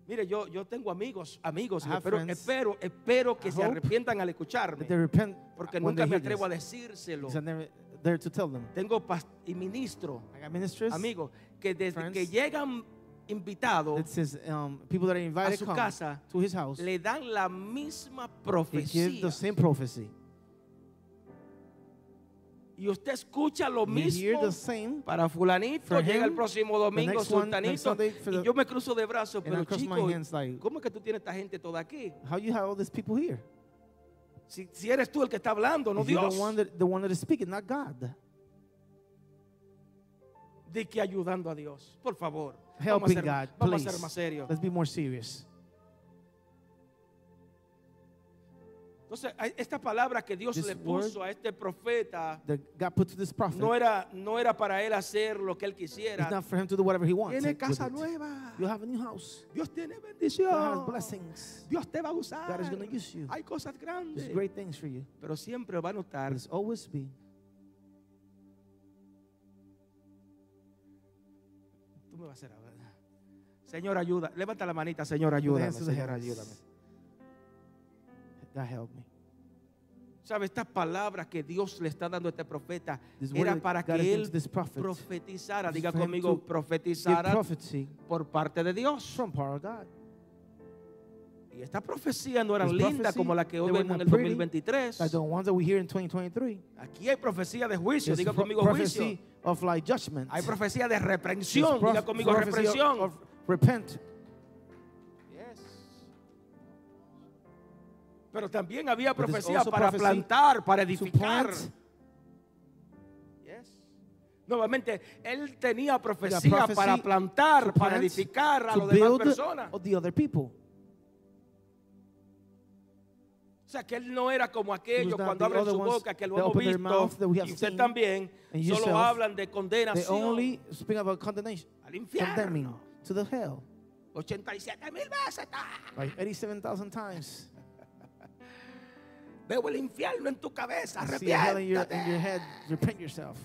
[SPEAKER 1] Mire, yo, yo tengo amigos, amigos,
[SPEAKER 2] I have
[SPEAKER 1] espero,
[SPEAKER 2] friends.
[SPEAKER 1] espero, espero que
[SPEAKER 2] I
[SPEAKER 1] se
[SPEAKER 2] hope
[SPEAKER 1] arrepientan al
[SPEAKER 2] that they
[SPEAKER 1] escucharme.
[SPEAKER 2] repent
[SPEAKER 1] Porque
[SPEAKER 2] when
[SPEAKER 1] nunca
[SPEAKER 2] they
[SPEAKER 1] me
[SPEAKER 2] hear
[SPEAKER 1] atrevo a
[SPEAKER 2] this.
[SPEAKER 1] decírselo.
[SPEAKER 2] Because I'm never there to tell them.
[SPEAKER 1] Tengo pas- y ministro,
[SPEAKER 2] I got ministers
[SPEAKER 1] amigos, que desde
[SPEAKER 2] friends.
[SPEAKER 1] que llegan invitados,
[SPEAKER 2] that says um, people that are invited
[SPEAKER 1] su
[SPEAKER 2] come
[SPEAKER 1] casa,
[SPEAKER 2] to his house.
[SPEAKER 1] le dan la misma
[SPEAKER 2] He gives
[SPEAKER 1] profecía.
[SPEAKER 2] the same prophecy.
[SPEAKER 1] Y usted escucha lo
[SPEAKER 2] You hear
[SPEAKER 1] mismo
[SPEAKER 2] the same,
[SPEAKER 1] para fulanito,
[SPEAKER 2] For
[SPEAKER 1] llega el
[SPEAKER 2] him,
[SPEAKER 1] próximo domingo
[SPEAKER 2] next one,
[SPEAKER 1] sultanito,
[SPEAKER 2] next Sunday for
[SPEAKER 1] y
[SPEAKER 2] the-
[SPEAKER 1] yo me cruzo de brazos,
[SPEAKER 2] and I
[SPEAKER 1] pero
[SPEAKER 2] cross my
[SPEAKER 1] chico,
[SPEAKER 2] hands like,
[SPEAKER 1] ¿cómo es que tú tienes esta gente toda aquí?
[SPEAKER 2] how you have all these people here?
[SPEAKER 1] Si, si eres tú el que está hablando, no
[SPEAKER 2] If you're
[SPEAKER 1] Dios.
[SPEAKER 2] the one that the one that is speaking, not God.
[SPEAKER 1] De que ayudando a Dios, por favor. vamos a
[SPEAKER 2] Helping
[SPEAKER 1] ser,
[SPEAKER 2] God,
[SPEAKER 1] vamos
[SPEAKER 2] please.
[SPEAKER 1] a ser más serios.
[SPEAKER 2] Let's be more serious.
[SPEAKER 1] Entonces, hay- esta palabra que Dios
[SPEAKER 2] This
[SPEAKER 1] le puso a este profeta
[SPEAKER 2] That God put to this prophet.
[SPEAKER 1] no era, no era para él hacer lo que él
[SPEAKER 2] it's
[SPEAKER 1] quisiera.
[SPEAKER 2] not for him to do whatever he wants.
[SPEAKER 1] Tiene
[SPEAKER 2] with
[SPEAKER 1] casa
[SPEAKER 2] it.
[SPEAKER 1] nueva.
[SPEAKER 2] You have a new house.
[SPEAKER 1] Dios tiene
[SPEAKER 2] You have
[SPEAKER 1] bendición.
[SPEAKER 2] blessings.
[SPEAKER 1] Dios te va a usar.
[SPEAKER 2] God is gonna use you.
[SPEAKER 1] Hay cosas
[SPEAKER 2] There's
[SPEAKER 1] grandes.
[SPEAKER 2] great things for you.
[SPEAKER 1] Pero siempre va a notar
[SPEAKER 2] But it's always be
[SPEAKER 1] Tú me vas a hacer ahora. Señor, ayuda. Levanta la manita, Señor, ayúdame.
[SPEAKER 2] hands to the
[SPEAKER 1] Señor,
[SPEAKER 2] heavens.
[SPEAKER 1] ayúdame.
[SPEAKER 2] God help me.
[SPEAKER 1] ¿Sabe? Estas palabras que Dios le está dando a este profeta
[SPEAKER 2] This word
[SPEAKER 1] era
[SPEAKER 2] that
[SPEAKER 1] para
[SPEAKER 2] God is
[SPEAKER 1] que
[SPEAKER 2] giving
[SPEAKER 1] él
[SPEAKER 2] to this prophet
[SPEAKER 1] profetizara.
[SPEAKER 2] is
[SPEAKER 1] Diga
[SPEAKER 2] for him
[SPEAKER 1] conmigo,
[SPEAKER 2] to Give
[SPEAKER 1] profetizara
[SPEAKER 2] prophecy
[SPEAKER 1] por parte de Dios.
[SPEAKER 2] from power of God.
[SPEAKER 1] Y estas profecías no eran
[SPEAKER 2] This
[SPEAKER 1] lindas
[SPEAKER 2] prophecy,
[SPEAKER 1] como la que hoy
[SPEAKER 2] they were
[SPEAKER 1] vemos en
[SPEAKER 2] not
[SPEAKER 1] el
[SPEAKER 2] pretty,
[SPEAKER 1] 2023.
[SPEAKER 2] Like the ones that we hear in 2023.
[SPEAKER 1] Aquí hay profecía de juicio.
[SPEAKER 2] There's
[SPEAKER 1] Diga
[SPEAKER 2] pro-
[SPEAKER 1] conmigo,
[SPEAKER 2] prophecy
[SPEAKER 1] juicio.
[SPEAKER 2] of like judgment.
[SPEAKER 1] Hay profecía de
[SPEAKER 2] There's
[SPEAKER 1] reprensión.
[SPEAKER 2] prof-
[SPEAKER 1] Diga conmigo,
[SPEAKER 2] prophecy of-
[SPEAKER 1] reprensión.
[SPEAKER 2] of repent.
[SPEAKER 1] Yes. Pero también había
[SPEAKER 2] But there's
[SPEAKER 1] profecía
[SPEAKER 2] also
[SPEAKER 1] para
[SPEAKER 2] prophecy
[SPEAKER 1] plantar, para
[SPEAKER 2] to
[SPEAKER 1] edificar.
[SPEAKER 2] plant.
[SPEAKER 1] Yes. Nuevamente, él tenía
[SPEAKER 2] There
[SPEAKER 1] profecía
[SPEAKER 2] are prophecy
[SPEAKER 1] para plantar,
[SPEAKER 2] to
[SPEAKER 1] para
[SPEAKER 2] plant,
[SPEAKER 1] edificar a
[SPEAKER 2] to
[SPEAKER 1] las demás
[SPEAKER 2] build
[SPEAKER 1] personas.
[SPEAKER 2] of the other people.
[SPEAKER 1] O sea, que él no era como aquellos
[SPEAKER 2] not
[SPEAKER 1] cuando
[SPEAKER 2] the
[SPEAKER 1] abren
[SPEAKER 2] other
[SPEAKER 1] su
[SPEAKER 2] ones
[SPEAKER 1] boca, que lo
[SPEAKER 2] that
[SPEAKER 1] hemos
[SPEAKER 2] open their
[SPEAKER 1] visto,
[SPEAKER 2] mouth that we have
[SPEAKER 1] y usted
[SPEAKER 2] seen,
[SPEAKER 1] también,
[SPEAKER 2] and
[SPEAKER 1] solo
[SPEAKER 2] yourself,
[SPEAKER 1] hablan de
[SPEAKER 2] They
[SPEAKER 1] condenación
[SPEAKER 2] only speak about condemnation,
[SPEAKER 1] al infierno.
[SPEAKER 2] condemning to the hell,
[SPEAKER 1] 87 mil veces. ah,
[SPEAKER 2] like 87,000 times.
[SPEAKER 1] Veo el infierno en tu cabeza,
[SPEAKER 2] I see hell in your, in your
[SPEAKER 1] arrepiéntate.
[SPEAKER 2] head. Repent yourself.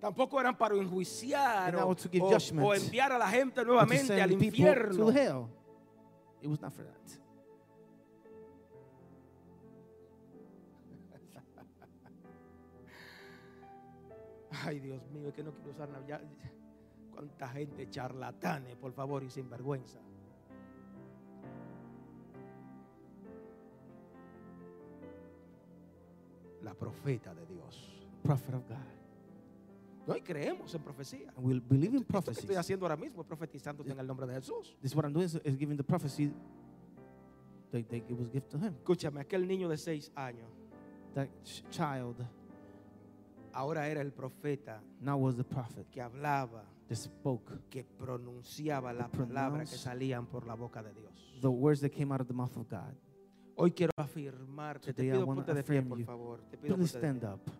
[SPEAKER 1] Tampoco eran para enjuiciar
[SPEAKER 2] And
[SPEAKER 1] o,
[SPEAKER 2] not to give
[SPEAKER 1] o-
[SPEAKER 2] judgment,
[SPEAKER 1] o enviar a la gente
[SPEAKER 2] But to
[SPEAKER 1] nuevamente al
[SPEAKER 2] send people to
[SPEAKER 1] infierno.
[SPEAKER 2] hell. It was not for that.
[SPEAKER 1] Ay, Dios mío, es que no quiero usar la- ya- ya. Cuánta gente charlatanes, por favor, y sinvergüenza. La profeta de Dios.
[SPEAKER 2] Prophet of God.
[SPEAKER 1] No, y creemos en profecía.
[SPEAKER 2] And we believe in
[SPEAKER 1] Esto que
[SPEAKER 2] prophecies.
[SPEAKER 1] estoy haciendo ahora mismo es profetizándote en el nombre de Jesús.
[SPEAKER 2] This is what I'm doing is, is giving the prophecy that, that it was given to him.
[SPEAKER 1] Escúchame, aquel niño de seis años
[SPEAKER 2] That ch- child
[SPEAKER 1] ahora era el profeta
[SPEAKER 2] now was the prophet
[SPEAKER 1] que hablaba
[SPEAKER 2] that spoke
[SPEAKER 1] que pronunciaba las
[SPEAKER 2] Pronounce.
[SPEAKER 1] palabras que salían por la boca de Dios.
[SPEAKER 2] the words that came out of the mouth of God.
[SPEAKER 1] Hoy quiero afirmarte, te
[SPEAKER 2] Today I
[SPEAKER 1] pido
[SPEAKER 2] wanna
[SPEAKER 1] ponte de pie,
[SPEAKER 2] affirm
[SPEAKER 1] por
[SPEAKER 2] you.
[SPEAKER 1] favor. Te pido
[SPEAKER 2] Please
[SPEAKER 1] ponte de
[SPEAKER 2] stand
[SPEAKER 1] pie.
[SPEAKER 2] up.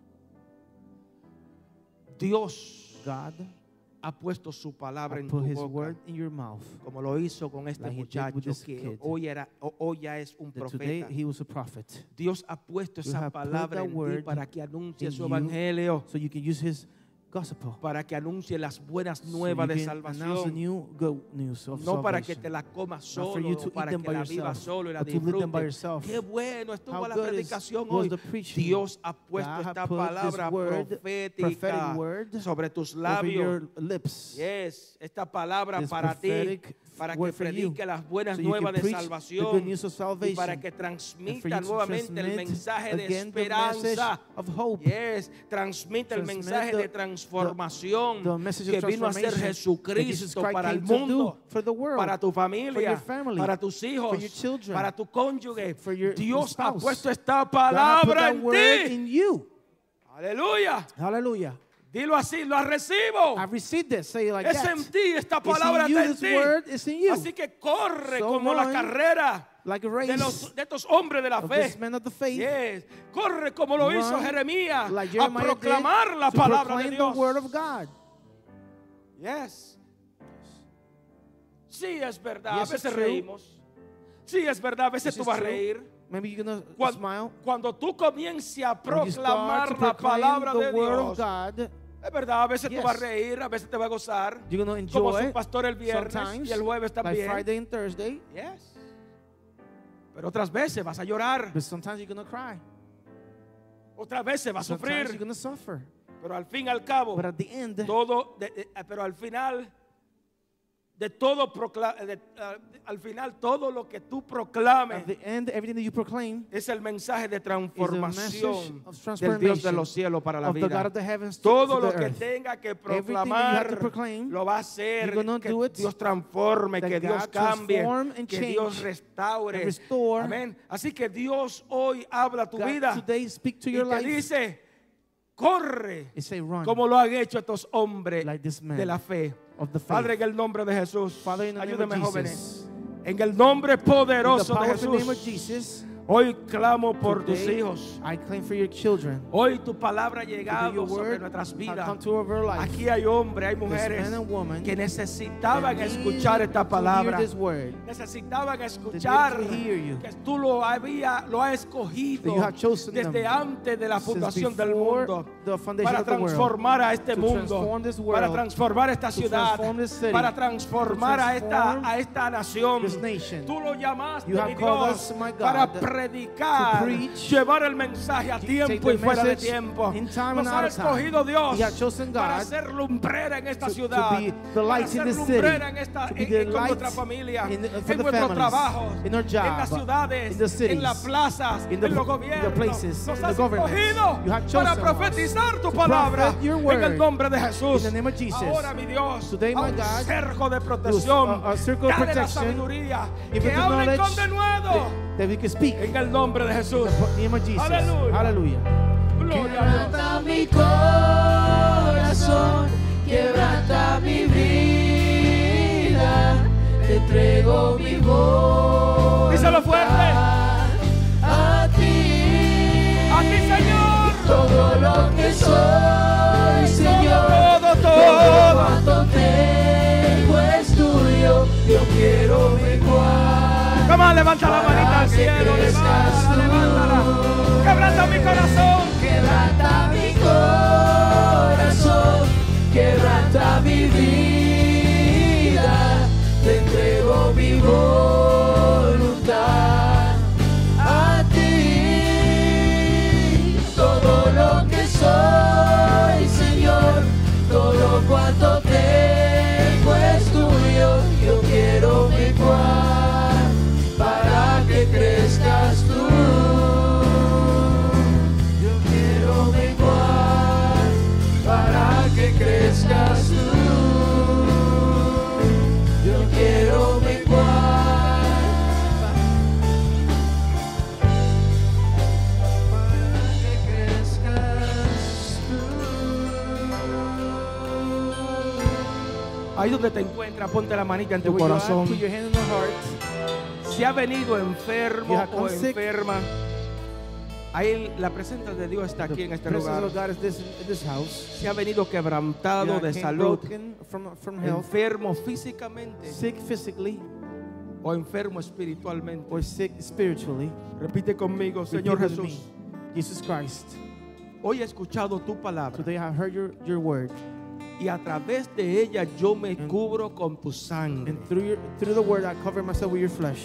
[SPEAKER 1] Dios
[SPEAKER 2] God
[SPEAKER 1] ha puesto su palabra en tu
[SPEAKER 2] put His
[SPEAKER 1] boca,
[SPEAKER 2] word in your mouth.
[SPEAKER 1] como lo hizo con este
[SPEAKER 2] like he did with
[SPEAKER 1] muchacho
[SPEAKER 2] this
[SPEAKER 1] que
[SPEAKER 2] kid.
[SPEAKER 1] hoy era, o- hoy ya es un
[SPEAKER 2] That
[SPEAKER 1] profeta.
[SPEAKER 2] today he was a prophet.
[SPEAKER 1] Dios ha puesto
[SPEAKER 2] You
[SPEAKER 1] esa
[SPEAKER 2] have put
[SPEAKER 1] palabra
[SPEAKER 2] that
[SPEAKER 1] en ti
[SPEAKER 2] word
[SPEAKER 1] para que anuncie
[SPEAKER 2] in
[SPEAKER 1] su
[SPEAKER 2] you.
[SPEAKER 1] evangelio,
[SPEAKER 2] So you can use his gospel.
[SPEAKER 1] para que anuncie las buenas
[SPEAKER 2] So
[SPEAKER 1] nuevas
[SPEAKER 2] you
[SPEAKER 1] de
[SPEAKER 2] can announce the
[SPEAKER 1] salvación.
[SPEAKER 2] new good news of
[SPEAKER 1] No para que
[SPEAKER 2] salvation.
[SPEAKER 1] te la comas
[SPEAKER 2] Not for
[SPEAKER 1] solo,
[SPEAKER 2] you to
[SPEAKER 1] o
[SPEAKER 2] eat
[SPEAKER 1] para
[SPEAKER 2] them
[SPEAKER 1] que
[SPEAKER 2] by
[SPEAKER 1] la vivas
[SPEAKER 2] yourself,
[SPEAKER 1] solo y la
[SPEAKER 2] but to live them by
[SPEAKER 1] disfrutes.
[SPEAKER 2] yourself.
[SPEAKER 1] Qué bueno estuvo
[SPEAKER 2] How
[SPEAKER 1] la
[SPEAKER 2] good is-
[SPEAKER 1] predicación
[SPEAKER 2] was
[SPEAKER 1] hoy.
[SPEAKER 2] the preaching?
[SPEAKER 1] Dios ha puesto
[SPEAKER 2] God
[SPEAKER 1] esta
[SPEAKER 2] put this
[SPEAKER 1] palabra
[SPEAKER 2] word,
[SPEAKER 1] profética
[SPEAKER 2] prophetic word,
[SPEAKER 1] sobre tus
[SPEAKER 2] Over
[SPEAKER 1] labios.
[SPEAKER 2] your lips.
[SPEAKER 1] Yes, esta palabra
[SPEAKER 2] This
[SPEAKER 1] para ti,
[SPEAKER 2] prophetic
[SPEAKER 1] para que
[SPEAKER 2] word for you,
[SPEAKER 1] predique las buenas
[SPEAKER 2] so you
[SPEAKER 1] nuevas
[SPEAKER 2] can
[SPEAKER 1] de
[SPEAKER 2] preach the good
[SPEAKER 1] salvación
[SPEAKER 2] news of
[SPEAKER 1] y para
[SPEAKER 2] salvation.
[SPEAKER 1] que
[SPEAKER 2] and for you
[SPEAKER 1] transmita
[SPEAKER 2] to
[SPEAKER 1] nuevamente el
[SPEAKER 2] transmit
[SPEAKER 1] mensaje de
[SPEAKER 2] again the message
[SPEAKER 1] esperanza.
[SPEAKER 2] of hope.
[SPEAKER 1] Yes, transmite el
[SPEAKER 2] Transmit
[SPEAKER 1] mensaje
[SPEAKER 2] the-
[SPEAKER 1] de transformación
[SPEAKER 2] the message of
[SPEAKER 1] que vino a ser
[SPEAKER 2] transformation that Jesus
[SPEAKER 1] Jesucristo
[SPEAKER 2] Christ
[SPEAKER 1] para el
[SPEAKER 2] came to do
[SPEAKER 1] mundo,
[SPEAKER 2] for the world,
[SPEAKER 1] para tu familia,
[SPEAKER 2] your family,
[SPEAKER 1] para tus hijos,
[SPEAKER 2] your children,
[SPEAKER 1] para tu cónyuge.
[SPEAKER 2] for your
[SPEAKER 1] Dios ha
[SPEAKER 2] spouse.
[SPEAKER 1] puesto esta
[SPEAKER 2] God put
[SPEAKER 1] palabra
[SPEAKER 2] that
[SPEAKER 1] en
[SPEAKER 2] word
[SPEAKER 1] ti.
[SPEAKER 2] in you.
[SPEAKER 1] Aleluya.
[SPEAKER 2] Hallelujah.
[SPEAKER 1] Dilo así, lo recibo.
[SPEAKER 2] I've received this. Say it like
[SPEAKER 1] Es
[SPEAKER 2] that.
[SPEAKER 1] en ti, esta
[SPEAKER 2] It's in
[SPEAKER 1] palabra
[SPEAKER 2] you,
[SPEAKER 1] está en
[SPEAKER 2] this word is in
[SPEAKER 1] ti.
[SPEAKER 2] you.
[SPEAKER 1] Así que corre
[SPEAKER 2] So
[SPEAKER 1] como la
[SPEAKER 2] run
[SPEAKER 1] carrera
[SPEAKER 2] like a
[SPEAKER 1] de,
[SPEAKER 2] race
[SPEAKER 1] los, de estos hombres de la
[SPEAKER 2] of
[SPEAKER 1] fe.
[SPEAKER 2] this man of the faith.
[SPEAKER 1] Yes. Corre como lo hizo
[SPEAKER 2] Run
[SPEAKER 1] Jeremías
[SPEAKER 2] like
[SPEAKER 1] a
[SPEAKER 2] Jeremiah did,
[SPEAKER 1] proclamar la
[SPEAKER 2] to
[SPEAKER 1] palabra de
[SPEAKER 2] proclaim
[SPEAKER 1] Dios.
[SPEAKER 2] the word of God.
[SPEAKER 1] Yes. Sí, es verdad.
[SPEAKER 2] Yes,
[SPEAKER 1] a veces
[SPEAKER 2] it's true.
[SPEAKER 1] reímos. Sí, es verdad. A veces
[SPEAKER 2] This
[SPEAKER 1] tú
[SPEAKER 2] is
[SPEAKER 1] vas a
[SPEAKER 2] true.
[SPEAKER 1] reír.
[SPEAKER 2] Maybe you're gonna
[SPEAKER 1] Cuan-
[SPEAKER 2] smile.
[SPEAKER 1] Cuando tú comiences a
[SPEAKER 2] When you start to
[SPEAKER 1] proclamar la
[SPEAKER 2] proclaim
[SPEAKER 1] palabra
[SPEAKER 2] the
[SPEAKER 1] de
[SPEAKER 2] word
[SPEAKER 1] Dios,
[SPEAKER 2] of God,
[SPEAKER 1] es verdad. A veces tú
[SPEAKER 2] Yes.
[SPEAKER 1] vas a reír, a veces te vas a gozar.
[SPEAKER 2] you're gonna enjoy
[SPEAKER 1] Como su
[SPEAKER 2] it
[SPEAKER 1] pastor el viernes
[SPEAKER 2] eh, sometimes,
[SPEAKER 1] y el jueves
[SPEAKER 2] like
[SPEAKER 1] también.
[SPEAKER 2] Friday and Thursday.
[SPEAKER 1] Yes. Pero otras veces vas a llorar,
[SPEAKER 2] But sometimes you're gonna cry.
[SPEAKER 1] otras veces vas a
[SPEAKER 2] Sometimes you're
[SPEAKER 1] sufrir,
[SPEAKER 2] gonna suffer.
[SPEAKER 1] pero al fin y al cabo,
[SPEAKER 2] But at the end,
[SPEAKER 1] todo, de- de- pero al final, de todo, procla- de- ah, al final todo lo que tú proclames
[SPEAKER 2] at the end, everything that you proclaim
[SPEAKER 1] es el mensaje de transformación
[SPEAKER 2] of
[SPEAKER 1] del Dios de
[SPEAKER 2] transformation
[SPEAKER 1] los cielos para la
[SPEAKER 2] of the God of the
[SPEAKER 1] vida.
[SPEAKER 2] heavens to,
[SPEAKER 1] Todo
[SPEAKER 2] to
[SPEAKER 1] lo
[SPEAKER 2] the
[SPEAKER 1] que
[SPEAKER 2] earth.
[SPEAKER 1] tenga que
[SPEAKER 2] Everything that you have to
[SPEAKER 1] proclamar
[SPEAKER 2] proclaim,
[SPEAKER 1] lo va a hacer.
[SPEAKER 2] you're gonna
[SPEAKER 1] Que
[SPEAKER 2] do it,
[SPEAKER 1] Dios transforme,
[SPEAKER 2] that
[SPEAKER 1] que Dios
[SPEAKER 2] God
[SPEAKER 1] cambie,
[SPEAKER 2] transform and
[SPEAKER 1] que
[SPEAKER 2] change
[SPEAKER 1] Dios restaure.
[SPEAKER 2] and restore.
[SPEAKER 1] Amén. Así que Dios hoy habla tu
[SPEAKER 2] God
[SPEAKER 1] vida
[SPEAKER 2] today speak to
[SPEAKER 1] y
[SPEAKER 2] your
[SPEAKER 1] te
[SPEAKER 2] life.
[SPEAKER 1] dice, corre
[SPEAKER 2] It say run.
[SPEAKER 1] como lo han hecho estos hombres
[SPEAKER 2] Like this man
[SPEAKER 1] de la fe.
[SPEAKER 2] of the faith.
[SPEAKER 1] Padre, en el nombre de Jesús,
[SPEAKER 2] Father, in the name
[SPEAKER 1] ayúdame
[SPEAKER 2] of
[SPEAKER 1] jóvenes.
[SPEAKER 2] Jesus.
[SPEAKER 1] En el nombre
[SPEAKER 2] In the
[SPEAKER 1] poderoso de
[SPEAKER 2] powerful name of
[SPEAKER 1] Jesús,
[SPEAKER 2] Jesus,
[SPEAKER 1] hoy clamo por tus
[SPEAKER 2] today,
[SPEAKER 1] hijos.
[SPEAKER 2] I claim for your children.
[SPEAKER 1] Hoy tu palabra ha
[SPEAKER 2] Today your
[SPEAKER 1] llegado sobre
[SPEAKER 2] word
[SPEAKER 1] nuestras
[SPEAKER 2] have
[SPEAKER 1] vidas.
[SPEAKER 2] come to over our life.
[SPEAKER 1] Aquí hay hombres, hay mujeres
[SPEAKER 2] man and woman
[SPEAKER 1] que necesitaban
[SPEAKER 2] that need
[SPEAKER 1] escuchar esta
[SPEAKER 2] to
[SPEAKER 1] palabra.
[SPEAKER 2] Hear this word.
[SPEAKER 1] Necesitaban escuchar
[SPEAKER 2] to hear you.
[SPEAKER 1] que tú lo había, lo has escogido
[SPEAKER 2] That you have chosen them
[SPEAKER 1] desde antes de la
[SPEAKER 2] since
[SPEAKER 1] fundación del
[SPEAKER 2] before
[SPEAKER 1] mundo
[SPEAKER 2] the foundation
[SPEAKER 1] para
[SPEAKER 2] of the world,
[SPEAKER 1] transformar a este
[SPEAKER 2] to
[SPEAKER 1] mundo,
[SPEAKER 2] transform this
[SPEAKER 1] para
[SPEAKER 2] world,
[SPEAKER 1] transformar esta
[SPEAKER 2] to
[SPEAKER 1] ciudad,
[SPEAKER 2] transform this city,
[SPEAKER 1] para
[SPEAKER 2] to
[SPEAKER 1] transformar a esta
[SPEAKER 2] transform
[SPEAKER 1] a esta nación.
[SPEAKER 2] this nation.
[SPEAKER 1] Tú lo llamaste
[SPEAKER 2] You have
[SPEAKER 1] mi
[SPEAKER 2] called
[SPEAKER 1] Dios
[SPEAKER 2] us, my God,
[SPEAKER 1] para
[SPEAKER 2] to
[SPEAKER 1] predicar,
[SPEAKER 2] preach,
[SPEAKER 1] llevar el mensaje a
[SPEAKER 2] take
[SPEAKER 1] tiempo
[SPEAKER 2] the
[SPEAKER 1] y fuera de
[SPEAKER 2] message
[SPEAKER 1] tiempo.
[SPEAKER 2] in time
[SPEAKER 1] Nos
[SPEAKER 2] and
[SPEAKER 1] ha
[SPEAKER 2] out of time.
[SPEAKER 1] escogido Dios
[SPEAKER 2] You have chosen
[SPEAKER 1] para
[SPEAKER 2] God
[SPEAKER 1] ser lumbrera en este esta
[SPEAKER 2] to- to
[SPEAKER 1] ciudad,
[SPEAKER 2] be the
[SPEAKER 1] para
[SPEAKER 2] light in
[SPEAKER 1] ser
[SPEAKER 2] this city,
[SPEAKER 1] lumbrera en esta
[SPEAKER 2] to be
[SPEAKER 1] en,
[SPEAKER 2] the
[SPEAKER 1] en- con
[SPEAKER 2] light
[SPEAKER 1] nuestra familia,
[SPEAKER 2] in the- for
[SPEAKER 1] en
[SPEAKER 2] the
[SPEAKER 1] nuestros
[SPEAKER 2] families,
[SPEAKER 1] trabajos,
[SPEAKER 2] in our
[SPEAKER 1] en las
[SPEAKER 2] job,
[SPEAKER 1] ciudades,
[SPEAKER 2] in the cities,
[SPEAKER 1] en las plazas,
[SPEAKER 2] in the-
[SPEAKER 1] en los
[SPEAKER 2] in the
[SPEAKER 1] gobiernos.
[SPEAKER 2] places,
[SPEAKER 1] Nos
[SPEAKER 2] in the
[SPEAKER 1] has
[SPEAKER 2] governments. You
[SPEAKER 1] escogido
[SPEAKER 2] have
[SPEAKER 1] para
[SPEAKER 2] chosen us
[SPEAKER 1] profetizar tu
[SPEAKER 2] to
[SPEAKER 1] palabra
[SPEAKER 2] prophet your
[SPEAKER 1] en el
[SPEAKER 2] word.
[SPEAKER 1] nombre de Jesús.
[SPEAKER 2] In the name of Jesus.
[SPEAKER 1] Ahora mi Dios,
[SPEAKER 2] Today,
[SPEAKER 1] a
[SPEAKER 2] my
[SPEAKER 1] un
[SPEAKER 2] God, uh,
[SPEAKER 1] cerco de protección,
[SPEAKER 2] a- a circle of
[SPEAKER 1] dale la
[SPEAKER 2] protection.
[SPEAKER 1] sabiduría,
[SPEAKER 2] Give
[SPEAKER 1] que
[SPEAKER 2] us the
[SPEAKER 1] hablen con
[SPEAKER 2] knowledge eh,
[SPEAKER 1] denuedo
[SPEAKER 2] that, that we can speak.
[SPEAKER 1] en el nombre de Jesús.
[SPEAKER 2] In the name of Jesus.
[SPEAKER 1] Aleluya.
[SPEAKER 2] Hallelujah.
[SPEAKER 1] Gloria a Dios.
[SPEAKER 3] Quebranta mi corazón, quebranta mi vida, te entrego mi voz.
[SPEAKER 1] Díselo fuerte.
[SPEAKER 3] A ti,
[SPEAKER 1] A ti, Señor.
[SPEAKER 3] todo lo que soy, Señor,
[SPEAKER 1] Todo,
[SPEAKER 3] todo
[SPEAKER 1] todo.
[SPEAKER 3] cuanto tengo es tuyo. Yo quiero mi cuarto.
[SPEAKER 1] Come on, levanta la manita al cielo. Levántala, levántala. Quebranta mi corazón.
[SPEAKER 3] Quebranta mi corazón, quebranta mi vida, te entrego mi voluntad a ti. Todo lo que soy, Señor, todo cuanto tengo es tuyo, yo quiero mi cual para que crezcas tú. Yo quiero mi cual para que crezcas tú. Yo quiero mi cual
[SPEAKER 1] Ahí donde te encuentras, ponte la manita en tu
[SPEAKER 2] Where you are,
[SPEAKER 1] corazón.
[SPEAKER 2] put your hand on the heart.
[SPEAKER 1] Si ha venido enfermo
[SPEAKER 2] You have
[SPEAKER 1] o
[SPEAKER 2] come sick.
[SPEAKER 1] enferma, ahí la presencia de Dios está aquí en este
[SPEAKER 2] the presence
[SPEAKER 1] lugar.
[SPEAKER 2] of God is this, in this house.
[SPEAKER 1] Si ha venido
[SPEAKER 2] You
[SPEAKER 1] quebrantado de
[SPEAKER 2] came
[SPEAKER 1] salud,
[SPEAKER 2] broken from, from health,
[SPEAKER 1] enfermo físicamente
[SPEAKER 2] sick physically
[SPEAKER 1] o enfermo espiritualmente.
[SPEAKER 2] or sick spiritually.
[SPEAKER 1] Pues, Repite conmigo, Señor
[SPEAKER 2] Repeat with
[SPEAKER 1] Jesús.
[SPEAKER 2] me. Jesus Christ,
[SPEAKER 1] Hoy he escuchado tu palabra
[SPEAKER 2] today I have heard your, your word,
[SPEAKER 1] Mm-hmm. y a través de ella yo me cubro con tu sangre.
[SPEAKER 2] and through your, through the word I cover myself with your flesh,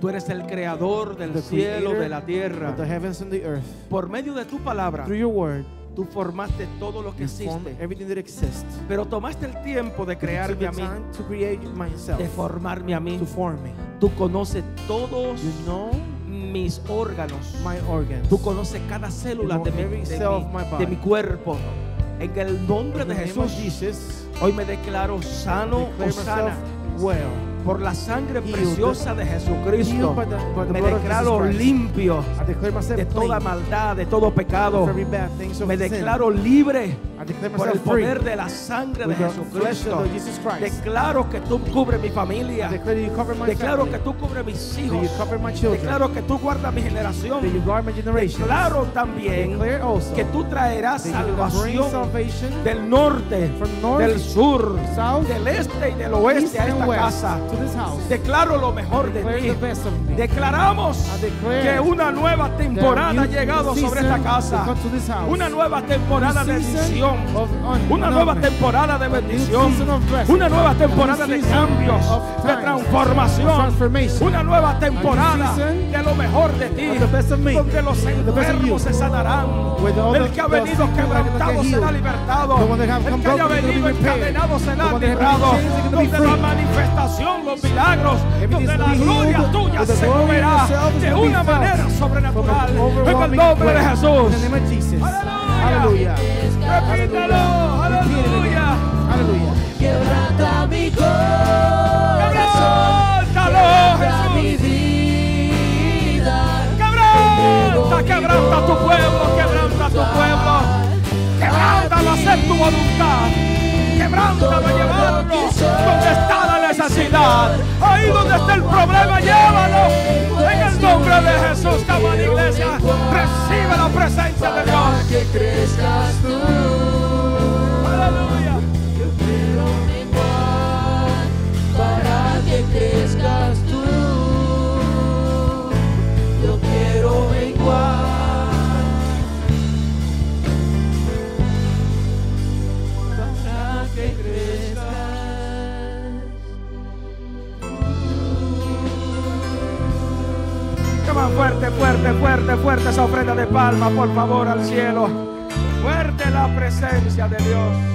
[SPEAKER 1] Tú eres el creador del
[SPEAKER 2] The
[SPEAKER 1] cielo,
[SPEAKER 2] creator
[SPEAKER 1] de la
[SPEAKER 2] of the
[SPEAKER 1] tierra.
[SPEAKER 2] heavens and the earth.
[SPEAKER 1] Por medio de tu palabra,
[SPEAKER 2] Through your word,
[SPEAKER 1] tú formaste todo lo que
[SPEAKER 2] you form
[SPEAKER 1] existe.
[SPEAKER 2] everything that exists.
[SPEAKER 1] Pero tomaste el tiempo de
[SPEAKER 2] Took
[SPEAKER 1] crearme
[SPEAKER 2] the
[SPEAKER 1] a mí,
[SPEAKER 2] time to create myself,
[SPEAKER 1] de formarme a mí.
[SPEAKER 2] to form me.
[SPEAKER 1] Tú conoces todos
[SPEAKER 2] You know
[SPEAKER 1] mis órganos.
[SPEAKER 2] my organs.
[SPEAKER 1] Tú conoces cada célula
[SPEAKER 2] know
[SPEAKER 1] de mi,
[SPEAKER 2] every
[SPEAKER 1] de
[SPEAKER 2] cell
[SPEAKER 1] mi-
[SPEAKER 2] of my body.
[SPEAKER 1] de mi cuerpo. En el nombre
[SPEAKER 2] In
[SPEAKER 1] de
[SPEAKER 2] the name of
[SPEAKER 1] Jesús,
[SPEAKER 2] Jesus,
[SPEAKER 1] hoy me declaro sano
[SPEAKER 2] declare
[SPEAKER 1] o
[SPEAKER 2] myself
[SPEAKER 1] sana
[SPEAKER 2] well.
[SPEAKER 1] por la sangre
[SPEAKER 2] Healed.
[SPEAKER 1] preciosa de Jesucristo.
[SPEAKER 2] Healed by the- by the
[SPEAKER 1] Me
[SPEAKER 2] blood of
[SPEAKER 1] declaro
[SPEAKER 2] Jesus Christ.
[SPEAKER 1] limpio
[SPEAKER 2] I declare myself
[SPEAKER 1] de toda
[SPEAKER 2] clean
[SPEAKER 1] maldad, de todo pecado.
[SPEAKER 2] from every bad thing. So
[SPEAKER 1] Me declaro libre
[SPEAKER 2] I declare
[SPEAKER 1] por el
[SPEAKER 2] myself free.
[SPEAKER 1] poder de la sangre de
[SPEAKER 2] with the flesh
[SPEAKER 1] Jesucristo.
[SPEAKER 2] of Jesus Christ.
[SPEAKER 1] Declaro que tú cubres mi
[SPEAKER 2] I
[SPEAKER 1] familia.
[SPEAKER 2] declare that you cover my
[SPEAKER 1] Declaro que
[SPEAKER 2] family.
[SPEAKER 1] tú cubres mis
[SPEAKER 2] that you
[SPEAKER 1] hijos.
[SPEAKER 2] cover my children.
[SPEAKER 1] Declaro que tú guardas mi
[SPEAKER 2] that you
[SPEAKER 1] generación.
[SPEAKER 2] guard my generation.
[SPEAKER 1] Declaro
[SPEAKER 2] I
[SPEAKER 1] también
[SPEAKER 2] declare also
[SPEAKER 1] que tú traerás
[SPEAKER 2] that you will bring
[SPEAKER 1] salvación
[SPEAKER 2] salvation
[SPEAKER 1] del norte,
[SPEAKER 2] From north,
[SPEAKER 1] del sur,
[SPEAKER 2] south,
[SPEAKER 1] del este y del
[SPEAKER 2] east
[SPEAKER 1] oeste a
[SPEAKER 2] and
[SPEAKER 1] esta
[SPEAKER 2] west
[SPEAKER 1] casa.
[SPEAKER 2] to this house.
[SPEAKER 1] Declaro lo mejor de
[SPEAKER 2] declare the best
[SPEAKER 1] ti.
[SPEAKER 2] of me.
[SPEAKER 1] Declaramos
[SPEAKER 2] I declare
[SPEAKER 1] que una nueva temporada ha
[SPEAKER 2] new
[SPEAKER 1] llegado sobre esta
[SPEAKER 2] season
[SPEAKER 1] casa.
[SPEAKER 2] has come to this house.
[SPEAKER 1] Una nueva temporada de
[SPEAKER 2] New season
[SPEAKER 1] bendición.
[SPEAKER 2] of un-
[SPEAKER 1] Una nueva
[SPEAKER 2] annulment.
[SPEAKER 1] temporada de
[SPEAKER 2] new
[SPEAKER 1] bendición.
[SPEAKER 2] season of blessing.
[SPEAKER 1] Una nueva
[SPEAKER 2] A new
[SPEAKER 1] temporada de
[SPEAKER 2] season
[SPEAKER 1] cambios,
[SPEAKER 2] of
[SPEAKER 1] de
[SPEAKER 2] times, of
[SPEAKER 1] transformación.
[SPEAKER 2] transformation.
[SPEAKER 1] Una nueva temporada
[SPEAKER 2] season
[SPEAKER 1] de lo mejor de ti.
[SPEAKER 2] of the best of me.
[SPEAKER 1] Donde los
[SPEAKER 2] The best of you.
[SPEAKER 1] enfermos se sanarán.
[SPEAKER 2] With all
[SPEAKER 1] El
[SPEAKER 2] the-
[SPEAKER 1] que ha
[SPEAKER 2] the
[SPEAKER 1] venido
[SPEAKER 2] sick people are gonna
[SPEAKER 1] quebrantado
[SPEAKER 2] get
[SPEAKER 1] será
[SPEAKER 2] healed.
[SPEAKER 1] libertado.
[SPEAKER 2] The one that have
[SPEAKER 1] El
[SPEAKER 2] come
[SPEAKER 1] que haya
[SPEAKER 2] broken is gonna
[SPEAKER 1] venido
[SPEAKER 2] be repaired.
[SPEAKER 1] encadenado
[SPEAKER 2] The
[SPEAKER 1] será
[SPEAKER 2] one that have been
[SPEAKER 1] librado.
[SPEAKER 2] chained is gonna be
[SPEAKER 1] Donde la
[SPEAKER 2] free.
[SPEAKER 1] manifestación, los milagros,
[SPEAKER 2] Everything
[SPEAKER 1] donde
[SPEAKER 2] is
[SPEAKER 1] la
[SPEAKER 2] gonna be
[SPEAKER 1] gloria
[SPEAKER 2] healed.
[SPEAKER 1] tuya
[SPEAKER 2] With the
[SPEAKER 1] se
[SPEAKER 2] glory
[SPEAKER 1] moverá
[SPEAKER 2] yourself is
[SPEAKER 1] de
[SPEAKER 2] gonna be
[SPEAKER 1] una
[SPEAKER 2] felt.
[SPEAKER 1] manera
[SPEAKER 2] From
[SPEAKER 1] sobrenatural.
[SPEAKER 2] an
[SPEAKER 1] En el
[SPEAKER 2] overwhelming
[SPEAKER 1] nombre de
[SPEAKER 2] way.
[SPEAKER 1] Jesús.
[SPEAKER 2] In the name of Jesus.
[SPEAKER 1] Aleluya.
[SPEAKER 2] Hallelujah.
[SPEAKER 1] Repítelo.
[SPEAKER 2] Repeat it again.
[SPEAKER 1] Aleluya.
[SPEAKER 2] Hallelujah.
[SPEAKER 3] Quebranta mi corazón. Quebranta
[SPEAKER 1] Quebrántalo,
[SPEAKER 3] mi
[SPEAKER 1] Jesús.
[SPEAKER 3] vida.
[SPEAKER 1] Quebranta, quebranta tu pueblo, quebranta tu pueblo. Quebrántalo, hacer tu voluntad. Quebrántalo, llevarlo donde está la necesidad. Ahí donde está el problema, llévalo. En el nombre de Jesús, amada iglesia, recibe la presencia de
[SPEAKER 3] Para
[SPEAKER 1] Dios.
[SPEAKER 3] que crezcas tú.
[SPEAKER 1] Aleluya.
[SPEAKER 3] Yo quiero mi pan para que crezcas tú. Yo quiero mi pan para que crezcas.
[SPEAKER 1] Toma fuerte, fuerte, fuerte, fuerte esa ofrenda de palma, por favor, al cielo. Fuerte la presencia de Dios.